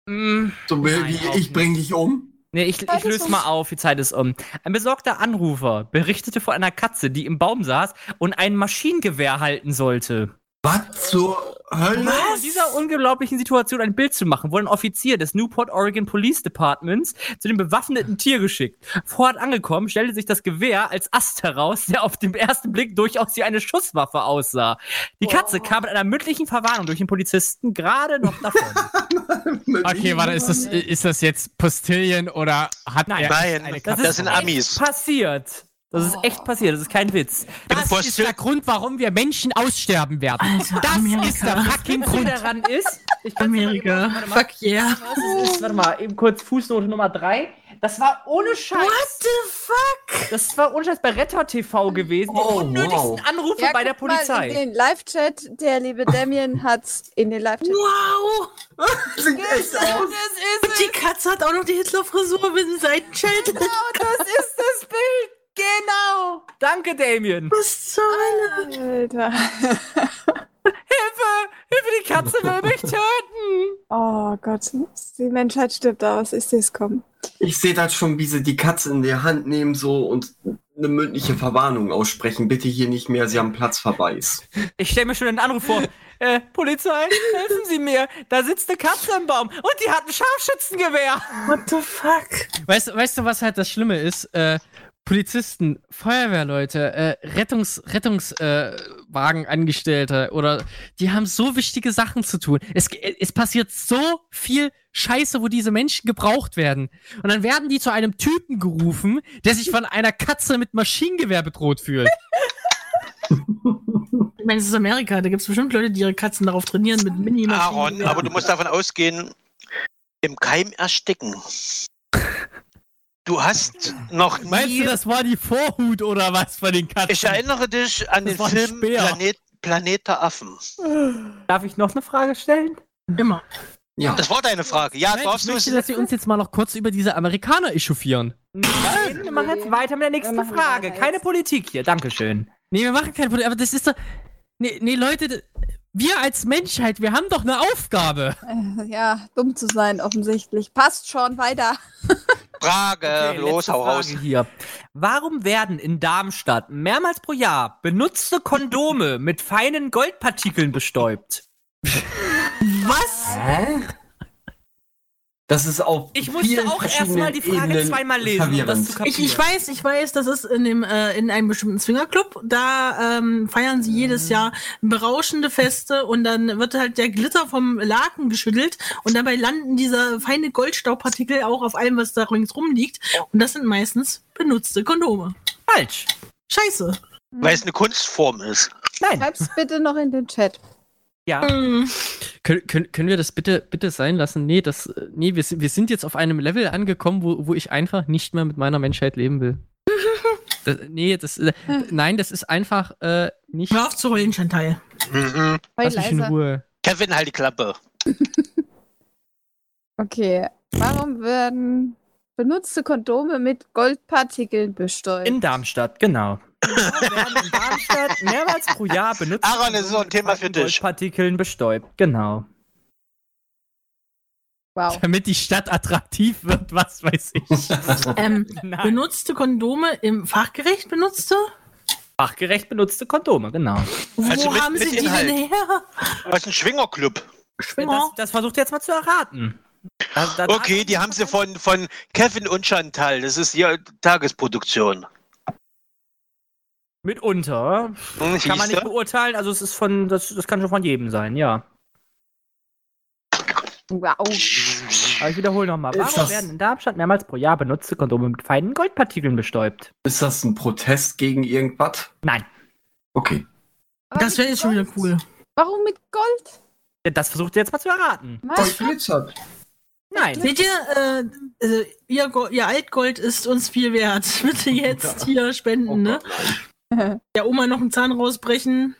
Mm, So wie Nein, auch ich bring dich um. Nee, ich, ich Zeit ist löse um. mal auf, die Zeit ist um. Ein besorgter Anrufer berichtete von einer Katze, die im Baum saß und ein Maschinengewehr halten sollte. Was zur Hölle? Um Von dieser unglaublichen Situation ein Bild zu machen, wurde ein Offizier des Newport Oregon Police Departments zu dem bewaffneten Tier geschickt. Vor Ort angekommen, stellte sich das Gewehr als Ast heraus, der auf den ersten Blick durchaus wie eine Schusswaffe aussah. Die Katze kam mit einer mündlichen Verwarnung durch den Polizisten gerade noch davon. Okay, warte, ist das, ist das jetzt Postillion oder hat Nein. er Nein, eine das, Katze? sind echt Amis. passiert. Das ist echt passiert, das ist kein Witz. Das Postil- ist der Grund, warum wir Menschen aussterben werden. Alter, das Amerika. ist der fucking Grund Grund. daran ist, ich kann's mal eben- Amerika. warte mal. Fuck yeah. Das ist, warte mal, eben kurz Fußnote Nummer 3. Das war ohne Scheiß. What the fuck? Das war ohne Scheiß bei Retter TV gewesen. Die Oh, unnötigsten wow. Anrufe Ja, bei der guck mal In Polizei. Oh. den Live-Chat, der liebe Damien hat's in den Live-Chat. Wow. Sieht echt aus. Und die Katze hat auch noch die Hitler-Frisur mit dem Seitenschädel. das ist das Bild. Genau. Danke, Damien. Was zur Hölle? Alter. Hilfe! Hilfe, die Katze will mich töten! Oh Gott, die Menschheit stirbt aus. Ist das kommen? Ich sehe das schon, wie sie die Katze in der Hand nehmen so und eine mündliche Verwarnung aussprechen. Bitte hier nicht mehr, sie haben Platzverweis. Ich stelle mir schon einen Anruf vor. Äh, Polizei, helfen Sie mir. Da sitzt eine Katze im Baum und die hat ein Scharfschützengewehr. What the fuck? Weißt, weißt du, was halt das Schlimme ist? Äh, Polizisten, Feuerwehrleute, äh, Rettungs, Rettungswagenangestellte äh, Wagenangestellte oder die haben so wichtige Sachen zu tun. Es, es passiert so viel Scheiße, wo diese Menschen gebraucht werden. Und dann werden die zu einem Typen gerufen, der sich von einer Katze mit Maschinengewehr bedroht fühlt. Ich meine, es ist Amerika. Da gibt es bestimmt Leute, die ihre Katzen darauf trainieren mit mini Aaron, aber du musst davon ausgehen, im Keim ersticken. Du hast noch Meinst nie. du, das war die Vorhut oder was von den Katzen? Ich erinnere dich an Das den war ein Film Speer. Planet, Planet der Affen. Darf ich noch eine Frage stellen? Immer. Ja, Das war deine Frage. Ja, Nein, ich darfst du möchte, es? dass wir uns jetzt mal noch kurz über diese Amerikaner echauffieren. Nein, wir machen jetzt weiter mit der nächsten Wir machen Frage. weiter Keine jetzt. Politik hier. Dankeschön. Nee, wir machen kein Problem, aber das ist doch. Nee, nee, Leute, d- wir als Menschheit, wir haben doch eine Aufgabe. Ja, dumm zu sein offensichtlich. Passt schon, weiter. Frage. Okay, Äh, Los, letzte hau raus. Frage Hier. Warum werden in Darmstadt mehrmals pro Jahr benutzte Kondome mit feinen Goldpartikeln bestäubt? das ist auf Ich musste vielen auch erstmal die Frage verschiedenen Ebenen zweimal lesen, um das verwirrend. zu kapieren. Ich, ich weiß, ich weiß, das ist in, dem, äh, in einem bestimmten Swingerclub. Da ähm, feiern sie jedes Jahr berauschende Feste und dann wird halt der Glitter vom Laken geschüttelt und dabei landen diese feine Goldstaubpartikel auch auf allem, was da ringsrum liegt. Und das sind meistens benutzte Kondome. Falsch. Scheiße. Weil es eine Kunstform ist. Nein. Schreib's bitte noch in den Chat. Ja. Hm. Können, können, können wir das bitte, bitte sein lassen? Nee, das, äh, nee wir, sind- wir sind jetzt auf einem Level angekommen, wo, wo ich einfach nicht mehr mit meiner Menschheit leben will. Das, nee, das, äh, d- nein, das ist einfach äh, nicht. Hör auf zu heulen, Chantal. Mhm. Voll Lass mich in leiser. Ruhe. Kevin, halt die Klappe. Okay. Warum werden benutzte Kondome mit Goldpartikeln bestäubt? In Darmstadt, genau. Warum werden in Darmstadt mehrmals pro Jahr benutzte Aaron, das ist so Kondome ein mit Thema für feinen dich. Goldpartikeln bestäubt, genau. wow. Damit die Stadt attraktiv wird, was weiß ich. Ähm, Nein. benutzte Kondome im Fachgerecht benutzte? Fachgerecht benutzte Kondome, genau. Wo Also mit- haben mit sie die Inhalt. denn her? Das ist ein Schwingerclub. Das, das versucht ihr jetzt mal zu erraten. Das- das- Okay, die haben sie von, von Kevin und Chantal. Das ist ihre Tagesproduktion. Mitunter. Hm, Kann man siehste? nicht beurteilen, also es ist von, das, das kann schon von jedem sein, ja. Wow. Aber ich wiederhole nochmal. Ist Warum das- werden in Darmstadt mehrmals pro Jahr benutzte Kondome mit feinen Goldpartikeln bestäubt? Ist das ein Protest gegen irgendwas? Nein. Okay. Das wäre jetzt schon wieder cool. Warum mit Gold? Ja, Das versucht ihr jetzt mal zu erraten. Mann, glitzert. Nein. Seht ihr, äh, äh, ihr, Go ihr Altgold ist uns viel wert. Bitte jetzt hier spenden, Oh ne? Gott, nein. Der Oma noch einen Zahn rausbrechen.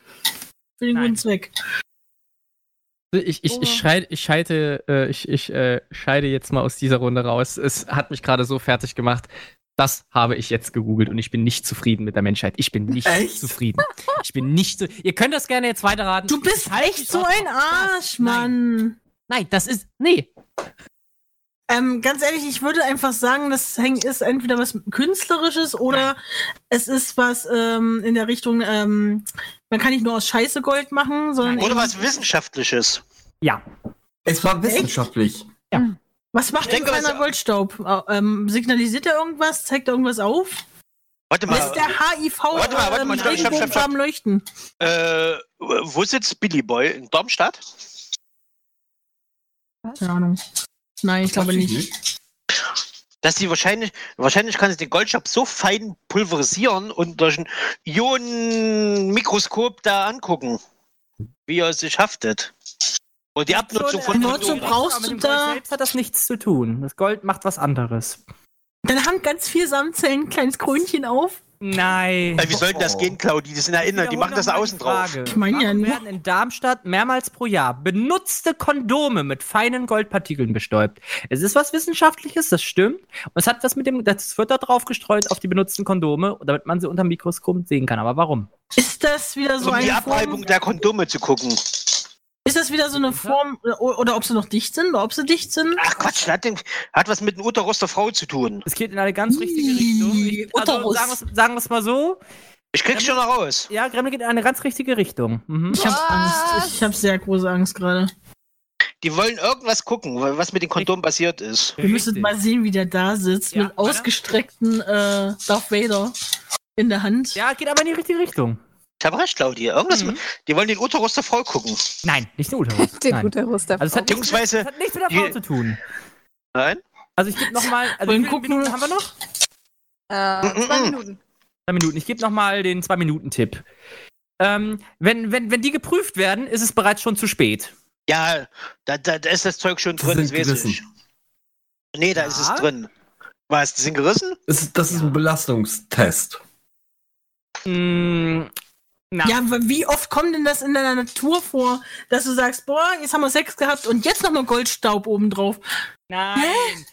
Für den Nein. guten Zweck. Ich, Oh. ich, ich, schrei, ich, scheide, äh, ich, ich äh, scheide jetzt mal aus dieser Runde raus. Es hat mich gerade so fertig gemacht. Das habe ich jetzt gegoogelt und ich bin nicht zufrieden mit der Menschheit. Ich bin nicht Echt? zufrieden. Ich bin nicht. Zu Ihr könnt das gerne jetzt weiterraten. Du bist Ich halte echt mich so auch- ein Arsch, Nein. Mann. Nein, das ist. Nee. Ähm, ganz ehrlich, ich würde einfach sagen, das hängt ist entweder was Künstlerisches oder es ist was ähm, in der Richtung, ähm, man kann nicht nur aus Scheiße Gold machen, sondern. Oder eben- was Wissenschaftliches. Ja. Es war wissenschaftlich. Was macht Ich denke, denn was- kleiner Goldstaub? Äh, Ähm, signalisiert er irgendwas? Zeigt er irgendwas auf? Warte Lässt der mal, HIV Warte mal, warte mal, ähm, stopp, stopp, stopp, stopp. Regenbogenfarben leuchten? äh, wo sitzt Billy Boy? In Darmstadt? Keine Ahnung. Nein, ich glaube nicht. Dass sie wahrscheinlich, wahrscheinlich kann sie den Goldschab so fein pulverisieren und durch ein Ionenmikroskop da angucken, wie er sich haftet. Und die Abnutzung von Nur zu Kondomen. brauchst Aber du mit dem Gold da. selbst hat das nichts zu tun. Das Gold macht was anderes. Dann haben ganz viele Samenzellen ein kleines Krönchen auf. Nein. Äh, Wie soll denn das gehen, Claudi? Die sind ja innen, die machen das außen drauf. Ich meine ja Warum nur- werden in Darmstadt mehrmals pro Jahr benutzte Kondome mit feinen Goldpartikeln bestäubt. Es ist was Wissenschaftliches, das stimmt. Und es hat was mit dem, das wird da drauf gestreut auf die benutzten Kondome, damit man sie unter dem Mikroskop sehen kann. Aber warum? Ist das wieder so Um die eine Abreibung Form, der Kondome zu gucken. Ist das wieder so eine Form, oder, oder ob sie noch dicht sind, oder ob sie dicht sind? Ach Quatsch, das hat, den- hat was mit dem Uterus der Frau zu tun. Es geht in eine ganz richtige Richtung. Ich, also Uterus. sagen wir's- sagen wir es mal so. Ich krieg's schon noch raus. Ja, Gremlin geht in eine ganz richtige Richtung. Mhm. Ich hab Was? Angst. Ich hab sehr große Angst gerade. Die wollen irgendwas gucken, wa- was mit den Kondomen passiert ist. Wir müssen Richtig. mal sehen, wie der da sitzt, Ja, mit oder? ausgestreckten äh, Darth Vader in der Hand. Ja, geht aber in die richtige Richtung. Ich habe recht, Claudia. Irgendwas Mhm. mit, die wollen den Uterus der Frau gucken. Nein, nicht nur Uterus. Den Nein. guter Ruster. Also es hat, nichts, Beziehungsweise- es hat nichts mit der Frau die- zu tun. Nein? Also ich gebe nochmal. Also Wollen wie viele gucken? Minuten haben wir noch? äh, zwei Mm, mm, mm. Minuten. Zwei Minuten. Ich gebe nochmal den Zwei-Minuten-Tipp. Ähm, wenn, wenn, wenn die geprüft werden, ist es bereits schon zu spät. Ja, da, da, da ist das Zeug schon Die drin, das sind weiß ich. gerissen. Nee, da ist Ja? es drin. Was, die sind gerissen? Das ist, das ist ein Belastungstest. Mm, na, Ja, aber wie oft kommt denn das in deiner Natur vor, dass du sagst, boah, jetzt haben wir Sex gehabt und jetzt nochmal Goldstaub obendrauf? nein.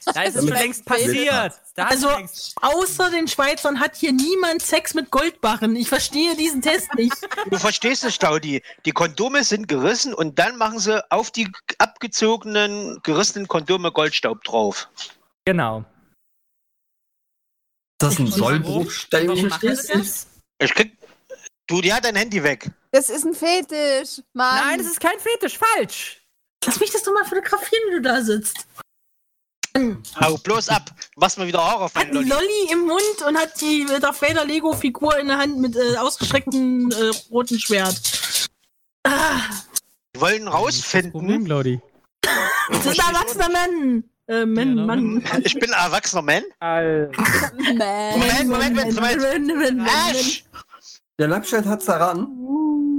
Da ist es schon Damit- längst passiert. Da ist es Also- längst. Außer den Schweizern hat hier niemand Sex mit Goldbarren. Ich verstehe diesen Test nicht. Du verstehst es, Claudi. Die Kondome sind gerissen und dann machen sie auf die abgezogenen, gerissenen Kondome Goldstaub drauf. Genau. Ist das ein Ich- Sollbruchstellung? machen sie das? Ich krieg. Du, die hat dein Handy weg. Das ist ein Fetisch, Mann. Nein, das ist kein Fetisch. Falsch. Lass mich das doch mal fotografieren, wie du da sitzt. Hau bloß ab. Machst mal wieder Haare auf Hat meinen einen Lolli. Lolli im Mund und hat die äh, Darth Vader Lego Figur in der Hand mit äh, ausgestrecktem äh, roten Schwert. Die wollen Problem, rausfinden. Claudi. Das ist ein erwachsener Mann. Äh, Mann, Genau. Mann. Ich bin ein erwachsener Mann. Man. Moment, Moment, Moment, Moment. Ash! Der Leibchef hat's daran.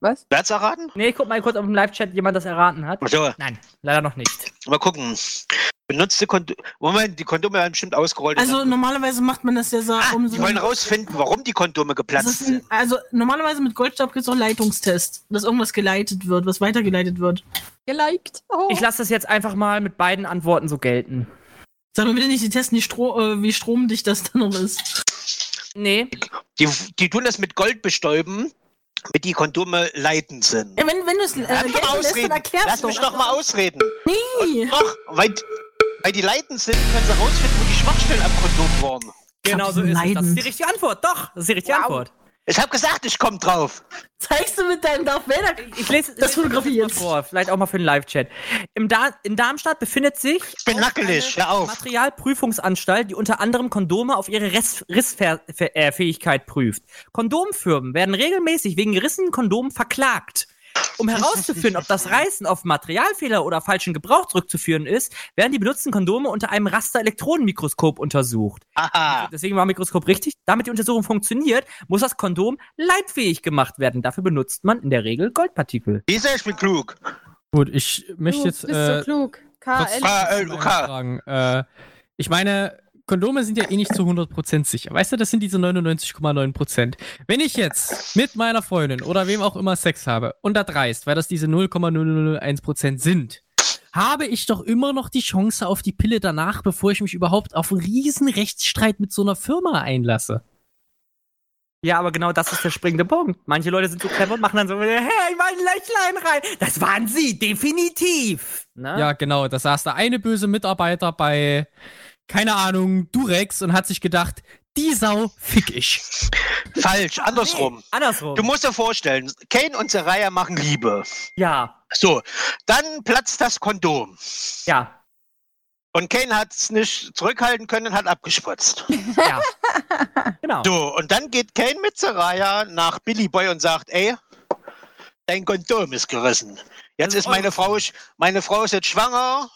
Was? Wer hat's erraten? Nee, guck mal kurz auf dem Live-Chat, jemand das erraten hat. So, Nein, leider noch nicht. mal gucken. Benutzte Kondome. Moment, die Kondome werden bestimmt ausgerollt. Also normalerweise macht man das ja so ah, um die so. wollen rausfinden, warum die Kondome Das geplatzt ist sind. ein, also normalerweise mit Goldstaub gibt es auch einen Leitungstest, dass irgendwas geleitet wird, was weitergeleitet wird. Geliked. Oh. Ich lasse das jetzt einfach mal mit beiden Antworten so gelten. Sag mal bitte nicht, die testen, die Stro äh, wie stromdicht das dann noch ist. Nee. Die, die tun das mit Gold bestäuben, damit die Kondome leitend sind. Äh, wenn wenn du es äh, Lass mich gelten doch lässt, dann ausreden. erklärst Lass du mich doch mal ausreden. nie. Doch, weil, weil die leitend sind, können sie rausfinden, wo die Schwachstellen am Kondom waren. Genau so ist es. Das ist Leidend. die richtige Antwort. Doch, das ist die richtige Antwort. Ich hab gesagt, ich komm drauf. Zeigst du mit deinem Darth Vader? Ich lese Das ich lese fotografiere das jetzt. mal Vor, vielleicht auch mal für den Live-Chat. Im Da in Darmstadt befindet sich bin auch nackelig, eine hör auf. Materialprüfungsanstalt, die unter anderem Kondome auf ihre Rest- Rissfähigkeit äh, Fähigkeit prüft. Kondomfirmen werden regelmäßig wegen gerissenen Kondomen verklagt. Um herauszufinden, ob das Reißen auf Materialfehler oder falschen Gebrauch zurückzuführen ist, werden die benutzten Kondome unter einem Raster-Elektronenmikroskop untersucht. Aha. Deswegen war Mikroskop richtig. Damit die Untersuchung funktioniert, muss das Kondom leitfähig gemacht werden. Dafür benutzt man in der Regel Goldpartikel. Dieser, ich bin klug. Gut, ich du möchte jetzt bist äh, so klug. kurz- KL. Ah, äh, mal okay. fragen. Äh, ich meine, Kondome sind ja eh nicht zu 100% sicher. Weißt du, das sind diese 99,9%. Wenn ich jetzt mit meiner Freundin oder wem auch immer Sex habe und da dreist, weil das diese 0,0001% sind, habe ich doch immer noch die Chance auf die Pille danach, bevor ich mich überhaupt auf einen riesen Rechtsstreit mit so einer Firma einlasse. Ja, aber genau das ist der springende Punkt. Manche Leute sind so clever und machen dann so, hey, mein Lächlein rein. Das waren sie, definitiv. Ne? Ja, genau. Da saß der eine böse Mitarbeiter bei, keine Ahnung, Durex und hat sich gedacht, die Sau fick ich. Falsch, andersrum. Andersrum. Du musst dir vorstellen, Kane und Saraya machen Liebe. ja, So, dann platzt das Kondom. ja, Und Kane hat es nicht zurückhalten können und hat abgespritzt. ja. genau. So, und dann geht Kane mit Saraya nach Billy Boy und sagt, ey, dein Kondom ist gerissen. Jetzt ist meine Frau, sch- meine Frau ist jetzt schwanger,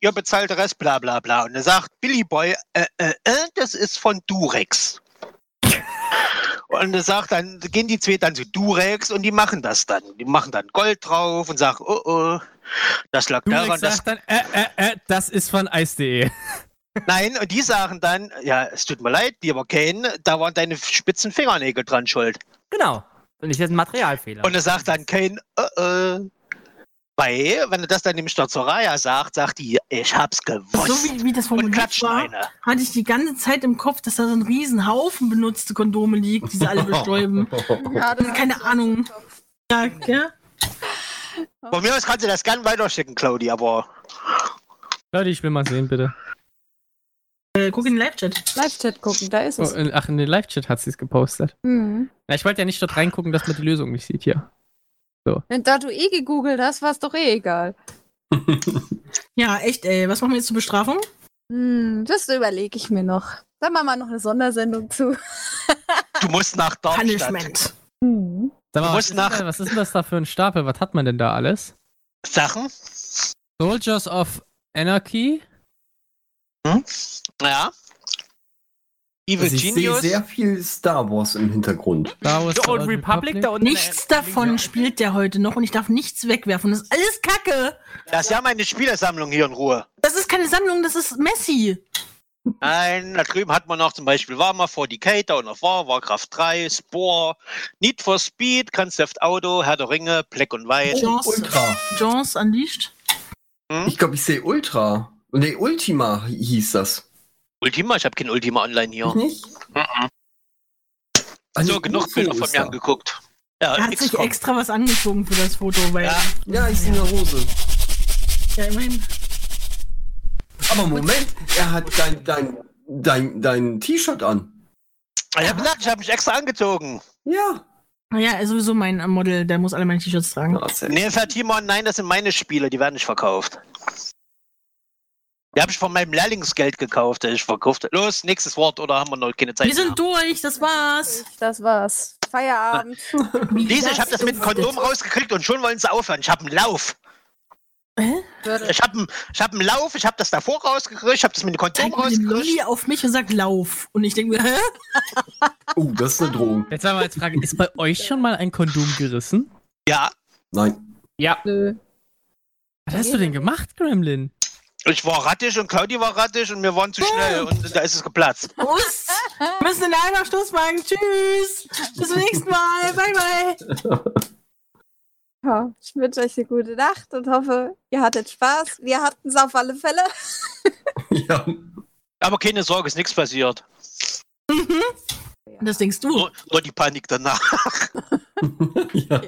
ihr bezahlt den Rest, bla bla bla. Und er sagt, Billy Boy, äh, äh, äh, das ist von Durex. Und er sagt, dann gehen die zwei dann zu Durex und die machen das dann. Die machen dann Gold drauf und sagen, oh oh, das lag daran, Durex dass sagt dann, äh, äh, äh, das ist von Eis.de. Nein, und die sagen dann, ja, es tut mir leid, lieber Kane, da waren deine spitzen Fingernägel dran schuld. Genau. Und ich jetzt ein Materialfehler. Und er sagt dann Kane, äh, äh. Weil, wenn er das dann dem Storzoraya sagt, sagt die, ich hab's gewusst. So wie, wie das und formuliert klatschen war, eine. hatte ich die ganze Zeit im Kopf, dass da so ein riesen Haufen benutzte Kondome liegt, die sie alle bestäuben. Also Also Ja, das Keine ist- Ahnung. Ja, ja. Von mir aus kannst du das gern weiterschicken, Claudi, aber Leute, ich will mal sehen, bitte. Äh, guck in den Live-Chat. Live-Chat gucken, da ist Oh, es. in, ach, in den Live-Chat hat sie es gepostet. Mhm. Na, ich wollte ja nicht dort reingucken, dass man die Lösung nicht sieht hier. Wenn da du eh gegoogelt hast, war es doch eh egal. Ja, echt, ey. Was machen wir jetzt zur Bestrafung? Hm, das überlege ich mir noch. Da machen wir noch eine Sondersendung zu. du musst nach Darmstadt. Punishment. Hm. Sag Du mal, musst was, ist nach- denn, was ist denn das da für ein Stapel? Was hat man denn da alles? Sachen. Soldiers of Anarchy? Ja. Evil Also ich sehe Genius. sehr viel Star Wars im Hintergrund. Star Wars The Old Republic da unten. Nichts davon spielt der heute noch und ich darf nichts wegwerfen. Das ist alles Kacke. Lass ja meine Spielersammlung hier in Ruhe. Das ist keine Sammlung, das ist Messi. Nein, da drüben hat man noch zum Beispiel Warmer 40k, Dawn of War, Warcraft 3, Spore, Need for Speed, Grand Theft Auto, Herr der Ringe, Black und White. Jaws, Ultra. Jaws unleashed. Ich glaube, ich sehe Ultra. Nee, Ultima hieß das. Ultima, ich habe kein Ultima online hier. Nicht? Ah, Also nee, Mhm. So, genug UFO Bilder von ist mir da. angeguckt. Ja, Er hat sich XCOM. extra was angezogen für das Foto, weil. Äh, Ja. Ja, ich sehe eine Hose. ja immerhin. Aber Moment, er hat dein, dein, dein, dein T-Shirt an. Ich habe gesagt, ich habe mich extra angezogen. Ja. Naja, er ist sowieso mein äh, Model, der muss alle meine T-Shirts tragen. Ja, sehr- Nee, Fatima, nein, das sind meine Spiele, die werden nicht verkauft. Die habe ich von meinem Lehrlingsgeld gekauft, das ich verkauft habe. Los, nächstes Wort oder haben wir noch keine Zeit? Wir sind durch, das war's. Das war's. Feierabend. Lisa, ich habe das mit dem Kondom rausgekriegt und schon wollen sie aufhören. Ich habe einen Lauf. Würde- Ich habe einen, ich hab einen Lauf, ich habe das davor rausgekriegt, ich habe das mit dem Kondom Zeigt mir den rausgekriegt. Lulli auf mich und sagt Lauf. Und ich denke mir, hä? Oh, das ist eine Drohung. Jetzt haben wir als Frage, ist bei euch schon mal ein Kondom gerissen? Ja, Nein. Nö. Was hast du denn gemacht, Gremlin? ich war rattig und Claudi war rattig und wir waren zu schnell und da ist es geplatzt. Prost! Wir müssen in einer Schluss machen. Tschüss! Bis zum nächsten Mal. Bye, bye. Ja, ich wünsche euch eine gute Nacht und hoffe, ihr hattet Spaß. Wir hatten es auf alle Fälle. Ja. Aber keine Sorge, ist nichts passiert. Das denkst du. Nur, nur die Panik danach. ja.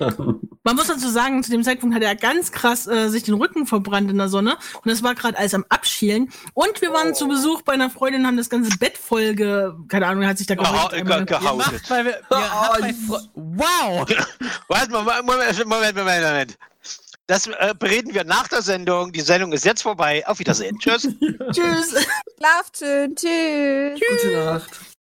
Man muss dazu sagen, zu dem Zeitpunkt hat er ganz krass äh, sich den Rücken verbrannt in der Sonne. Und das war gerade alles am Abschälen. Und wir waren zu Besuch bei einer Freundin und haben das ganze Bett voll ge... Keine Ahnung, er hat sich da Geha geholt. ge oh, gehautet. Macht, weil wir, wir Ah, hat bei Fre- wow! Warte mal, Moment, Moment, Moment, Moment. Das äh, bereden wir nach der Sendung. Die Sendung ist jetzt vorbei. Auf Wiedersehen. Tschüss. Tschüss! Schlaft schön. Tschüss. Gute Nacht.